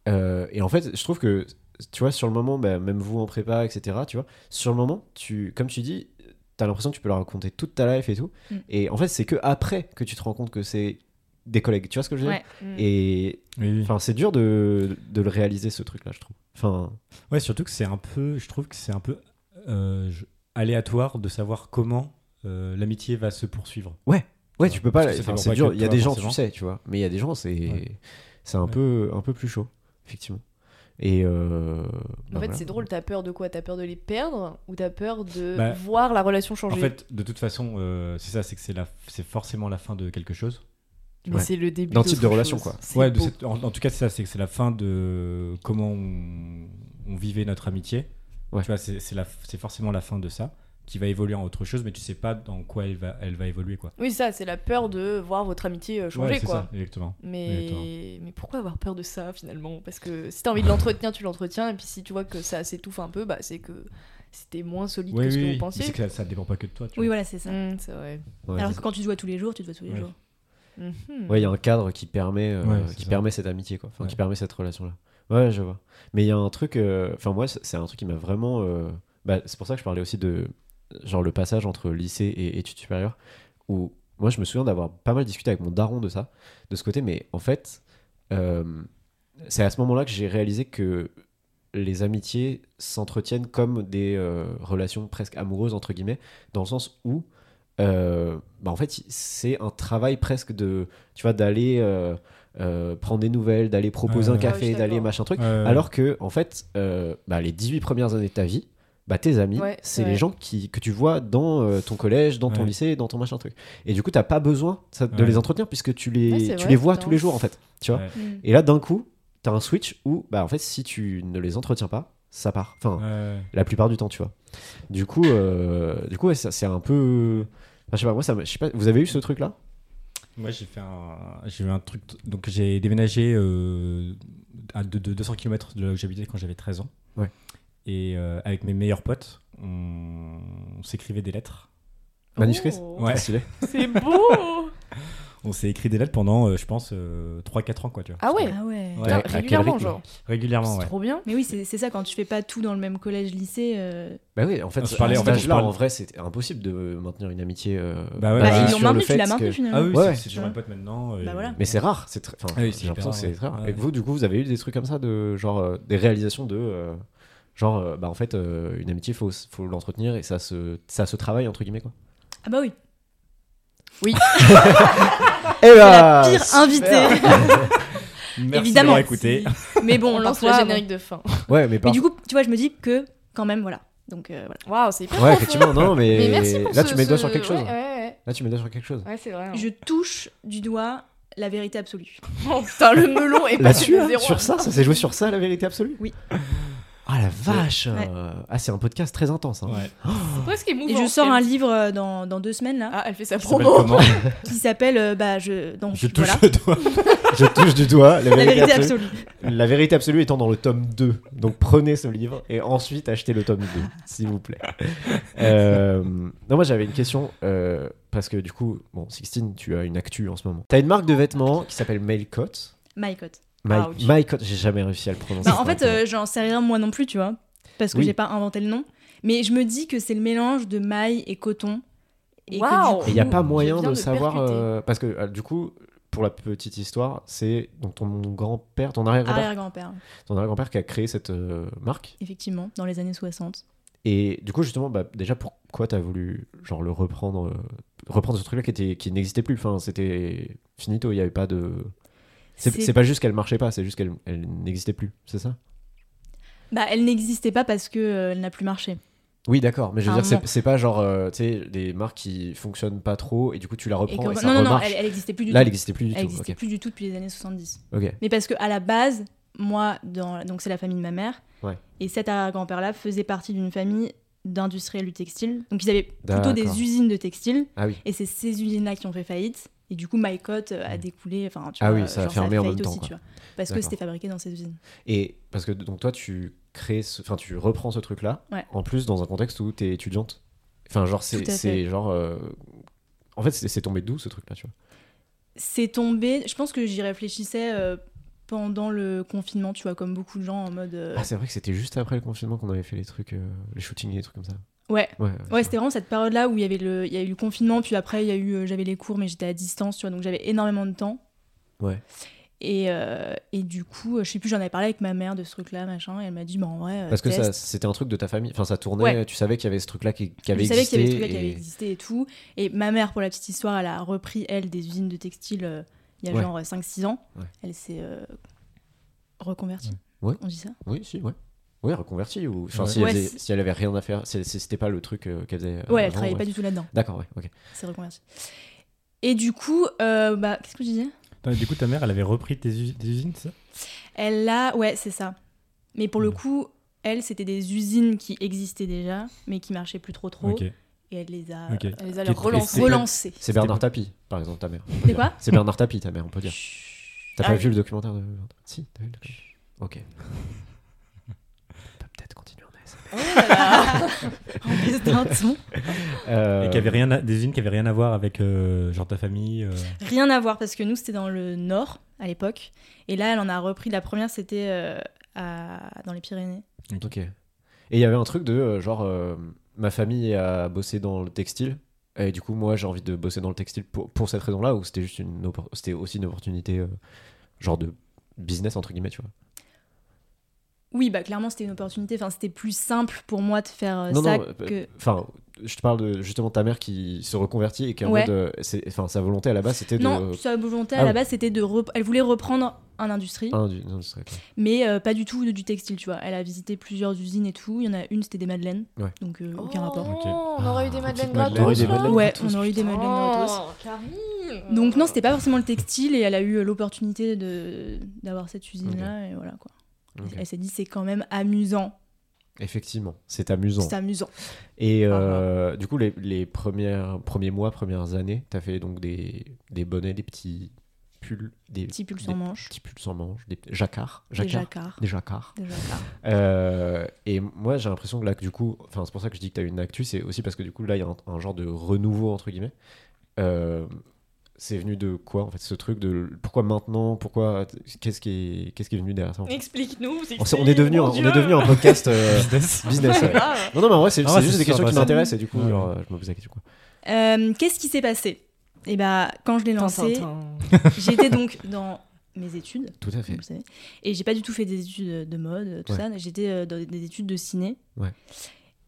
Speaker 2: Euh, et en fait, je trouve que, tu vois, sur le moment, bah, même vous en prépa, etc., tu vois, sur le moment, tu, comme tu dis, t'as l'impression que tu peux leur raconter toute ta life et tout.
Speaker 4: Mm.
Speaker 2: Et en fait, c'est que après que tu te rends compte que c'est des collègues, tu vois ce que je veux dire
Speaker 4: Ouais.
Speaker 2: Et
Speaker 1: Oui, oui.
Speaker 2: enfin, c'est dur de, de le réaliser, ce truc-là, je trouve. Enfin,
Speaker 1: Ouais, surtout que c'est un peu, je trouve que c'est un peu euh, je- aléatoire de savoir comment euh, l'amitié va se poursuivre.
Speaker 2: Ouais,
Speaker 1: Voilà.
Speaker 2: tu peux pas.
Speaker 1: Parce que ça
Speaker 2: enfin,
Speaker 1: dépend
Speaker 2: C'est
Speaker 1: pas
Speaker 2: dur.
Speaker 1: que
Speaker 2: Il y a
Speaker 1: toi,
Speaker 2: des gens, tu
Speaker 1: forcément.
Speaker 2: sais, tu vois. Mais il y a des gens, c'est
Speaker 1: Ouais.
Speaker 2: c'est un
Speaker 1: Ouais.
Speaker 2: peu un peu plus chaud, effectivement. Et euh,
Speaker 3: en
Speaker 2: bah,
Speaker 3: fait
Speaker 2: voilà.
Speaker 3: c'est drôle t'as peur de quoi t'as peur de les perdre ou t'as peur de
Speaker 1: Bah,
Speaker 3: voir la relation
Speaker 1: En
Speaker 3: changer
Speaker 1: fait, de toute façon, euh, c'est ça, c'est que c'est la, c'est forcément la fin de quelque chose.
Speaker 3: Mais
Speaker 2: Ouais.
Speaker 3: c'est le début.
Speaker 2: D'un
Speaker 3: d'autre
Speaker 2: type de relation,
Speaker 3: chose.
Speaker 2: quoi.
Speaker 3: C'est
Speaker 1: Ouais, de
Speaker 3: beau.
Speaker 1: cette- en, en tout cas, c'est ça, c'est que c'est la fin de comment on, on vivait notre amitié.
Speaker 2: Ouais.
Speaker 1: Tu vois, c'est c'est la- c'est forcément la fin de ça qui va évoluer en autre chose, mais tu sais pas dans quoi elle va, elle va évoluer, quoi.
Speaker 3: Oui, ça, c'est la peur de voir votre amitié euh, changer,
Speaker 1: Ouais, c'est
Speaker 3: quoi.
Speaker 1: ça, exactement.
Speaker 3: Mais... mais pourquoi avoir peur de ça, finalement Parce que si t'as envie de l'entretenir, tu l'entretiens, et puis si tu vois que ça s'étouffe un peu, bah, c'est que c'était moins solide
Speaker 1: Oui,
Speaker 3: que ce
Speaker 1: oui,
Speaker 3: que
Speaker 1: oui.
Speaker 3: vous
Speaker 1: Mais c'est
Speaker 3: pensiez.
Speaker 1: que ça, ça dépend pas que de toi. Tu
Speaker 4: oui
Speaker 1: vois.
Speaker 4: voilà c'est ça
Speaker 3: Hmm, c'est vrai.
Speaker 2: Ouais,
Speaker 4: Alors
Speaker 2: c'est-
Speaker 4: que quand tu te vois tous les jours, tu te vois tous les
Speaker 1: Ouais.
Speaker 4: jours.
Speaker 3: Mhm.
Speaker 2: ouais, il y a un cadre qui permet euh,
Speaker 1: Ouais, c'est
Speaker 2: qui
Speaker 1: ça.
Speaker 2: permet cette amitié, quoi. Enfin, qui
Speaker 1: Ouais.
Speaker 2: permet cette relation-là. Ouais, je vois. Mais il y a un truc. euh, Enfin, moi, c'est c'est un truc qui m'a vraiment. euh, bah, c'est pour ça que je parlais aussi de genre le passage entre lycée et études supérieures, où moi, je me souviens d'avoir pas mal discuté avec mon daron de ça, de ce côté. Mais en fait. euh, c'est à ce moment-là que j'ai réalisé que les amitiés s'entretiennent comme des euh, relations presque amoureuses, entre guillemets, dans le sens où, euh, bah, en fait, c'est un travail presque de, tu vois, d'aller euh, euh, prendre des nouvelles, d'aller proposer
Speaker 1: Ouais,
Speaker 2: un
Speaker 1: ouais.
Speaker 3: Ah oui, je
Speaker 2: café,
Speaker 3: suis
Speaker 2: d'aller
Speaker 3: d'accord.
Speaker 2: machin truc.
Speaker 1: Ouais, ouais.
Speaker 2: Alors que, en fait, euh, bah, les 18 premières années de ta vie, bah, tes amis,
Speaker 3: Ouais,
Speaker 2: c'est
Speaker 3: ouais.
Speaker 2: les gens qui, que tu vois dans euh, ton collège, dans ton
Speaker 1: Ouais.
Speaker 2: lycée, dans ton machin truc. Et du coup, t'as pas besoin ça, de
Speaker 1: Ouais.
Speaker 2: les entretenir puisque tu les,
Speaker 3: Ouais, c'est
Speaker 2: tu
Speaker 3: vrai,
Speaker 2: les vois
Speaker 3: putain.
Speaker 2: tous les jours, en fait. Tu vois
Speaker 1: Ouais.
Speaker 3: Mmh.
Speaker 4: Mm.
Speaker 2: Et là, d'un coup, t'as un switch où, bah, en fait, si tu ne les entretiens pas, ça part. Enfin,
Speaker 1: Ouais.
Speaker 2: la plupart du temps, tu vois. Du coup, euh, du coup, ouais, ça- c'est un peu. Enfin, je sais pas, moi, ça, me- je sais pas. Vous avez eu ce truc-là
Speaker 1: Moi, j'ai fait un, j'ai eu un truc. Donc, j'ai déménagé euh, à de, de 200 km de là où j'habitais quand j'avais 13 ans.
Speaker 2: Ouais.
Speaker 1: Et euh, avec mes meilleurs potes, on, on s'écrivait des lettres.
Speaker 2: Manuscrit
Speaker 3: Oh,
Speaker 1: Ouais.
Speaker 2: Très stylé.
Speaker 3: C'est beau
Speaker 1: On s'est écrit des lettres pendant, euh, je pense, euh, 3-4 ans, quoi, tu vois.
Speaker 3: Ah ouais,
Speaker 4: Ah ouais.
Speaker 1: Ouais.
Speaker 3: Putain,
Speaker 2: à quel
Speaker 3: régulièrement,
Speaker 2: rythme
Speaker 3: genre.
Speaker 1: Régulièrement,
Speaker 3: C'est
Speaker 1: ouais.
Speaker 3: trop bien.
Speaker 4: Mais oui, c'est c'est ça, quand tu fais pas tout dans le même collège, lycée. euh,
Speaker 2: Bah oui, en fait,
Speaker 1: On se parlait,
Speaker 2: à
Speaker 1: Ah, en fait, on se
Speaker 2: cet âge-là,
Speaker 1: parlait.
Speaker 2: en vrai, c'était impossible de maintenir une amitié. euh,
Speaker 1: Bah ouais,
Speaker 4: bah,
Speaker 1: bah,
Speaker 4: ils
Speaker 1: sur
Speaker 4: l'ont
Speaker 2: le
Speaker 4: maintenu,
Speaker 2: fait
Speaker 4: tu l'as
Speaker 2: que-
Speaker 4: maintenu finalement.
Speaker 1: Ah oui,
Speaker 2: Ouais.
Speaker 1: c'est- c'est toujours mes potes maintenant. euh, et-
Speaker 4: Bah voilà.
Speaker 2: Mais c'est rare, c'est très. Enfin,
Speaker 1: Ah oui, c'est
Speaker 2: j'ai l'impression que
Speaker 1: hyper
Speaker 2: c'est très rare.
Speaker 1: rare, ouais.
Speaker 2: Et vous, du coup, vous avez eu des trucs comme ça, de genre euh, des réalisations de euh, genre, euh, bah en fait, euh, une amitié, faut, faut l'entretenir et ça se, ça se travaille entre guillemets quoi.
Speaker 4: Ah bah oui,
Speaker 2: Et
Speaker 4: c'est
Speaker 1: Ah,
Speaker 4: la pire invitée.
Speaker 1: Merci
Speaker 4: Évidemment.
Speaker 1: d'avoir écouté.
Speaker 4: Mais bon,
Speaker 3: On lance le
Speaker 4: parfois, bon.
Speaker 3: générique de fin.
Speaker 2: Ouais, mais
Speaker 4: Mais
Speaker 2: par.
Speaker 4: du coup, tu vois, je me dis que quand même, voilà. Donc euh, voilà.
Speaker 3: Waouh, c'est hyper hein.
Speaker 2: Ouais,
Speaker 3: profond.
Speaker 2: effectivement, non, mais,
Speaker 3: Mais merci pour
Speaker 2: là,
Speaker 3: ce-
Speaker 2: tu mets le doigt
Speaker 3: ce-
Speaker 2: sur quelque chose. hein.
Speaker 3: Ouais, ouais,
Speaker 2: Là, tu mets le doigt sur quelque chose.
Speaker 3: ouais. Ouais, c'est vrai. hein.
Speaker 4: Je touche du doigt la vérité absolue.
Speaker 3: Oh putain, le melon est passé
Speaker 2: Là-dessus,
Speaker 3: de
Speaker 2: là,
Speaker 3: zéro. hein.
Speaker 2: sur ça, ça s'est joué sur ça, la vérité absolue
Speaker 4: Oui.
Speaker 2: Ah la vache
Speaker 4: Ouais.
Speaker 2: euh, Ah, c'est un podcast très intense. Hein.
Speaker 1: Ouais.
Speaker 3: C'est presque
Speaker 4: Et
Speaker 3: émouvant.
Speaker 4: je sors un
Speaker 3: Elle-
Speaker 4: livre euh, dans, dans deux semaines là,
Speaker 3: Ah, elle fait sa
Speaker 1: Ça s'appelle
Speaker 3: promo.
Speaker 1: comment
Speaker 4: qui s'appelle euh, bah je donc
Speaker 1: Je touche
Speaker 4: voilà,
Speaker 1: le doigt.
Speaker 2: Je touche du doigt la
Speaker 4: la
Speaker 2: vérité,
Speaker 4: vérité
Speaker 2: absolue.
Speaker 4: absolue.
Speaker 2: La vérité absolue étant dans le tome 2. Donc prenez ce livre et ensuite achetez le tome 2, s'il vous plaît. Euh, non, moi j'avais une question, euh, parce que du coup, bon, Sixtine, tu as une actu en ce moment. T'as une marque de vêtements qui s'appelle Mailcot.
Speaker 4: My God.
Speaker 2: My,
Speaker 3: Ouch.
Speaker 2: Mailcot, j'ai jamais réussi à le prononcer.
Speaker 4: Bah, en fait, euh, j'en sais rien moi non plus, tu vois, parce que
Speaker 2: Oui.
Speaker 4: j'ai pas inventé le nom, mais je me dis que c'est le mélange de maille et coton. Et que
Speaker 3: Waouh.
Speaker 4: du
Speaker 2: il n'y a
Speaker 4: coup-
Speaker 2: pas
Speaker 3: je
Speaker 2: moyen de,
Speaker 3: viens de
Speaker 2: savoir.
Speaker 3: percuter.
Speaker 2: euh, parce que euh, du coup, pour la petite histoire, c'est donc ton grand-père, ton arrière-grand-père
Speaker 4: arrière-grand-père,
Speaker 2: ton arrière-grand-père qui a créé cette euh, marque.
Speaker 4: effectivement, dans les années 60.
Speaker 2: Et du coup, justement, bah, déjà, pourquoi t'as voulu genre, le reprendre, euh, reprendre ce truc-là qui, était- qui n'existait plus enfin, C'était finito, il n'y avait pas de... C'est,
Speaker 4: C'est-
Speaker 2: c'est pas juste qu'elle marchait pas, c'est juste qu'elle elle n'existait plus, c'est ça
Speaker 4: Bah, elle n'existait pas parce que euh, elle n'a plus marché.
Speaker 2: Oui, d'accord, mais je veux
Speaker 4: Ah,
Speaker 2: dire, c'est,
Speaker 4: non.
Speaker 2: c'est pas genre, euh, tu sais, des marques qui fonctionnent pas trop et du coup tu la
Speaker 4: Et
Speaker 2: reprends et,
Speaker 4: que-
Speaker 2: ça
Speaker 4: non, non, non,
Speaker 2: remarche.
Speaker 4: elle, elle existait plus du
Speaker 2: Là, elle
Speaker 4: tout.
Speaker 2: n'existait plus du
Speaker 4: Elle
Speaker 2: tout.
Speaker 4: existait
Speaker 2: ok.
Speaker 4: plus du tout depuis les années 70.
Speaker 2: Ok.
Speaker 4: Mais parce que à la base, moi, dans... donc c'est la famille de ma mère,
Speaker 2: Ouais.
Speaker 4: et cet arrière-grand-père-là faisait partie d'une famille d'industriels du textile. Donc ils avaient plutôt
Speaker 2: D'accord.
Speaker 4: des usines de textile,
Speaker 2: Ah oui.
Speaker 4: et c'est ces usines-là qui ont fait faillite. Et du coup, MyCot euh, a découlé, enfin, tu
Speaker 2: Ah
Speaker 4: vois, euh,
Speaker 2: oui, ça a
Speaker 4: genre,
Speaker 2: fermé en
Speaker 4: faillite
Speaker 2: même temps,
Speaker 4: aussi,
Speaker 2: quoi.
Speaker 4: tu vois, parce que
Speaker 2: D'accord.
Speaker 4: c'était fabriqué dans ces usines.
Speaker 2: Et parce que donc toi, tu crées, ce- enfin tu reprends ce truc-là,
Speaker 4: Ouais.
Speaker 2: en plus dans un contexte où t'es étudiante. Enfin, genre c'est,
Speaker 4: Tout à
Speaker 2: c'est genre, euh, en fait, c'est, c'est tombé d'où ce truc-là, tu vois
Speaker 4: C'est tombé, je pense que j'y réfléchissais euh, pendant le confinement, tu vois, comme beaucoup de gens en mode. euh,
Speaker 2: Ah, c'est vrai que c'était juste après le confinement qu'on avait fait les trucs, euh, les shootings et les trucs comme ça.
Speaker 4: ouais,
Speaker 2: Ouais.
Speaker 4: Ouais,
Speaker 2: c'est
Speaker 4: c'était vraiment cette période-là où il y avait le, il y a eu le confinement, puis après il y a eu, euh, j'avais les cours, mais j'étais à distance, tu vois, donc j'avais énormément de temps.
Speaker 2: Ouais.
Speaker 4: Et, euh, et du coup, euh, je sais plus, j'en avais parlé avec ma mère de ce truc-là, machin, et elle m'a dit, bah en vrai, euh,
Speaker 2: Parce que
Speaker 4: teste.
Speaker 2: ça, c'était un truc de ta famille. Enfin, ça tournait.
Speaker 4: Ouais.
Speaker 2: Tu savais qu'il y avait ce truc-là qui, qui
Speaker 4: je
Speaker 2: avait
Speaker 4: savais
Speaker 2: existé.
Speaker 4: qu'il y avait ce truc-là qui avait
Speaker 2: et-
Speaker 4: existé et tout. Et ma mère, pour la petite histoire, elle a repris, elle, des usines de textile euh, il y a
Speaker 2: Ouais.
Speaker 4: genre 5-6 ans.
Speaker 2: Ouais.
Speaker 4: Elle s'est euh, reconvertie.
Speaker 2: Ouais.
Speaker 4: On dit ça
Speaker 2: Oui, si, ouais. Ouais, reconvertie ou enfin
Speaker 1: Ouais.
Speaker 2: si, elle
Speaker 4: Ouais,
Speaker 2: faisait-
Speaker 4: c'est-
Speaker 2: si elle avait rien à faire, si, si c'était pas le truc euh, qu'elle faisait. euh,
Speaker 4: Ouais, elle
Speaker 2: avant,
Speaker 4: travaillait
Speaker 2: ouais.
Speaker 4: pas du tout là-dedans.
Speaker 2: D'accord, ouais, ok.
Speaker 4: Elle s'est reconvertie. Et du coup, euh, bah, qu'est-ce que je disais
Speaker 1: Attends, du coup, ta mère, elle avait repris tes, us- tes usines, c'est ça
Speaker 4: Elle a, ouais, c'est ça. Mais pour le
Speaker 1: Mm.
Speaker 4: coup, elle, c'était des usines qui existaient déjà, mais qui marchaient plus trop trop,
Speaker 1: Ok.
Speaker 4: et elle les a
Speaker 1: Ok.
Speaker 4: euh,
Speaker 3: Elle les a
Speaker 1: Qui-
Speaker 3: relancés.
Speaker 1: et
Speaker 4: relancées.
Speaker 2: C'est Bernard
Speaker 1: pas-
Speaker 2: Tapie, par exemple, ta mère. on peut
Speaker 4: C'est
Speaker 2: dire.
Speaker 4: quoi
Speaker 2: C'est Bernard Tapie, ta mère, on peut dire. T'as
Speaker 3: Ah
Speaker 2: pas
Speaker 3: oui.
Speaker 2: vu le documentaire de. Si, t'as vu le documentaire. Ok. On peut peut-être continuer en ASMR.
Speaker 3: Oh là là.
Speaker 4: En plus d'un ton.
Speaker 2: Euh,
Speaker 1: Et qui avait rien à- des usines qui avaient rien à voir avec euh, genre ta famille. euh,
Speaker 4: Rien à voir, parce que nous, c'était dans le nord à l'époque, et là, elle en a repris. La première, c'était euh, à- dans les Pyrénées.
Speaker 2: Ok. Et il y avait un truc de euh, genre, euh, ma famille a bossé dans le textile, et du coup, moi, j'ai envie de bosser dans le textile pour, pour cette raison-là, ou c'était juste une oppor- c'était aussi une opportunité, euh, genre de business entre guillemets, tu vois.
Speaker 4: Oui, bah clairement, c'était une opportunité. Enfin, c'était plus simple pour moi de faire euh,
Speaker 2: Non,
Speaker 4: ça
Speaker 2: non, euh,
Speaker 4: que.
Speaker 2: Enfin, je te parle de justement ta mère qui se reconvertit et qui en
Speaker 4: Ouais.
Speaker 2: mode, euh, c'est- enfin sa volonté à la base c'était de
Speaker 4: Non, sa volonté à
Speaker 2: Ah
Speaker 4: la
Speaker 2: oui.
Speaker 4: base, c'était de. rep- Elle voulait reprendre un industrie,
Speaker 2: Ah, du- non, ce serait quoi.
Speaker 4: mais euh, pas du tout du textile, tu vois. Elle a visité plusieurs usines et tout. Il y en a une, c'était des madeleines.
Speaker 2: Ouais.
Speaker 4: Donc, euh, aucun
Speaker 3: Oh,
Speaker 4: rapport.
Speaker 1: Ok.
Speaker 3: On aurait eu des
Speaker 2: Ah,
Speaker 3: madeleines
Speaker 2: petite madeleine.
Speaker 3: gratos.
Speaker 2: On aurait eu des
Speaker 3: là.
Speaker 2: madeleines
Speaker 4: Ouais,
Speaker 2: gratos,
Speaker 4: on aurait eu des
Speaker 3: Putain,
Speaker 4: madeleines gratos.
Speaker 3: Karine.
Speaker 4: Donc non, c'était pas forcément le textile et elle a eu euh, l'opportunité de d'avoir cette usine là et voilà quoi.
Speaker 2: Ok.
Speaker 4: Elle s'est dit c'est quand même amusant,
Speaker 2: Effectivement, c'est amusant.
Speaker 4: c'est amusant.
Speaker 2: Et euh, du coup, les, les premières, premiers mois, premières années, t'as fait donc des, des bonnets, des petits pulls, des
Speaker 4: Petit pull
Speaker 2: des
Speaker 4: sans manches,
Speaker 2: petits pulls sans manches, des jacquards,
Speaker 4: des
Speaker 2: jacquards,
Speaker 4: jacquards,
Speaker 2: des jacquards.
Speaker 4: des jacquards.
Speaker 2: Euh, et moi, j'ai l'impression que là, que du coup, enfin, c'est pour ça que je dis que t'as eu une actu, c'est aussi parce que du coup, là, il y a un, un genre de renouveau entre guillemets. Euh, c'est venu de quoi en fait ce truc de pourquoi maintenant pourquoi qu'est-ce qui est qu'est-ce qui est venu derrière ça en fait
Speaker 3: Explique-nous.
Speaker 2: on, s'est- on est devenu
Speaker 3: mon
Speaker 2: un- on
Speaker 3: Dieu.
Speaker 2: est devenu un podcast euh,
Speaker 1: Business.
Speaker 2: business ouais.
Speaker 3: Grave.
Speaker 2: Non, non, mais en vrai, c'est
Speaker 1: Ah
Speaker 2: c'est
Speaker 1: ouais,
Speaker 2: juste
Speaker 1: c'est
Speaker 2: des
Speaker 1: sûr,
Speaker 2: questions
Speaker 1: bah,
Speaker 2: qui
Speaker 1: ça-
Speaker 2: m'intéressent et du coup,
Speaker 1: Ouais.
Speaker 2: genre, euh, je me posais la question. Quoi.
Speaker 4: Euh, Qu'est-ce qui s'est passé Et bah quand je l'ai lancé, j'étais donc dans mes études,
Speaker 2: Tout à
Speaker 4: vous savez, et j'ai pas du tout fait des études de mode, tout
Speaker 2: Ouais.
Speaker 4: ça. J'étais euh, dans des études de ciné.
Speaker 2: Ouais.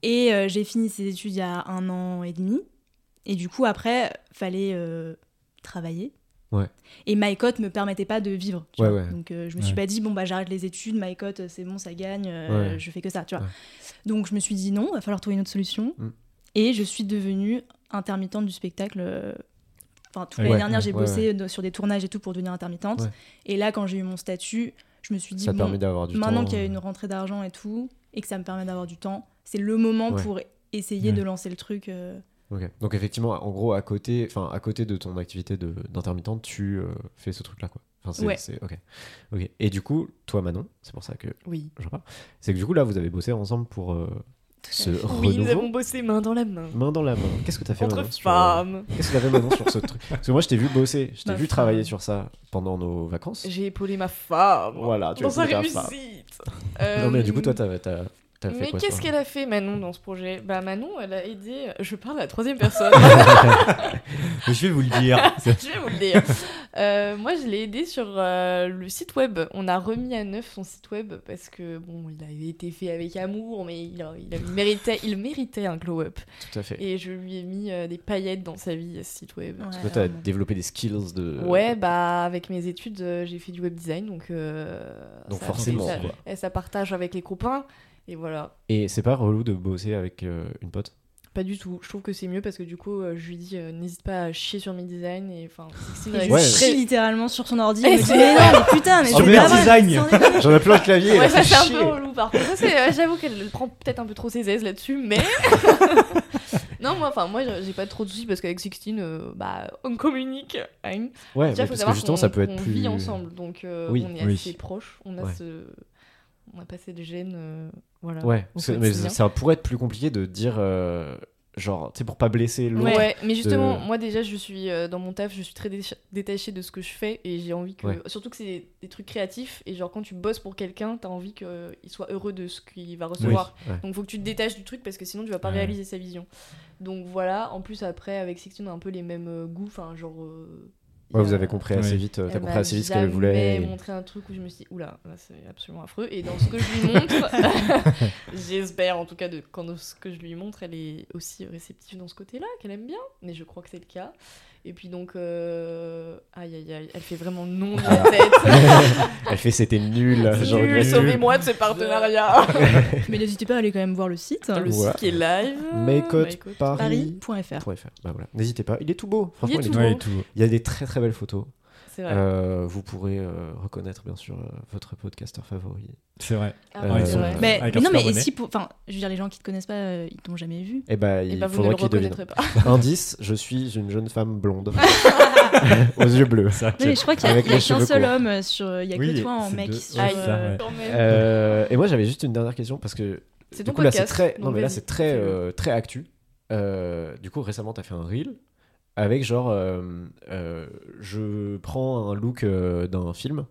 Speaker 4: Et euh, j'ai fini ces études il y a un an et demi. Et du coup après, fallait euh, travailler.
Speaker 2: Ouais.
Speaker 4: Et MyCot me permettait pas de vivre. tu
Speaker 2: Ouais,
Speaker 4: vois.
Speaker 2: ouais.
Speaker 4: Donc euh, je me suis
Speaker 1: Ouais.
Speaker 4: pas dit bon bah j'arrête les études, MyCot euh, c'est bon ça gagne, euh,
Speaker 2: Ouais.
Speaker 4: je fais que ça, tu vois.
Speaker 2: Ouais.
Speaker 4: Donc je me suis dit non, va falloir trouver une autre solution.
Speaker 2: Mm.
Speaker 4: Et je suis devenue intermittente du spectacle. euh, Enfin, toute
Speaker 1: Ouais.
Speaker 4: l'année dernière, j'ai
Speaker 2: ouais,
Speaker 4: bossé de- sur des tournages et tout pour devenir intermittente.
Speaker 2: Ouais.
Speaker 4: Et là, quand j'ai eu mon statut, je me suis dit,
Speaker 2: Ça te
Speaker 4: bon,
Speaker 2: permet d'avoir du
Speaker 4: maintenant
Speaker 2: temps. euh,
Speaker 4: qu'il y a une rentrée d'argent et tout, et que ça me permet d'avoir du temps, c'est le moment
Speaker 2: Ouais.
Speaker 4: pour essayer
Speaker 1: Ouais.
Speaker 4: de lancer le truc. euh,
Speaker 2: Ok. Donc, effectivement, en gros, à côté, enfin, à côté de ton activité de- d'intermittente, tu euh, fais ce truc-là, quoi. Enfin, c'est,
Speaker 4: Ouais.
Speaker 2: c'est- ok. Ok. Et du coup, toi, Manon, c'est pour ça que
Speaker 3: Oui.
Speaker 2: j'en parle, c'est que du coup, là, vous avez bossé ensemble pour euh, ce
Speaker 3: Oui, nous
Speaker 2: renouveau.
Speaker 3: avons bossé main dans la main.
Speaker 2: Main dans la main. Qu'est-ce que t'as fait,
Speaker 3: Entre
Speaker 2: Manon, sur, euh,
Speaker 3: femmes.
Speaker 2: Qu'est-ce que t'as fait, Manon, sur ce truc Parce que moi, je t'ai vu bosser, je t'ai
Speaker 4: Ma
Speaker 2: vu
Speaker 4: femme.
Speaker 2: travailler sur ça pendant nos vacances.
Speaker 3: J'ai épaulé ma femme.
Speaker 2: Voilà, tu
Speaker 3: dans
Speaker 2: as
Speaker 3: sa
Speaker 2: épaulé ta femme.
Speaker 3: réussite. Euh,
Speaker 2: Non, mais du coup, toi, t'as, t'as, t'as fait
Speaker 3: Mais
Speaker 2: quoi
Speaker 3: qu'est-ce
Speaker 2: toi
Speaker 3: qu'elle a fait Manon dans ce projet Bah Manon, elle a aidé. euh, Je parle à la troisième personne.
Speaker 1: Je vais vous le dire.
Speaker 3: je vais vous le dire. Euh, moi, je l'ai aidé sur euh, le site web. On a remis à neuf son site web parce que bon, il avait été fait avec amour, mais il, a- il a- il méritait, il méritait un glow-up.
Speaker 2: Tout à fait.
Speaker 3: Et je lui ai mis euh, des paillettes dans sa vie à ce site web.
Speaker 4: ouais,
Speaker 2: Toi, t'as
Speaker 4: vraiment.
Speaker 2: développé des skills de.
Speaker 3: Euh, Ouais, bah avec mes études, euh, j'ai fait du web design, donc. euh,
Speaker 2: Donc
Speaker 3: ça-
Speaker 2: forcément,
Speaker 3: ça-
Speaker 2: quoi.
Speaker 3: et ça partage avec les copains. Et voilà.
Speaker 2: Et c'est pas relou de bosser avec euh, une pote
Speaker 3: Pas du tout. Je trouve que c'est mieux parce que du coup, euh, je lui dis euh, n'hésite pas à chier sur mes designs et enfin. Sixtine
Speaker 4: Et
Speaker 3: aurait
Speaker 4: je
Speaker 2: Ouais.
Speaker 3: été
Speaker 4: chie
Speaker 3: très-
Speaker 4: littéralement sur son ordi.
Speaker 3: Et
Speaker 4: Et je me dis,
Speaker 3: c'est-
Speaker 4: mais non, mais putain, mais
Speaker 1: Sur
Speaker 4: c'est
Speaker 1: mes
Speaker 4: pas vrai,
Speaker 1: designs.
Speaker 4: sans déconner.
Speaker 2: J'en ai plein le clavier,
Speaker 3: Ouais, ça c'est un
Speaker 2: chier.
Speaker 3: peu relou par contre. Ça, c'est- euh, J'avoue qu'elle prend peut-être un peu trop ses aises là-dessus, mais. non, moi, enfin, moi, j'ai pas trop de soucis parce qu'avec Sixtine, euh, bah, on communique. hein.
Speaker 2: Ouais,
Speaker 3: Déjà,
Speaker 2: mais parce
Speaker 3: faut
Speaker 2: que
Speaker 3: savoir
Speaker 2: justement,
Speaker 3: qu'on-
Speaker 2: ça peut être
Speaker 3: qu'on
Speaker 2: plus.
Speaker 3: vit ensemble, donc euh,
Speaker 2: Oui,
Speaker 3: on est
Speaker 1: oui.
Speaker 3: assez proches. On a
Speaker 2: Ouais.
Speaker 3: ce, on a passé le gène, euh, voilà.
Speaker 2: Ouais,
Speaker 3: au
Speaker 2: parce que- mais
Speaker 3: quotidien.
Speaker 2: ça, ça pourrait être plus compliqué de dire. euh, genre, tu sais, pour pas blesser l'autre.
Speaker 3: Ouais. mais justement,
Speaker 2: de-
Speaker 3: moi déjà, je suis euh, dans mon taf, je suis très décha- détachée de ce que je fais et j'ai envie que.
Speaker 2: Ouais.
Speaker 3: Surtout que c'est des, des trucs créatifs et genre quand tu bosses pour quelqu'un, t'as envie qu'il soit heureux de ce qu'il va recevoir.
Speaker 2: ouais.
Speaker 3: Donc faut que tu te détaches du truc parce que sinon tu vas pas
Speaker 1: Ouais.
Speaker 3: réaliser sa vision. Donc voilà, en plus après, avec Sixteen, on a un peu les mêmes euh, goûts, enfin genre. euh, il y
Speaker 2: Ouais,
Speaker 3: a-
Speaker 2: vous avez compris assez
Speaker 1: Ouais.
Speaker 2: vite, euh, t'as
Speaker 3: elle
Speaker 2: compris
Speaker 3: m'a
Speaker 2: assez vite ce qu'elle
Speaker 3: jamais
Speaker 2: voulait. et-
Speaker 3: Eh ben, montré un truc où je me suis dit, oula, là, c'est absolument affreux. Et dans ce que je lui montre, j'espère en tout cas de, quand dans ce que je lui montre, elle est aussi réceptive dans ce côté-là, qu'elle aime bien. Mais je crois que c'est le cas. Et puis donc, euh, aïe aïe aïe, elle fait vraiment non de
Speaker 2: Ah.
Speaker 3: la tête.
Speaker 2: Elle fait, c'était nul. je
Speaker 3: Nul,
Speaker 2: regrette.
Speaker 3: Sauvez-moi de ce partenariat.
Speaker 4: Mais n'hésitez pas à aller quand même voir le site. euh,
Speaker 3: le
Speaker 2: Voilà.
Speaker 3: site qui est live.
Speaker 2: Makeout Paris.
Speaker 4: Paris.fr.
Speaker 2: Point fr. Bah voilà. N'hésitez pas, il est tout beau. Franchement, il est
Speaker 3: est tout
Speaker 2: tout
Speaker 3: beau.
Speaker 2: beau.
Speaker 1: Ouais, et tout.
Speaker 2: Il y a des très très belles photos.
Speaker 3: C'est vrai.
Speaker 2: Euh, vous pourrez euh, reconnaître bien sûr euh, votre podcasteur favori.
Speaker 1: C'est vrai.
Speaker 3: Ah,
Speaker 2: euh,
Speaker 3: ouais,
Speaker 2: ils
Speaker 3: c'est
Speaker 2: sont-
Speaker 3: vrai.
Speaker 4: Mais,
Speaker 1: Avec
Speaker 4: mais
Speaker 1: un
Speaker 4: non,
Speaker 1: super
Speaker 4: mais et
Speaker 1: bonnet.
Speaker 4: si pour. Enfin, je veux dire, les gens qui te connaissent pas, euh, ils t'ont jamais vu.
Speaker 2: Et bah,
Speaker 3: Et
Speaker 2: il
Speaker 3: bah, vous ne
Speaker 2: faudrait
Speaker 3: le
Speaker 2: qu'il devine.
Speaker 3: reconnaîtrez pas.
Speaker 2: Indice, je suis une jeune femme blonde aux yeux bleus.
Speaker 1: C'est vrai que
Speaker 4: Non, mais je crois qu'il y a,
Speaker 2: Avec
Speaker 4: il y a
Speaker 2: les
Speaker 4: qu'un
Speaker 2: cheveux
Speaker 4: seul
Speaker 2: courts.
Speaker 4: homme euh, sur. Il y a
Speaker 1: Oui,
Speaker 4: que toi en
Speaker 1: c'est
Speaker 4: mec
Speaker 1: deux.
Speaker 4: sur.
Speaker 3: Aïe,
Speaker 1: ça, ouais.
Speaker 3: quand même.
Speaker 2: Euh, et moi j'avais juste une dernière question parce que
Speaker 3: Eh C'est
Speaker 2: du
Speaker 3: ton
Speaker 2: coup là c'est
Speaker 3: podcast,
Speaker 2: très non
Speaker 3: donc
Speaker 2: mais là
Speaker 3: vas-y,
Speaker 2: c'est très
Speaker 3: fais-le.
Speaker 2: euh, très actu. Euh, du coup récemment t'as fait un reel avec genre euh, euh, je prends un look euh, d'un film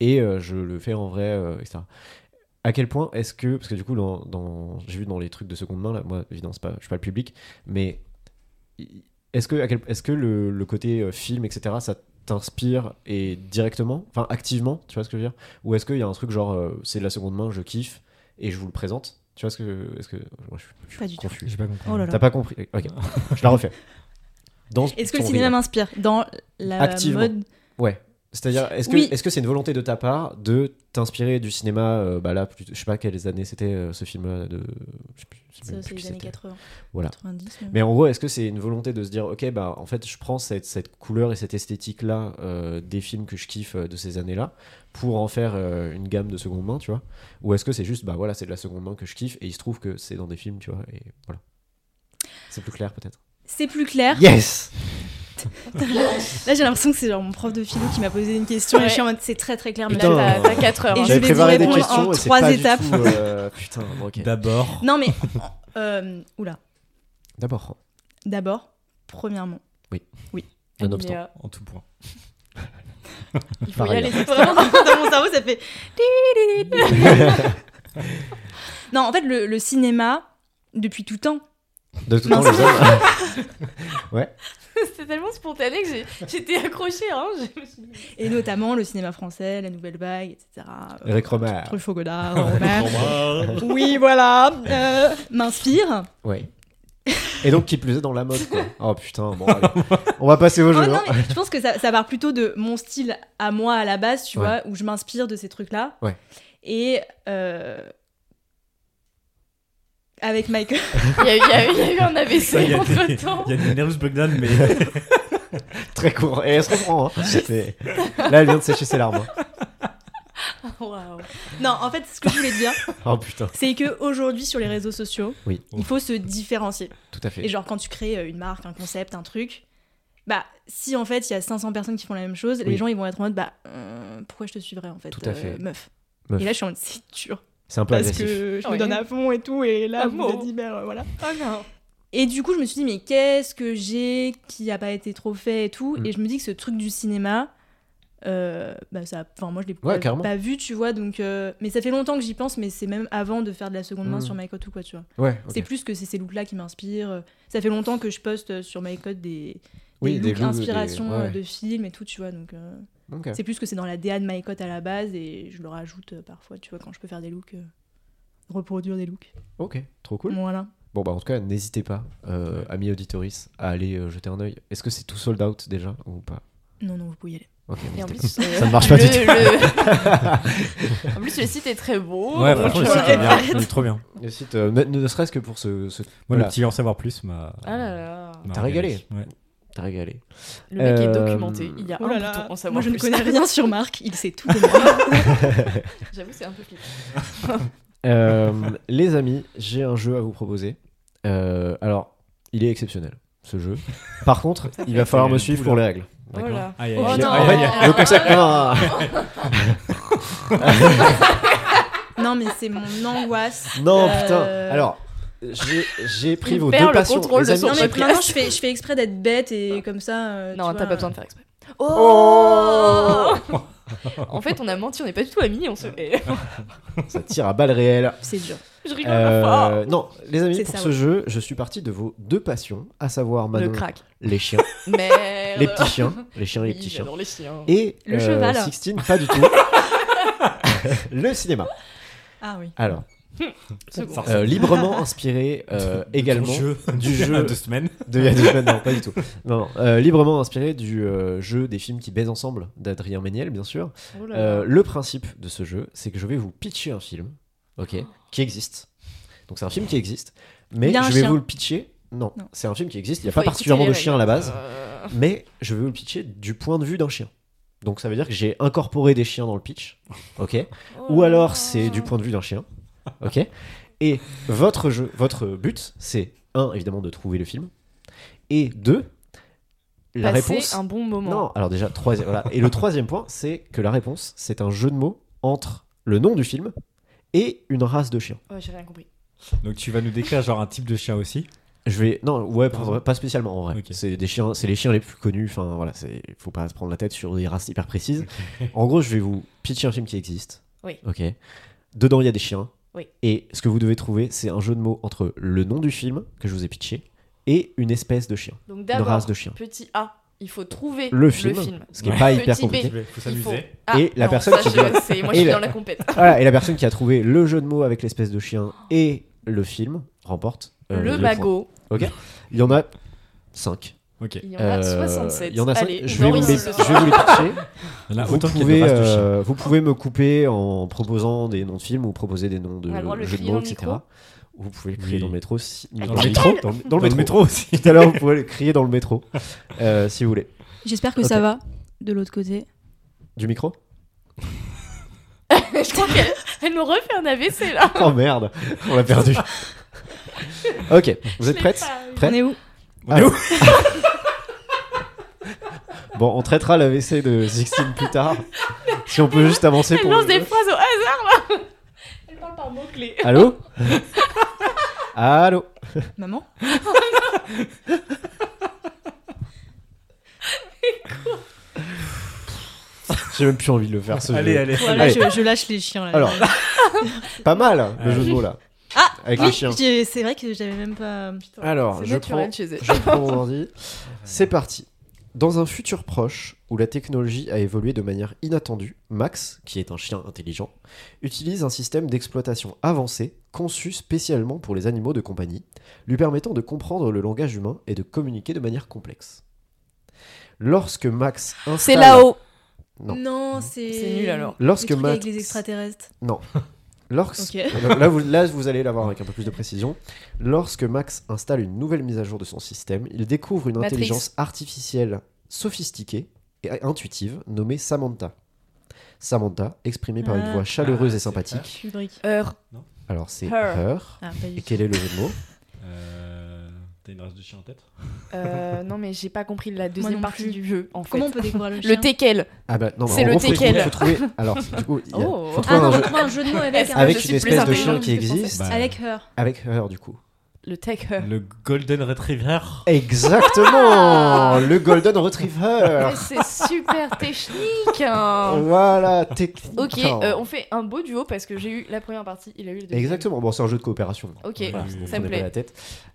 Speaker 2: et euh, je le fais en vrai euh, etc. À quel point est-ce que parce que du coup dans, dans- j'ai vu dans les trucs de seconde main là moi évidemment c'est pas je suis pas le public mais est-ce que à quel- est-ce que le, le côté euh, film etc ça t'inspire et directement, enfin activement, tu vois ce que je veux dire Ou est-ce qu'il y a un truc genre euh, c'est de la seconde main, je kiffe et je vous le présente Tu vois ce que est-ce que moi, je suis
Speaker 4: Pas du tout.
Speaker 2: confus.
Speaker 1: J'ai pas compris.
Speaker 4: Oh là là.
Speaker 2: T'as pas compris Ok, je la refais. Dans
Speaker 4: Est-ce que le
Speaker 2: ton
Speaker 4: cinéma
Speaker 2: regard.
Speaker 4: m'inspire Dans la
Speaker 2: Activement.
Speaker 4: mode.
Speaker 2: Ouais. C'est-à-dire, est-ce que
Speaker 4: Oui.
Speaker 2: est-ce que c'est une volonté de ta part de t'inspirer du cinéma euh, Bah là, plus- je sais pas quelles années c'était euh, ce film euh, de. Je sais plus, je sais
Speaker 4: C'est
Speaker 2: même
Speaker 4: c'est
Speaker 2: plus qui
Speaker 4: les années
Speaker 2: c'était.
Speaker 4: 80.
Speaker 2: Voilà.
Speaker 4: 90. même.
Speaker 2: Mais en gros, est-ce que c'est une volonté de se dire, ok, bah en fait, je prends cette, cette couleur et cette esthétique-là euh, des films que je kiffe euh, de ces années-là pour en faire euh, une gamme de seconde main, tu vois Ou est-ce que c'est juste, bah voilà, c'est de la seconde main que je kiffe et il se trouve que c'est dans des films, tu vois Et voilà. C'est plus clair peut-être.
Speaker 4: C'est plus clair.
Speaker 2: Yes
Speaker 4: Là, j'ai l'impression que c'est genre mon prof de philo qui m'a posé une question et
Speaker 3: Ouais.
Speaker 4: je suis en mode c'est très très clair. Mais
Speaker 2: Putain.
Speaker 4: là,
Speaker 3: Là, t'as 4 heures.
Speaker 4: Et
Speaker 3: hein.
Speaker 4: je vais
Speaker 2: J'avais
Speaker 4: vous
Speaker 2: préparé des
Speaker 4: répondre
Speaker 2: questions
Speaker 4: en
Speaker 2: et c'est
Speaker 4: trois
Speaker 2: pas
Speaker 4: étapes.
Speaker 2: du tout. euh, putain, bon, ok.
Speaker 1: D'abord,
Speaker 4: Non, mais. euh, oula.
Speaker 2: D'abord,
Speaker 4: D'abord, premièrement.
Speaker 2: nonobstant.
Speaker 3: Amélia,
Speaker 1: en tout point.
Speaker 3: Il faut y
Speaker 2: Pareil.
Speaker 3: aller.
Speaker 4: Vraiment, dans dans mon cerveau, ça fait. non, en fait, le, le cinéma, depuis tout temps.
Speaker 2: De tout temps, les hommes.
Speaker 3: C'était tellement spontané que j'ai- j'étais accrochée. Hein. Je me suis dit,
Speaker 4: Et notamment le cinéma français, la nouvelle vague, etc. Euh,
Speaker 2: Eric Romer.
Speaker 4: Truffaut Godard, Romer. oui, voilà. euh, M'inspire.
Speaker 2: Ouais. Et donc, qui plus est dans la mode, quoi. Oh putain, bon, allez. on va passer au jeu.
Speaker 4: Oh, non,
Speaker 2: hein.
Speaker 4: mais je pense que ça, ça part plutôt de mon style à moi à la base, tu
Speaker 2: Ouais.
Speaker 4: vois, où je m'inspire de ces trucs-là.
Speaker 2: Ouais.
Speaker 4: Et euh, avec Michael,
Speaker 3: Il y, a- il y a il y a eu un
Speaker 1: Ça, il y
Speaker 3: AVC
Speaker 1: a des-
Speaker 3: entre temps.
Speaker 1: Il y a des nervous breakdown, mais
Speaker 2: Très court. Et elle se reprend. hein. Mais Là, elle vient de sécher ses larmes. hein.
Speaker 3: Waouh.
Speaker 4: non, en fait, ce que je voulais te dire,
Speaker 2: Oh putain.
Speaker 4: c'est que aujourd'hui sur les réseaux sociaux,
Speaker 2: Oui.
Speaker 4: il faut se différencier.
Speaker 2: Tout à fait.
Speaker 4: Et genre quand tu crées euh, une marque, un concept, un truc, bah si en fait il y a 500 personnes qui font la même chose,
Speaker 2: Oui.
Speaker 4: les gens ils vont être en mode bah euh, pourquoi je te suivrais en fait,
Speaker 2: Tout à
Speaker 4: euh,
Speaker 2: fait.
Speaker 4: meuf.
Speaker 2: Meuf.
Speaker 4: Et là je suis en mode c'est dur
Speaker 2: C'est un peu
Speaker 4: parce
Speaker 2: agressif.
Speaker 4: que je me
Speaker 3: Oui.
Speaker 4: donne à fond et tout et là
Speaker 3: Ah
Speaker 4: vous
Speaker 3: bon.
Speaker 4: êtes hyper, euh, voilà.
Speaker 3: Oh non.
Speaker 4: Et du coup, je me suis dit, mais qu'est-ce que j'ai qui a pas été trop fait et tout
Speaker 2: Mm.
Speaker 4: Et je me dis que ce truc du cinéma, euh, bah ça, enfin moi je l'ai
Speaker 2: Ouais,
Speaker 4: pas-
Speaker 2: carrément.
Speaker 4: pas vu, tu vois. Donc, euh, mais ça fait longtemps que j'y pense, mais c'est même avant de faire de la seconde main
Speaker 2: Mm.
Speaker 4: sur MyCode ou quoi, tu vois.
Speaker 2: Ouais, ok.
Speaker 4: C'est plus que c'est ces looks-là qui m'inspirent. Ça fait longtemps que je poste sur MyCode des,
Speaker 2: Oui,
Speaker 4: des
Speaker 2: des
Speaker 4: looks
Speaker 2: looks, des-
Speaker 4: inspiration
Speaker 2: ouais.
Speaker 4: euh, de films et tout, tu vois. Donc euh,
Speaker 2: Ok.
Speaker 4: c'est plus que c'est dans la DA de MyCode à la base et je le rajoute euh, parfois, tu vois, quand je peux faire des looks, euh, reproduire des looks.
Speaker 2: Ok, trop cool.
Speaker 4: Voilà.
Speaker 2: Bon, bah en tout cas, n'hésitez pas, euh, amis auditoris, à aller euh, jeter un œil. Est-ce que c'est tout sold out déjà ou pas
Speaker 4: Non, non, vous pouvez y aller.
Speaker 2: Ok,
Speaker 3: Et en
Speaker 2: n'hésitez
Speaker 3: plus, euh,
Speaker 2: Ça ne marche pas du
Speaker 3: le- le- en plus, le site est très beau.
Speaker 1: ouais,
Speaker 3: donc,
Speaker 1: franchement, le
Speaker 3: euh,
Speaker 1: site est bien.
Speaker 4: Arrête.
Speaker 1: Il est trop bien.
Speaker 2: pas. Le site, euh, ne, ne serait-ce que pour ce. ce-
Speaker 1: Moi,
Speaker 2: Voilà.
Speaker 1: le petit en savoir plus m'a.
Speaker 3: Ah là là.
Speaker 1: m'a
Speaker 2: T'as régalé.
Speaker 1: Ouais.
Speaker 2: T'as régalé.
Speaker 3: Le mec est
Speaker 2: Euh,
Speaker 3: documenté. Il y a
Speaker 4: Oh
Speaker 3: un
Speaker 4: là là,
Speaker 3: bouton en
Speaker 4: Moi,
Speaker 3: savoir
Speaker 4: je ne
Speaker 3: plus.
Speaker 4: connais rien sur Marc, il sait tout de moi.
Speaker 3: J'avoue, c'est un peu flippant.
Speaker 2: Euh, les amis, j'ai un jeu à vous proposer. Euh, alors, il est exceptionnel, ce jeu. Par contre, il va falloir me suivre pour les règles. D'accord
Speaker 3: Voilà.
Speaker 1: Aïe, aïe,
Speaker 3: Oh
Speaker 1: aïe,
Speaker 3: non.
Speaker 1: aïe, aïe, aïe.
Speaker 2: Le concept. non, non, non.
Speaker 4: non, mais c'est mon angoisse.
Speaker 2: Non,
Speaker 4: Euh,
Speaker 2: putain. Alors, j'ai j'ai pris
Speaker 3: Il
Speaker 2: vos
Speaker 3: perd
Speaker 2: deux
Speaker 3: le
Speaker 2: passions.
Speaker 3: contrôle
Speaker 2: les
Speaker 3: de
Speaker 2: amis,
Speaker 3: son
Speaker 4: Non, mais
Speaker 2: j'ai pris-
Speaker 4: maintenant, je fais, je fais exprès d'être bête et comme ça. euh,
Speaker 3: Ah. Non,
Speaker 4: tu
Speaker 3: t'as
Speaker 4: vois, euh,
Speaker 3: pas besoin de faire exprès.
Speaker 2: Oh
Speaker 3: En fait, on a menti, on n'est pas du tout amis. On se...
Speaker 2: Ça tire à balles réelles.
Speaker 4: C'est dur.
Speaker 3: je rigole pas fort.
Speaker 2: Euh, non, les amis,
Speaker 4: C'est
Speaker 2: pour
Speaker 4: ça,
Speaker 2: ce
Speaker 4: ouais.
Speaker 2: jeu, je suis parti de vos deux passions, à savoir
Speaker 3: Le
Speaker 2: Manon,
Speaker 3: crack.
Speaker 2: les chiens,
Speaker 3: Merde.
Speaker 2: bah les petits chiens, les chiens,
Speaker 3: euh, Oui,
Speaker 2: les petits chiens,
Speaker 3: J'adore les chiens.
Speaker 2: et euh,
Speaker 4: Le cheval.
Speaker 2: Sixtine, pas du tout. le cinéma.
Speaker 4: Ah oui.
Speaker 2: Alors,
Speaker 3: Second.
Speaker 1: Ça ressemble
Speaker 2: euh, librement inspiré euh, également. du
Speaker 1: du jeu.
Speaker 2: jeu.
Speaker 1: deux semaines.
Speaker 2: De il y a deux semaines, non, pas du tout. Non, non, euh, librement inspiré du euh, jeu des films qui baisent ensemble d'Adrien Méniel, bien sûr.
Speaker 3: Oh là là.
Speaker 2: Euh, le principe de ce jeu, c'est que je vais vous pitcher un film, ok, qui existe. Donc c'est un film qui existe, mais
Speaker 4: Il y
Speaker 2: je
Speaker 4: a un
Speaker 2: vais
Speaker 4: chien.
Speaker 2: vous le pitcher. Non,
Speaker 4: Non.
Speaker 2: c'est un film qui existe. Il n'y a
Speaker 3: Faut
Speaker 2: pas
Speaker 3: écouter
Speaker 2: particulièrement
Speaker 3: les
Speaker 2: de chien à la
Speaker 3: règles.
Speaker 2: base,
Speaker 3: Euh,
Speaker 2: mais je vais vous le pitcher du point de vue d'un chien. Donc ça veut dire que j'ai incorporé des chiens dans le pitch, ok.
Speaker 3: oh
Speaker 2: Ou
Speaker 3: là
Speaker 2: alors
Speaker 3: là.
Speaker 2: c'est du point de vue d'un chien, ok. Et votre jeu, votre but, c'est un évidemment de trouver le film, et deux, la
Speaker 3: Passer
Speaker 2: réponse.
Speaker 3: un bon moment.
Speaker 2: Non, alors déjà, troisième. voilà. Et le troisième point, c'est que la réponse, c'est un jeu de mots entre le nom du film et une race de chien.
Speaker 3: Ouais, j'ai rien compris.
Speaker 1: Donc, tu vas nous décrire genre un type de chien aussi.
Speaker 2: Je vais. Non, ouais, pas-
Speaker 1: Pardon.
Speaker 2: pas spécialement en vrai.
Speaker 1: Ok.
Speaker 2: C'est des chiens, c'est les chiens les plus connus. Enfin, voilà, c'est. Faut pas se prendre la tête sur des races hyper précises. En gros, je vais vous pitcher un film qui existe.
Speaker 3: Oui.
Speaker 2: Ok. Dedans, il y a des chiens.
Speaker 3: Oui.
Speaker 2: Et ce que vous devez trouver, c'est un jeu de mots entre le nom du film que je vous ai pitché et une espèce de chien,
Speaker 3: Donc
Speaker 2: une
Speaker 3: d'abord,
Speaker 2: race de chien.
Speaker 3: petit A. Il faut trouver
Speaker 2: Le film. Ce qui est
Speaker 1: Ouais.
Speaker 2: pas hyper
Speaker 3: Petit
Speaker 2: compliqué.
Speaker 3: B.
Speaker 1: Il faut
Speaker 3: Il faut-
Speaker 1: s'amuser.
Speaker 3: Ah,
Speaker 2: Et la
Speaker 3: non,
Speaker 2: personne
Speaker 3: ça,
Speaker 2: qui
Speaker 3: je-
Speaker 2: doit-
Speaker 3: c'est- Moi,
Speaker 2: Et
Speaker 3: je suis
Speaker 2: la-
Speaker 3: dans la compète.
Speaker 2: Voilà, et la personne qui a trouvé le jeu de mots avec l'espèce de chien et le film remporte euh,
Speaker 3: Le
Speaker 2: point.
Speaker 3: magot.
Speaker 2: Il y en a 5.
Speaker 1: Ok.
Speaker 3: Il y en a
Speaker 2: Euh,
Speaker 3: 67.
Speaker 2: Il y en a cinq.
Speaker 3: Allez,
Speaker 2: Je
Speaker 3: on
Speaker 2: vais, vous
Speaker 3: enregistre
Speaker 2: les,
Speaker 3: le
Speaker 2: je vais vous les pitcher.
Speaker 1: Il y en a
Speaker 2: vous,
Speaker 1: autant qu'il y a de
Speaker 2: pouvez,
Speaker 1: races de chiens.
Speaker 2: euh, vous pouvez me couper en proposant des noms de films ou proposer des noms de
Speaker 3: On a le droit de le
Speaker 2: jeux de
Speaker 3: crier
Speaker 2: mots,
Speaker 3: dans le
Speaker 2: etc.
Speaker 3: micro
Speaker 2: Vous pouvez le crier
Speaker 1: Oui.
Speaker 2: dans le métro. si-
Speaker 1: Dans
Speaker 3: Dans
Speaker 1: le
Speaker 3: le
Speaker 1: métro
Speaker 2: Dans, le- dans
Speaker 1: Dans
Speaker 2: le métro.
Speaker 1: aussi.
Speaker 2: Tout à l'heure, vous pouvez le crier dans le métro euh, si vous voulez.
Speaker 4: J'espère que
Speaker 2: Ok.
Speaker 4: ça va de l'autre côté.
Speaker 2: Du micro
Speaker 3: Je crois qu'elle elle nous refait un AVC là.
Speaker 2: Oh merde, on l'a perdu. ok, vous
Speaker 3: Je
Speaker 2: êtes
Speaker 3: l'ai
Speaker 2: prêtes
Speaker 3: pas eu.
Speaker 2: Prêt
Speaker 4: On est où
Speaker 1: On est où
Speaker 2: Bon, on traitera l'AVC de Sixtine plus tard. Si on peut juste avancer
Speaker 3: Elle
Speaker 2: pour.
Speaker 3: lance des phrases au hasard là. Elle parle par mots-clés.
Speaker 2: Allô Allô
Speaker 4: Maman
Speaker 2: J'ai même plus envie de le faire ce jeu.
Speaker 1: Allez, allez.
Speaker 4: Voilà,
Speaker 2: Allez.
Speaker 4: je, je lâche les chiens. Là.
Speaker 2: Alors, pas mal le jeu de mots là.
Speaker 4: Ah,
Speaker 2: Avec
Speaker 4: Oui,
Speaker 2: les chiens. Ah,
Speaker 4: j'ai- c'est vrai que j'avais même pas.
Speaker 2: Alors,
Speaker 3: C'est
Speaker 2: je
Speaker 3: naturel
Speaker 2: prends,
Speaker 3: chez elle.
Speaker 2: je prends mon ordi. C'est parti. Dans un futur proche où la technologie a évolué de manière inattendue, Max, qui est un chien intelligent, utilise un système d'exploitation avancé conçu spécialement pour les animaux de compagnie, lui permettant de comprendre le langage humain et de communiquer de manière complexe. Lorsque Max
Speaker 3: C'est
Speaker 2: installe...
Speaker 3: là-haut.
Speaker 2: Non.
Speaker 4: Non, c'est.
Speaker 3: C'est nul, alors.
Speaker 2: Lorsque
Speaker 4: Les trucs
Speaker 2: Max...
Speaker 4: Avec les extraterrestres.
Speaker 2: Lorsque-
Speaker 4: Ok.
Speaker 2: là, vous, là, vous allez l'avoir avec un peu plus de précision. Lorsque Max installe une nouvelle mise à jour de son système, il découvre une
Speaker 3: Matrix.
Speaker 2: intelligence artificielle sophistiquée et intuitive nommée Samantha. Samantha, exprimée par une
Speaker 4: Ah.
Speaker 2: voix chaleureuse
Speaker 1: Ah,
Speaker 2: et
Speaker 1: c'est
Speaker 2: sympathique.
Speaker 4: Kubrick.
Speaker 3: Heure.
Speaker 2: Alors, c'est
Speaker 3: Her.
Speaker 2: Her.
Speaker 4: Ah, pas du
Speaker 2: Et
Speaker 4: tout.
Speaker 2: quel est le jeu de mot
Speaker 1: Euh, T'as une race de chien en tête
Speaker 3: Euh, non, mais j'ai pas compris la deuxième
Speaker 4: non
Speaker 3: partie
Speaker 4: plus.
Speaker 3: du jeu en fait.
Speaker 4: Comment on peut découvrir le chien
Speaker 3: le teckel.
Speaker 2: Ah bah non, mais
Speaker 3: C'est
Speaker 2: en
Speaker 3: le
Speaker 2: gros, faut-
Speaker 3: teckel.
Speaker 2: faut trouver. Alors, du coup, il y a-
Speaker 3: Oh.
Speaker 2: faut trouver
Speaker 4: Ah non,
Speaker 2: un
Speaker 4: on
Speaker 2: jeu
Speaker 4: trouve un jeu de mots avec,
Speaker 3: Est-ce
Speaker 4: un-
Speaker 3: que
Speaker 2: avec
Speaker 3: je
Speaker 2: une
Speaker 3: suis plus
Speaker 2: espèce de chien
Speaker 3: intelligente
Speaker 2: qui
Speaker 3: que je pensais.
Speaker 2: existe.
Speaker 1: Bah,
Speaker 4: Avec Her.
Speaker 2: Avec Her, du coup.
Speaker 3: Le teckel.
Speaker 1: Le Golden Retriever.
Speaker 2: Exactement Le Golden Retriever
Speaker 3: Mais C'est super technique.
Speaker 2: Euh,
Speaker 3: hein.
Speaker 2: Voilà, technique.
Speaker 3: Ok,
Speaker 2: Putain.
Speaker 3: euh, on fait un beau duo parce que j'ai eu la première partie, il a eu le deuxième.
Speaker 2: Exactement, bon, c'est un jeu de coopération.
Speaker 3: Ok,
Speaker 1: Voilà,
Speaker 2: Vous
Speaker 3: ça
Speaker 2: prenez
Speaker 3: me
Speaker 2: pas
Speaker 3: plaît.
Speaker 2: la tête.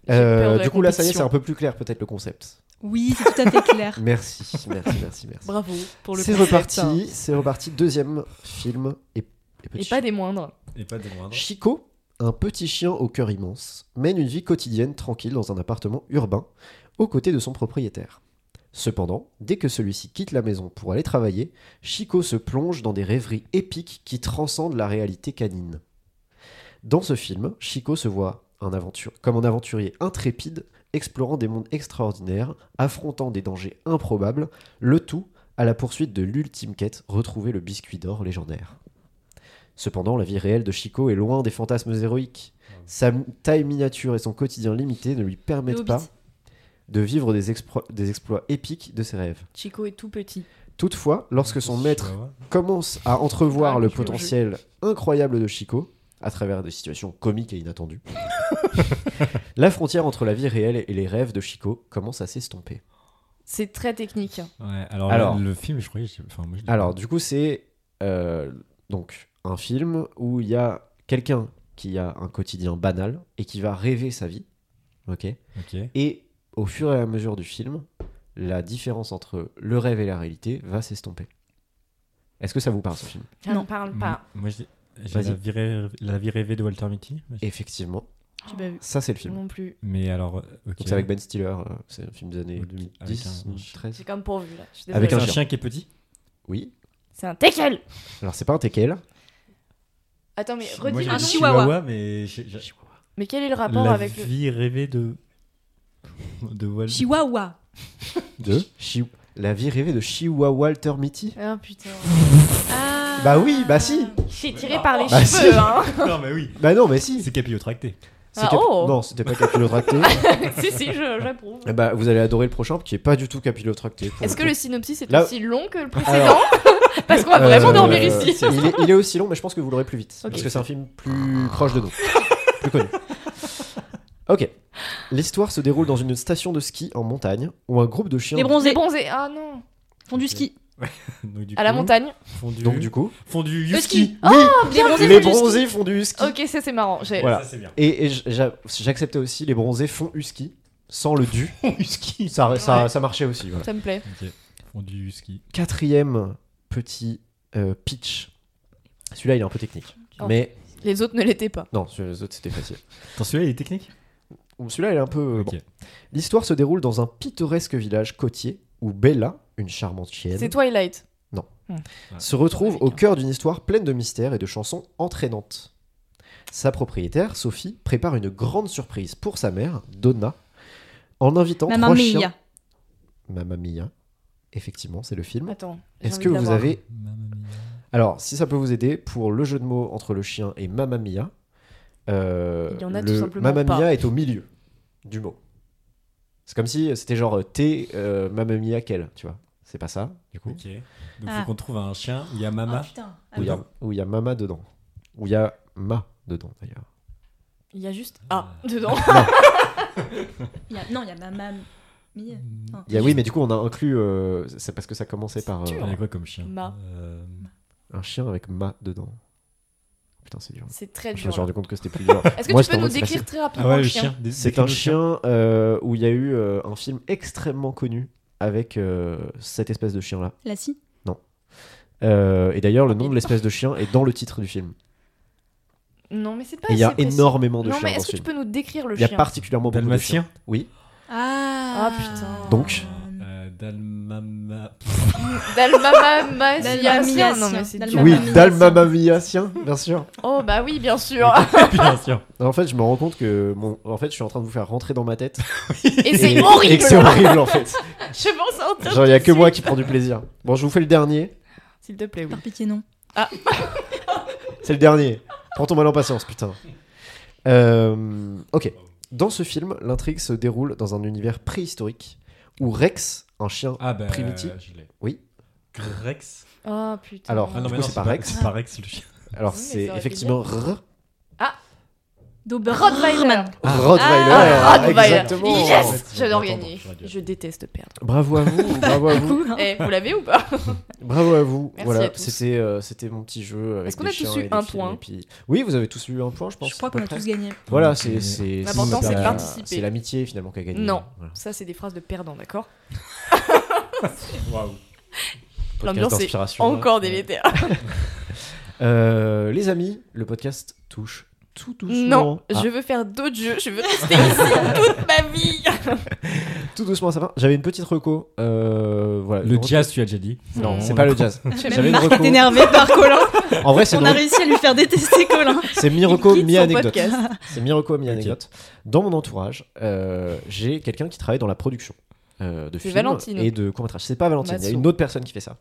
Speaker 3: J'ai peur de
Speaker 2: Euh,
Speaker 3: la
Speaker 2: du coup, là, ça y est,
Speaker 3: compétition.
Speaker 2: c'est un peu plus clair, peut-être, le concept.
Speaker 4: Oui, c'est tout à fait clair.
Speaker 2: Merci, merci, merci, merci.
Speaker 3: Bravo pour le
Speaker 2: C'est
Speaker 3: concept, hein.
Speaker 2: reparti, c'est reparti. Deuxième film et, et petit
Speaker 3: Et pas des moindres.
Speaker 1: Et pas des moindres.
Speaker 2: Chico, un petit chien au cœur immense, mène une vie quotidienne tranquille dans un appartement urbain, aux côtés de son propriétaire. Cependant, dès que celui-ci quitte la maison pour aller travailler, Chico se plonge dans des rêveries épiques qui transcendent la réalité canine. Dans ce film, Chico se voit un aventure, comme un aventurier intrépide, explorant des mondes extraordinaires, affrontant des dangers improbables, le tout à la poursuite de l'ultime quête, retrouver le biscuit d'or légendaire. Cependant, la vie réelle de Chico est loin des fantasmes héroïques. Sa m- taille miniature et son quotidien limité ne lui permettent
Speaker 4: Hobbit.
Speaker 2: pas de vivre des, expro- des exploits épiques de ses rêves.
Speaker 3: Chico est tout petit.
Speaker 2: Toutefois, lorsque son maître
Speaker 1: Chihuahua.
Speaker 2: commence à entrevoir
Speaker 3: Ah,
Speaker 2: le
Speaker 3: tu veux
Speaker 2: potentiel incroyable de Chico, à travers des situations comiques et inattendues, la frontière entre la vie réelle et les rêves de Chico commence à s'estomper.
Speaker 3: C'est très technique.
Speaker 1: Ouais, alors,
Speaker 2: Alors. Ah.
Speaker 1: le, le film, je croyais. je- Enfin, moi, je l'ai
Speaker 2: Alors,
Speaker 1: pas.
Speaker 2: du coup, c'est euh, donc un film où il y a quelqu'un qui a un quotidien banal et qui va rêver sa vie, ok,
Speaker 1: Ok.
Speaker 2: Et au fur et à mesure du film, la différence entre le rêve et la réalité va s'estomper. Est-ce que ça vous parle ce film
Speaker 3: Elle
Speaker 4: Non.
Speaker 3: ne parle pas.
Speaker 1: Moi, j'ai j'ai
Speaker 2: Vas-y.
Speaker 1: la, vie rêvée- la vie rêvée de Walter Mitty.
Speaker 2: Effectivement,
Speaker 4: J'ai pas vu.
Speaker 2: ça c'est le film.
Speaker 3: Non plus.
Speaker 1: Mais alors, ok.
Speaker 2: Donc c'est avec Ben Stiller, euh, c'est un film des années
Speaker 1: Ok,
Speaker 2: 2010,
Speaker 1: avec un-
Speaker 2: 2013.
Speaker 3: J'ai comme pourvu là. Je suis
Speaker 2: Avec
Speaker 1: C'est
Speaker 2: un
Speaker 1: un
Speaker 3: désolée.
Speaker 2: chien.
Speaker 1: chien qui est petit.
Speaker 2: Oui.
Speaker 3: C'est un teckel.
Speaker 2: Alors c'est pas un teckel.
Speaker 3: Attends, mais
Speaker 1: Moi,
Speaker 3: redis
Speaker 1: j'ai
Speaker 3: le nom.
Speaker 1: dit
Speaker 4: chihuahua.
Speaker 1: mais j'ai- j'ai-
Speaker 3: Mais quel est le rapport
Speaker 1: la
Speaker 3: avec le.
Speaker 1: vie rêvée de de Walter.
Speaker 4: Chihuahua.
Speaker 2: De Chi- La vie rêvée de Chihuahua Walter Mitty.
Speaker 3: Ah putain.
Speaker 4: Ah.
Speaker 2: Bah oui, bah si.
Speaker 3: J'ai tiré par les
Speaker 2: Bah,
Speaker 3: cheveux,
Speaker 2: si.
Speaker 3: hein.
Speaker 1: non mais oui.
Speaker 2: Bah non, mais si.
Speaker 1: C'est capillotracté.
Speaker 2: C'est
Speaker 3: Ah,
Speaker 2: cap-
Speaker 3: oh.
Speaker 2: Non, c'était pas capillotracté.
Speaker 3: si, si, je- j'approuve.
Speaker 2: Eh bah vous allez adorer le prochain qui est pas du tout capillotracté. pour
Speaker 3: Est-ce que
Speaker 2: coup.
Speaker 3: le synopsis est
Speaker 2: Là- Ah,
Speaker 3: aussi long que le précédent
Speaker 2: Alors-
Speaker 3: Parce qu'on va vraiment
Speaker 2: Euh,
Speaker 3: dormir ici.
Speaker 2: c'est- Il est, il est aussi long, mais je pense que vous l'aurez plus vite.
Speaker 3: Ok.
Speaker 2: Parce que c'est un film plus proche de nous. plus connu. Ok. L'histoire se déroule dans une station de ski en montagne où un groupe de chiens.
Speaker 4: Les
Speaker 3: Les
Speaker 4: bronzés
Speaker 3: bronzés. Ah non.
Speaker 4: font du ski.
Speaker 1: Donc, du
Speaker 3: À la
Speaker 1: coup,
Speaker 3: montagne.
Speaker 1: Fondu.
Speaker 2: Donc, du coup.
Speaker 1: fondu
Speaker 4: Le
Speaker 1: yuski.
Speaker 4: ski.
Speaker 2: oui,
Speaker 4: Ah, Les bronzés
Speaker 2: les
Speaker 4: font du ski.
Speaker 2: bronzés font du ski.
Speaker 3: Ok, ça c'est marrant. J'ai-
Speaker 2: Voilà.
Speaker 1: Ça c'est bien.
Speaker 2: Et, et j'a- j'acceptais aussi les bronzés font du ski. sans le du.
Speaker 1: Husky.
Speaker 2: Ça, ça,
Speaker 3: Ouais.
Speaker 2: ça marchait aussi. voilà.
Speaker 3: Ça me plaît.
Speaker 1: Ok. Fondu husky.
Speaker 2: Quatrième petit euh, pitch. Celui-là, il est un peu technique.
Speaker 3: Oh.
Speaker 2: Mais
Speaker 3: Les autres ne l'étaient pas.
Speaker 2: non, celui les autres, c'était facile.
Speaker 1: Attends, celui-là, il est technique
Speaker 2: Bon, Celui-là, il est un peu. euh,
Speaker 1: Ok.
Speaker 2: bon. L'histoire se déroule dans un pittoresque village côtier où Bella, une charmante chienne,
Speaker 3: C'est Twilight.
Speaker 2: se retrouve
Speaker 3: Avec
Speaker 2: au
Speaker 3: un-
Speaker 2: cœur d'une histoire pleine de mystères et de chansons entraînantes. Sa propriétaire, Sophie, prépare une grande surprise pour sa mère, Donna, en invitant
Speaker 4: Mamma
Speaker 2: trois
Speaker 4: Mia.
Speaker 2: chiens. Mamma Mia. Effectivement, c'est le film.
Speaker 3: Attends.
Speaker 2: Hmm.
Speaker 3: j'ai
Speaker 2: Est-ce
Speaker 3: envie
Speaker 2: que
Speaker 3: de
Speaker 2: vous
Speaker 3: l'avoir.
Speaker 2: avez
Speaker 1: Mamma mia.
Speaker 2: Alors, si ça peut vous aider, pour le jeu de mots entre le chien et Mamma Mia, euh,
Speaker 3: Il y en a tout
Speaker 2: le
Speaker 3: simplement
Speaker 2: Mamma
Speaker 3: pas.
Speaker 2: Mia est au milieu du mot. C'est comme si c'était genre euh, t'es euh, Mamma Mia quelle, tu vois. C'est pas ça, du coup.
Speaker 1: Ok. Donc,
Speaker 4: Ah.
Speaker 1: faut qu'on trouve un chien. Il y a
Speaker 4: Oh,
Speaker 1: Mama.
Speaker 4: putain. Ah
Speaker 2: Où il y,
Speaker 4: oui.
Speaker 2: a- où il y a Mama dedans. Où il y a Ma dedans, d'ailleurs.
Speaker 3: Il y a juste Ah dedans.
Speaker 4: Il y a- Non, il y a Mamma Mia. Non.
Speaker 2: Il y a- oui, mais du coup, on a inclus. euh, c'est parce que ça commençait par euh,
Speaker 1: Il y a quoi comme chien
Speaker 3: Ma.
Speaker 1: Euh,
Speaker 2: un chien avec Ma dedans. Putain, c'est dur.
Speaker 3: C'est très
Speaker 2: Je me
Speaker 3: dur.
Speaker 2: suis rendu compte que c'était plus dur.
Speaker 3: Est-ce que
Speaker 2: Moi,
Speaker 3: tu
Speaker 2: j'étais
Speaker 3: peux
Speaker 2: en
Speaker 3: nous
Speaker 2: mode, c'est
Speaker 3: décrire
Speaker 2: facile.
Speaker 3: très rapidement
Speaker 1: Ah ouais,
Speaker 3: le
Speaker 1: le
Speaker 3: chien,
Speaker 1: chien. Dé-
Speaker 2: C'est
Speaker 1: décris-nous
Speaker 2: un
Speaker 1: le
Speaker 2: chien euh, où il y a eu euh, un film extrêmement connu avec euh, cette espèce de chien-là.
Speaker 4: La scie.
Speaker 2: Euh, et d'ailleurs, le nom de l'espèce de chien est dans le titre du film.
Speaker 3: Non, mais Ah, c'est pas
Speaker 2: Et il y a
Speaker 3: assez précis.
Speaker 2: énormément de
Speaker 3: Non,
Speaker 2: chiens
Speaker 3: mais
Speaker 2: dans
Speaker 3: est-ce
Speaker 2: ce
Speaker 3: que tu
Speaker 2: film.
Speaker 3: peux nous décrire le
Speaker 2: Il y a
Speaker 3: chien
Speaker 2: particulièrement beaucoup de chiens.
Speaker 1: Dalmatien
Speaker 2: Oui.
Speaker 3: Ah,
Speaker 4: Ah.
Speaker 3: putain.
Speaker 2: Donc
Speaker 1: Euh, Dalmama.
Speaker 3: Hmm, Dalmama
Speaker 4: Dalmamia,
Speaker 3: Non, mais
Speaker 4: sien.
Speaker 3: c'est
Speaker 4: Dalmama.
Speaker 3: dur.
Speaker 2: Oui,
Speaker 4: Dalmamamiacien.
Speaker 2: Dalmamamiacien, bien sûr.
Speaker 3: Oh, bah oui, bien sûr.
Speaker 1: Bien sûr.
Speaker 2: En fait, je me rends compte que mon... en fait, je suis en train de vous faire rentrer dans ma tête.
Speaker 3: Et c'est
Speaker 2: Et-
Speaker 3: horrible.
Speaker 2: Et que c'est horrible en fait.
Speaker 3: Je pense sortir.
Speaker 2: Genre, il y a
Speaker 3: tout
Speaker 2: que
Speaker 3: de
Speaker 2: moi
Speaker 3: suite.
Speaker 2: qui prends du plaisir. Bon, je vous fais le dernier.
Speaker 3: S'il te plaît, oui.
Speaker 4: Par pitié, non.
Speaker 2: C'est le dernier. Prends ton mal en patience, putain. Euh, ok. Dans ce film, l'intrigue se déroule dans un univers préhistorique où Rex, un chien.
Speaker 1: Ah bah.
Speaker 2: Primiti.
Speaker 1: euh, je l'ai.
Speaker 2: Oui.
Speaker 1: Grex.
Speaker 3: Oh putain.
Speaker 2: Alors,
Speaker 1: Ah non,
Speaker 2: Du
Speaker 1: mais
Speaker 2: coup,
Speaker 1: non,
Speaker 2: c'est pas Rex.
Speaker 1: C'est pas Rex le chien.
Speaker 2: Alors,
Speaker 3: Ah. Oui, mais
Speaker 2: c'est
Speaker 3: ça aurait été
Speaker 2: effectivement R.
Speaker 3: Rottweiler.
Speaker 4: Doberman.
Speaker 2: Rottweiler.
Speaker 3: Ah, Rottweiler.
Speaker 2: Exactement.
Speaker 3: Yes J'adore
Speaker 1: Attends,
Speaker 3: gagner.
Speaker 1: j'aurais dû.
Speaker 3: Je déteste perdre.
Speaker 2: Bravo à vous, bravo à vous,
Speaker 4: hein.
Speaker 3: Eh, vous l'avez ou pas
Speaker 2: bravo à vous.
Speaker 3: Merci
Speaker 2: voilà,
Speaker 3: à tous.
Speaker 2: c'était euh, c'était mon petit jeu avec
Speaker 3: Est-ce qu'on
Speaker 2: des
Speaker 3: a tous
Speaker 2: chiens
Speaker 3: eu
Speaker 2: et des
Speaker 3: un
Speaker 2: films,
Speaker 3: point
Speaker 2: et puis- Oui, vous avez tous eu un point, je pense.
Speaker 4: Je crois
Speaker 2: à
Speaker 4: qu'on
Speaker 2: peu
Speaker 4: a
Speaker 2: près.
Speaker 4: tous gagné.
Speaker 2: Voilà, c'est c'est
Speaker 3: L'important,
Speaker 1: c'est de
Speaker 2: la-
Speaker 3: participer.
Speaker 2: C'est l'amitié finalement qui a gagné.
Speaker 3: Non.
Speaker 2: Voilà.
Speaker 3: Ça, c'est des phrases de perdants, d'accord
Speaker 1: Waouh.
Speaker 2: Podcast
Speaker 3: L'ambiance est
Speaker 2: d'inspiration.
Speaker 3: Encore délétère.
Speaker 2: Euh, les amis, le podcast touche tout doucement.
Speaker 3: Non,
Speaker 4: ah.
Speaker 2: à-
Speaker 3: je veux faire d'autres jeux. Je veux rester ici toute ma vie.
Speaker 2: tout doucement à sa fin. J'avais une petite reco. euh, voilà.
Speaker 1: Le
Speaker 2: Une
Speaker 1: jazz, tu as déjà dit.
Speaker 2: reco- Non, c'est pas le jazz. J'avais
Speaker 4: Même
Speaker 2: une
Speaker 4: Marc
Speaker 2: reco.
Speaker 4: est énervé par Colin.
Speaker 2: En vrai, c'est
Speaker 4: On a
Speaker 2: drôle.
Speaker 4: réussi à lui faire détester Colin.
Speaker 2: C'est mi-reco,
Speaker 3: Il quitte son
Speaker 2: mi-anecdote.
Speaker 3: podcast.
Speaker 2: C'est mi-reco, mi-anecdote. Dans mon entourage, euh, j'ai quelqu'un qui travaille dans la production. euh, de
Speaker 3: C'est
Speaker 2: films
Speaker 3: Valentine.
Speaker 2: et de courts métrages. C'est pas Valentine, il y a
Speaker 3: Massot.
Speaker 2: une autre personne qui fait ça.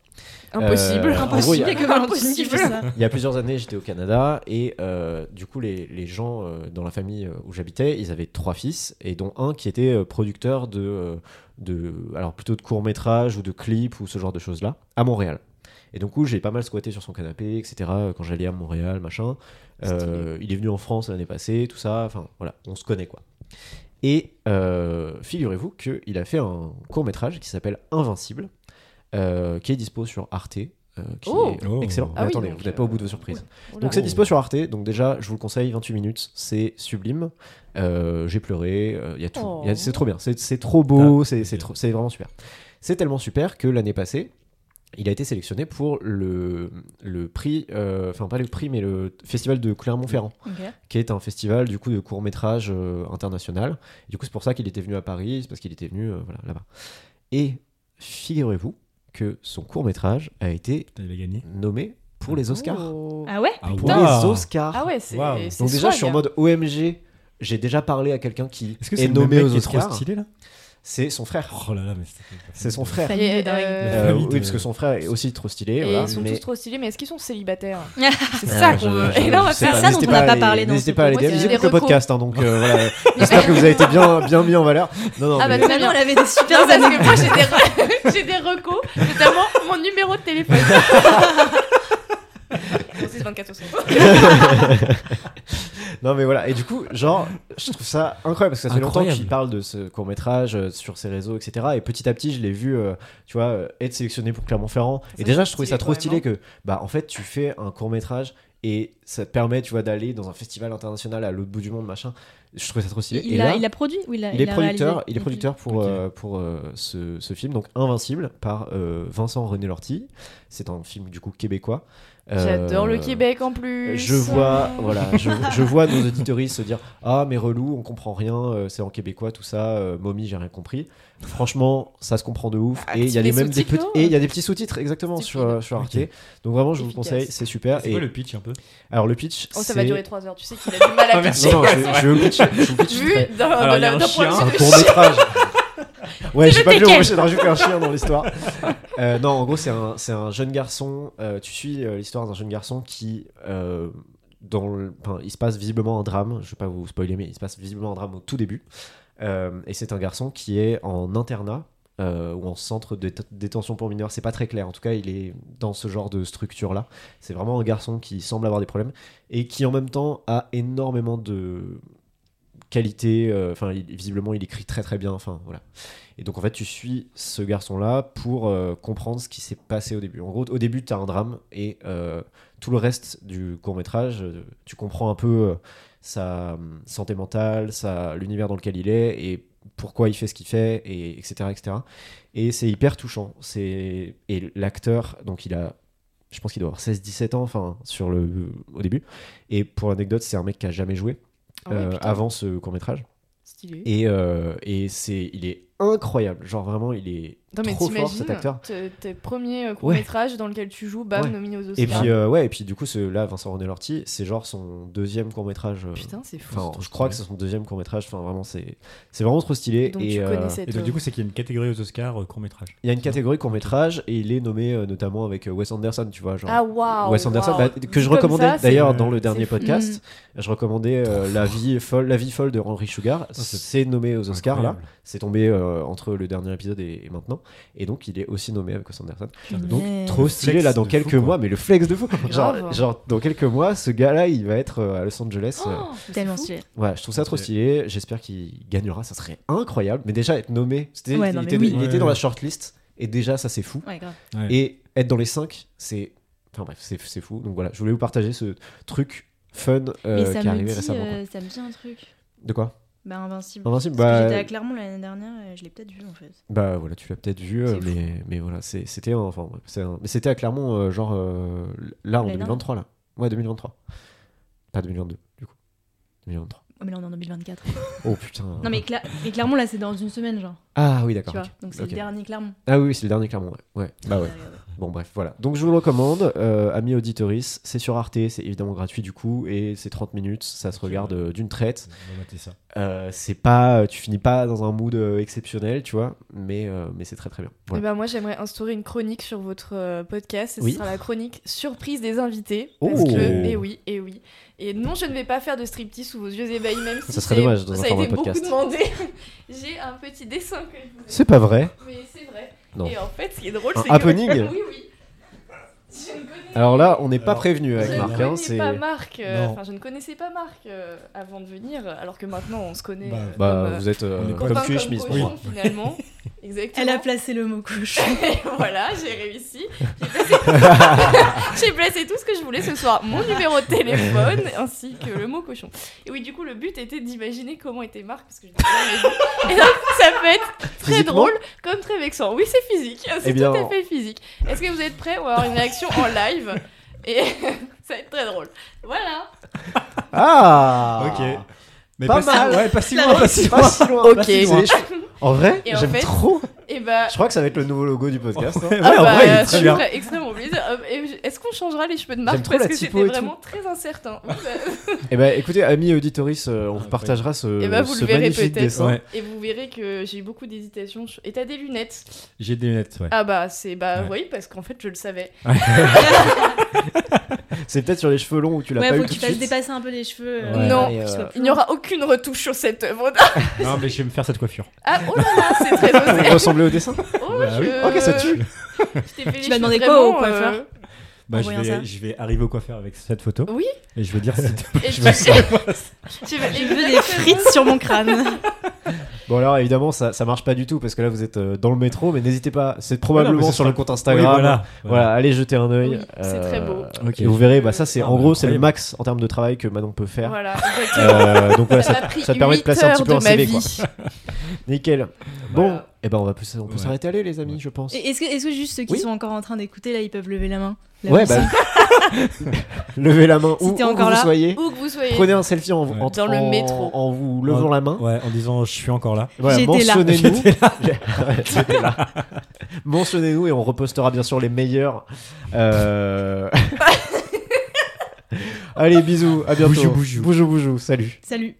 Speaker 3: Impossible.
Speaker 2: Euh, en gros, il y
Speaker 4: Impossible
Speaker 2: a-
Speaker 4: que Valentine
Speaker 3: Impossible.
Speaker 4: fasse ça.
Speaker 2: Il y a plusieurs années, j'étais au Canada et euh, du coup, les, les gens euh, dans la famille euh, où j'habitais, ils avaient trois fils et dont un qui était euh, producteur de, euh, de alors plutôt de courts métrages ou de clips ou ce genre de choses là à Montréal. Et donc, où j'ai pas mal squatté sur son canapé, etc. euh, Quand j'allais à Montréal, machin. Euh, il est venu en France l'année passée, tout ça. Enfin, voilà, on se connaît quoi. Et euh, figurez-vous qu'il a fait un court métrage qui s'appelle Invincible, euh, qui est dispo sur Arte, euh, qui
Speaker 3: Oh.
Speaker 2: est
Speaker 1: Oh.
Speaker 2: excellent. Mais
Speaker 3: Ah oui,
Speaker 2: attendez,
Speaker 3: donc,
Speaker 2: vous n'êtes pas au bout de vos
Speaker 3: euh,
Speaker 2: surprises.
Speaker 3: Oula.
Speaker 2: Donc c'est dispo sur Arte, donc déjà je vous le conseille, 28 minutes, c'est sublime, Euh, j'ai pleuré, euh, il y a tout,
Speaker 3: Oh.
Speaker 2: Il y a- c'est trop bien, c'est c'est trop
Speaker 3: Ah.
Speaker 2: beau, c'est c'est
Speaker 1: ok.
Speaker 2: trop- c'est vraiment super. C'est tellement super que l'année passée, il a été sélectionné pour le, le prix, euh, enfin pas le prix, mais le festival de Clermont-Ferrand,
Speaker 4: Ok.
Speaker 2: qui est un festival du coup de court métrage international. Du coup c'est pour ça qu'il était venu à Paris, c'est parce qu'il était venu euh, voilà, là-bas. Et figurez-vous que son court métrage a été
Speaker 1: Putain, il a gagné.
Speaker 2: nommé pour les Oscars.
Speaker 3: Oh.
Speaker 4: Ah ouais
Speaker 1: Ah,
Speaker 2: Pour
Speaker 1: waouh.
Speaker 2: les Oscars.
Speaker 3: Ah ouais, c'est.
Speaker 1: Waouh.
Speaker 3: c'est
Speaker 2: Donc déjà,
Speaker 3: swag,
Speaker 2: je suis en
Speaker 3: hein.
Speaker 2: mode OMG. J'ai déjà parlé à quelqu'un qui
Speaker 1: Est-ce
Speaker 2: est,
Speaker 1: que c'est le
Speaker 2: nommé
Speaker 1: mec
Speaker 2: aux
Speaker 1: qui est trop
Speaker 2: Oscars.
Speaker 1: stylé là
Speaker 2: C'est son frère.
Speaker 1: Oh là là, mais c'est-
Speaker 2: C'est son frère.
Speaker 4: Famille
Speaker 3: Et,
Speaker 4: de dingue.
Speaker 3: euh,
Speaker 2: Euh,
Speaker 1: famille
Speaker 2: oui,
Speaker 1: de-
Speaker 2: parce que son frère est aussi trop stylé.
Speaker 3: Et
Speaker 2: voilà,
Speaker 3: ils sont
Speaker 2: mais-
Speaker 3: tous trop stylés, mais est-ce qu'ils sont célibataires C'est
Speaker 2: Ah,
Speaker 3: ça
Speaker 2: je-
Speaker 3: qu'on veut.
Speaker 2: je-
Speaker 3: Et là, on va
Speaker 2: je sais
Speaker 3: faire
Speaker 4: pas,
Speaker 3: ça.
Speaker 4: dont
Speaker 2: n'hésitez
Speaker 4: on n'a
Speaker 2: pas à
Speaker 4: pas
Speaker 2: les-
Speaker 4: parlé dans
Speaker 2: N'hésitez
Speaker 4: ce
Speaker 2: pas à les
Speaker 4: propos.
Speaker 2: DM.
Speaker 4: C'est
Speaker 2: Ils
Speaker 3: des
Speaker 2: écoutent le
Speaker 3: recos.
Speaker 2: podcast, hein, donc euh, voilà. J'espère que vous avez été bien, bien mis en valeur. Non, non,
Speaker 3: Ah bah,
Speaker 2: mais-
Speaker 4: Mais Maintenant, on avait des super
Speaker 3: Non, parce
Speaker 4: années.
Speaker 3: que moi, j'ai des, re- j'ai des recos, notamment mon numéro de téléphone. 06 24 60.
Speaker 2: Non mais voilà, et du coup, genre, je trouve ça incroyable parce que ça fait longtemps
Speaker 1: Incroyable.
Speaker 2: qu'il parle de ce court métrage sur ses réseaux, etc. Et petit à petit, je l'ai vu, euh, tu vois, euh, être sélectionné pour Clermont-Ferrand.
Speaker 3: Ça,
Speaker 2: Et déjà,
Speaker 3: c'est
Speaker 2: je trouvais
Speaker 3: stylé
Speaker 2: ça trop
Speaker 3: quand
Speaker 2: stylé que, bah, en fait, tu fais un court métrage et ça te permet, tu vois, d'aller dans un festival international à l'autre bout du monde, machin. Je trouvais ça trop stylé.
Speaker 4: Il,
Speaker 2: Et
Speaker 4: a,
Speaker 2: là,
Speaker 4: il a produit ou il a,
Speaker 2: il est
Speaker 4: a
Speaker 2: producteur,
Speaker 4: réalisé
Speaker 2: il est producteur pour,
Speaker 1: Ok.
Speaker 2: euh, pour euh, ce, ce film, donc Invincible, par euh, Vincent René Lorty. C'est un film du coup québécois. Euh,
Speaker 3: J'adore le Québec en plus. euh.
Speaker 2: Je vois, voilà, je, je vois nos auditoristes se dire Ah, mais relou, on comprend rien, euh, c'est en québécois, tout ça, euh, momie, j'ai rien compris. Franchement, ça se comprend de ouf.
Speaker 3: Ah,
Speaker 2: et il
Speaker 3: tu
Speaker 2: y a
Speaker 3: mets
Speaker 2: les mêmes des
Speaker 3: sous-titres,
Speaker 2: petits,
Speaker 3: non
Speaker 2: et il y a des petits sous-titres exactement sur,
Speaker 3: Stupide.
Speaker 2: euh, sur Arte.
Speaker 1: Ok.
Speaker 2: Donc vraiment, je vous
Speaker 3: Efficace.
Speaker 2: conseille, c'est super.
Speaker 1: C'est
Speaker 2: Et
Speaker 1: quoi le pitch un peu
Speaker 2: alors le pitch,
Speaker 3: Oh, ça
Speaker 2: c'est-
Speaker 3: va durer 3 heures. Tu sais qu'il a du mal à
Speaker 1: Ah, merci.
Speaker 3: pitcher.
Speaker 2: Non, non, je, je vais vous pitcher, je vous pitch
Speaker 3: Vu
Speaker 2: très-
Speaker 3: d'un
Speaker 1: Alors,
Speaker 3: de
Speaker 1: il y a
Speaker 3: la-
Speaker 1: un
Speaker 3: d'un point de
Speaker 1: chien,
Speaker 2: C'est un
Speaker 3: vue de
Speaker 2: court métrage. Ouais, j'ai pas vu,
Speaker 4: Tekken.
Speaker 2: j'ai rajouté un chien dans l'histoire. Euh, non, en gros, c'est un, c'est un jeune garçon. euh, tu suis euh, l'histoire d'un jeune garçon qui. euh, dans le- enfin, il se passe visiblement un drame. Je vais pas vous spoiler, mais il se passe visiblement un drame au tout début. Euh, et c'est un garçon qui est en internat euh, ou en centre de dét- détention pour mineurs. C'est pas très clair. En tout cas, il est dans ce genre de structure-là. C'est vraiment un garçon qui semble avoir des problèmes et qui en même temps a énormément de qualité. euh, Enfin, il- visiblement, il écrit très très bien. Enfin, voilà. Et donc, en fait, tu suis ce garçon-là pour euh, comprendre ce qui s'est passé au début. En gros, au début, tu as un drame et euh, tout le reste du court-métrage, euh, tu comprends un peu euh, sa euh, santé mentale, sa, l'univers dans lequel il est et pourquoi il fait ce qu'il fait, et etc. etc. Et c'est hyper touchant. C'est... Et l'acteur, donc il a. Je pense qu'il doit avoir 16-17 ans enfin, sur le... au début. Et pour l'anecdote, c'est un mec qui a jamais joué
Speaker 3: Ah ouais,
Speaker 2: euh,
Speaker 3: putain.
Speaker 2: avant ce court-métrage.
Speaker 3: Stylé.
Speaker 2: Et, euh, et c'est, il est incroyable. Genre vraiment, il est
Speaker 3: Non, mais
Speaker 2: trop fort cet
Speaker 3: t'imagines
Speaker 2: acteur.
Speaker 3: te- tes premiers euh,
Speaker 2: Ouais.
Speaker 3: courts-métrages dans lequel tu joues, bam,
Speaker 2: Ouais.
Speaker 3: nominé aux
Speaker 2: Et
Speaker 3: Oscars.
Speaker 2: puis, euh, ouais, et puis du coup, ce, là, Vincent René Lorty, c'est genre son deuxième court-métrage. euh,
Speaker 3: Putain, c'est fou.
Speaker 2: Enfin, je crois que c'est son deuxième court-métrage. Enfin, vraiment, c'est, c'est vraiment trop stylé.
Speaker 3: Donc
Speaker 2: et
Speaker 3: tu
Speaker 2: euh,
Speaker 3: connais cette.
Speaker 1: Et donc, du coup, c'est qu'il y a une catégorie aux Oscars euh, court métrage.
Speaker 2: il y a une catégorie court-métrage et il est nommé euh, notamment avec euh, Wes Anderson, tu vois. Genre,
Speaker 3: Ah waouh.
Speaker 2: Wes Anderson,
Speaker 3: waouh.
Speaker 2: bah, que
Speaker 3: Vu
Speaker 2: je
Speaker 3: comme ça,
Speaker 2: recommandais
Speaker 3: c'est-
Speaker 2: d'ailleurs
Speaker 1: c'est-
Speaker 2: dans le dernier
Speaker 3: c'est fou. Mm.
Speaker 2: podcast. Je recommandais euh, la vie folle, la vie folle de Henry Sugar.
Speaker 1: Ah, c'est-
Speaker 2: c'est nommé aux Oscars là.
Speaker 1: Incroyable.
Speaker 2: C'est tombé euh, entre le dernier épisode et, et maintenant. Et donc, il est aussi nommé avec Wes Anderson. Donc,
Speaker 4: Mais-
Speaker 2: trop
Speaker 1: Le
Speaker 2: stylé
Speaker 1: flex
Speaker 2: là dans
Speaker 1: de fou,
Speaker 2: quelques
Speaker 1: quoi.
Speaker 2: mois, mais le flex de fou. genre,
Speaker 3: Grave.
Speaker 2: genre, dans quelques mois, ce gars-là, il va être euh, à Los Angeles. euh,
Speaker 3: Oh, c'est
Speaker 4: Tellement
Speaker 3: fou.
Speaker 4: stylé.
Speaker 2: voilà, je trouve ça trop
Speaker 1: Ouais.
Speaker 2: stylé. J'espère qu'il gagnera, ça serait incroyable. Mais déjà, être nommé, c'était,
Speaker 4: Ouais,
Speaker 2: il,
Speaker 4: non, mais
Speaker 2: était,
Speaker 4: oui.
Speaker 2: il était dans
Speaker 1: Ouais.
Speaker 2: la shortlist et déjà, ça c'est fou.
Speaker 4: Ouais, grave.
Speaker 1: Ouais.
Speaker 2: Et être dans les 5, c'est. Enfin bref, c'est, c'est fou. Donc voilà, je voulais vous partager ce truc fun euh,
Speaker 4: Mais
Speaker 2: qui
Speaker 4: ça
Speaker 2: est
Speaker 4: me,
Speaker 2: arrivé
Speaker 4: dit,
Speaker 2: récemment. quoi.
Speaker 4: euh, ça me dit un truc.
Speaker 2: De quoi
Speaker 4: Bah, Invincible.
Speaker 2: Invincible
Speaker 4: Parce que
Speaker 2: bah,
Speaker 4: J'étais à Clermont l'année dernière et je l'ai peut-être vu en fait.
Speaker 2: bah voilà, tu l'as peut-être vu, euh,
Speaker 4: C'est fou.
Speaker 2: mais, mais voilà, c'est- c'était. un- Enfin, bref, c'est un- mais c'était à Clermont, euh, genre euh, là en
Speaker 4: L'année
Speaker 2: 2023, là. Ouais, 2023. Pas 2022, du coup. 2023.
Speaker 4: Oh, mais là on est en 2024.
Speaker 2: Oh putain.
Speaker 4: non mais, Cla- mais Clermont là c'est dans une semaine genre.
Speaker 2: Ah oui,
Speaker 4: Tu
Speaker 2: d'accord.
Speaker 4: vois.
Speaker 2: ok.
Speaker 4: Donc c'est
Speaker 2: Ok.
Speaker 4: le dernier Clermont. Euh,
Speaker 2: Ah oui, oui, c'est le dernier Clermont, ouais. ouais. Bah ouais. Bon, bref, voilà. Donc, je vous le recommande, euh, amis auditoris. C'est sur Arte, c'est évidemment gratuit du coup, et c'est 30 minutes, ça se
Speaker 1: Ok,
Speaker 2: regarde
Speaker 1: ouais.
Speaker 2: euh, d'une traite.
Speaker 1: On va mater ça.
Speaker 2: Euh, c'est pas, tu finis pas dans un mood euh, exceptionnel, tu vois, mais, euh, mais c'est très très bien.
Speaker 3: Eh
Speaker 2: Voilà.
Speaker 3: ben, moi, j'aimerais instaurer une chronique sur votre euh, podcast. Et
Speaker 2: Oui.
Speaker 3: Ce sera la chronique surprise des invités.
Speaker 2: Oh.
Speaker 3: Parce que, et oui, et oui. Et non, je ne vais pas faire de striptease sous vos yeux ébahis, même si
Speaker 2: Ça serait
Speaker 3: c'est-
Speaker 2: dommage dans un
Speaker 3: ça a
Speaker 2: format
Speaker 3: été
Speaker 2: podcast.
Speaker 3: beaucoup demandé. J'ai un petit dessin que je vous
Speaker 4: ben,
Speaker 3: ai-
Speaker 2: C'est pas vrai.
Speaker 3: Mais c'est vrai.
Speaker 2: Non.
Speaker 3: Et en fait, ce qui est drôle,
Speaker 2: Un
Speaker 3: c'est que...
Speaker 2: happening
Speaker 3: Oui, oui. Je ne connais
Speaker 2: Alors là, on n'est pas
Speaker 1: Alors,
Speaker 2: prévenu
Speaker 3: je
Speaker 2: avec
Speaker 1: euh,
Speaker 2: Marc.
Speaker 3: ne
Speaker 2: hein,
Speaker 3: connais
Speaker 2: c'est...
Speaker 3: pas Marc. euh,
Speaker 1: Non.
Speaker 3: Enfin, je ne connaissais pas Marc euh, avant de venir, alors que maintenant on se connaît.
Speaker 1: Bah,
Speaker 3: euh,
Speaker 2: Bah,
Speaker 3: comme, euh,
Speaker 2: vous êtes euh,
Speaker 1: on est
Speaker 2: comme
Speaker 3: copains
Speaker 2: cul et chemise.
Speaker 3: cochons,
Speaker 2: bon.
Speaker 3: finalement. Exactement.
Speaker 4: Elle a placé le mot couche.
Speaker 3: voilà, j'ai réussi. J'ai placé... j'ai placé tout ce que je voulais ce soir. Mon numéro de téléphone ainsi que le mot cochon. Et oui, du coup, le but était d'imaginer comment était Marc parce que je l'ai jamais vu. Et donc, ça peut être très
Speaker 2: Physiquement
Speaker 3: drôle comme très vexant. Oui, c'est physique. C'est
Speaker 2: Eh bien-
Speaker 3: tout à fait physique. Est-ce que vous êtes prêts On va avoir une réaction en live. Et ça va être très drôle. Voilà.
Speaker 2: Ah
Speaker 1: Ok. Mais
Speaker 2: Pas
Speaker 1: si-
Speaker 2: mal.
Speaker 1: Ouais, pas si
Speaker 4: La
Speaker 1: loin, pas si
Speaker 2: Pas si loin.
Speaker 3: Ok.
Speaker 2: pas si loin. En vrai,
Speaker 3: Et en
Speaker 2: j'aime
Speaker 3: fait-
Speaker 2: trop.
Speaker 3: Et bah.
Speaker 2: Je crois que ça va être le nouveau logo du podcast. hein.
Speaker 1: Ouais, en
Speaker 3: bah,
Speaker 1: vrai, il est
Speaker 3: je
Speaker 1: très
Speaker 3: suis
Speaker 1: bien.
Speaker 3: vra- extrêmement obligée. Euh, et Est-ce qu'on changera les cheveux de
Speaker 2: J'aime
Speaker 3: Marc
Speaker 2: trop
Speaker 3: Parce
Speaker 2: la
Speaker 3: que
Speaker 2: typo
Speaker 3: c'était
Speaker 2: et tout.
Speaker 3: vraiment très incertain. Oui, bah,
Speaker 2: Eh ben, écoutez, amis auditoris, euh, on
Speaker 1: Ah,
Speaker 2: vous
Speaker 1: ouais.
Speaker 2: partagera ce,
Speaker 3: Eh ben, vous le
Speaker 2: ce
Speaker 3: verrez
Speaker 2: magnifique
Speaker 3: peut-être.
Speaker 2: dessin.
Speaker 1: Ouais.
Speaker 3: Et vous verrez que j'ai eu beaucoup d'hésitations. Je- Et t'as des lunettes
Speaker 1: J'ai des lunettes, ouais.
Speaker 3: Ah bah c'est bah
Speaker 1: Ouais.
Speaker 3: oui parce qu'en fait je le savais.
Speaker 2: C'est peut-être sur les cheveux longs où tu l'as
Speaker 4: Ouais,
Speaker 2: pas eu
Speaker 4: faut
Speaker 2: tout
Speaker 4: que tu
Speaker 2: de
Speaker 4: fasses
Speaker 2: suite. euh,
Speaker 4: dépasser un peu les cheveux. euh.
Speaker 1: Ouais.
Speaker 3: Non.
Speaker 4: pour qu'ils soient
Speaker 2: Bah,
Speaker 4: plus
Speaker 3: Il n'y aura aucune retouche sur cette œuvre.
Speaker 1: Non, mais je vais me faire cette coiffure.
Speaker 3: Ah oh là là c'est très osé.
Speaker 2: Pour ressembler au dessin.
Speaker 3: Oh,
Speaker 1: Bah oui.
Speaker 3: je-
Speaker 2: Ok, ça tue.
Speaker 3: je t'ai fait les
Speaker 4: vas demander
Speaker 3: cheveux
Speaker 4: quoi au
Speaker 3: vraiment,
Speaker 4: coiffeur
Speaker 3: euh,
Speaker 1: Bah, je
Speaker 4: Envoyons ça.
Speaker 1: vais, je vais arriver au coiffeur avec cette photo.
Speaker 3: Oui.
Speaker 1: Et je vais dire si
Speaker 3: Et
Speaker 1: je
Speaker 3: tu
Speaker 1: me sens-
Speaker 3: tu vas-
Speaker 4: longs. Je veux des frites sur mon crâne.
Speaker 2: Bon, alors évidemment, ça, ça marche pas du tout parce que là, vous êtes euh, dans le métro, mais n'hésitez pas. C'est probablement
Speaker 1: Voilà, mais c'est
Speaker 2: sur le
Speaker 1: pas-
Speaker 2: compte Instagram.
Speaker 1: voilà.
Speaker 2: Voilà, allez jeter un œil.
Speaker 3: Oui, c'est très beau.
Speaker 1: Ok.
Speaker 2: Et vous verrez, bah, ça, c'est
Speaker 1: Ah,
Speaker 2: en
Speaker 1: bah,
Speaker 2: gros, c'est le
Speaker 1: incroyable.
Speaker 2: max en termes de travail que Manon peut faire.
Speaker 3: Voilà, exactement.
Speaker 2: Euh, donc voilà,
Speaker 3: ça
Speaker 2: ça,
Speaker 3: m'a pris
Speaker 2: ça te permet de
Speaker 3: huit
Speaker 2: placer un petit peu
Speaker 3: heures
Speaker 2: un
Speaker 3: de ma
Speaker 2: CV. Quoi.
Speaker 3: vie.
Speaker 2: Nickel. Bon,
Speaker 3: Voilà.
Speaker 2: et ben on va plus- on peut
Speaker 1: Ouais.
Speaker 2: s'arrêter à aller, les amis,
Speaker 1: Ouais.
Speaker 2: je pense.
Speaker 4: Et Est-ce que, est-ce que juste ceux qui
Speaker 2: Oui.
Speaker 4: sont encore en train d'écouter, là, ils peuvent lever la main la
Speaker 2: ouais,
Speaker 4: personne.
Speaker 2: bah, levez la main
Speaker 4: Si
Speaker 2: où,
Speaker 4: t'es
Speaker 2: où
Speaker 4: encore
Speaker 2: vous
Speaker 4: là.
Speaker 2: soyez.
Speaker 3: Où que vous soyez.
Speaker 2: Prenez un selfie en,
Speaker 1: Ouais.
Speaker 2: en-
Speaker 3: Dans le
Speaker 2: en-
Speaker 3: métro.
Speaker 2: en vous levant la main.
Speaker 1: Ouais, en disant je suis encore là.
Speaker 2: Voilà,
Speaker 4: J'étais là.
Speaker 2: mentionnez-nous. J'étais là. Mentionnez-nous et on repostera bien sûr les meilleurs. Euh, Allez, bisous, à bientôt.
Speaker 1: Boujou, boujou.
Speaker 2: Boujou, boujou, salut.
Speaker 4: Salut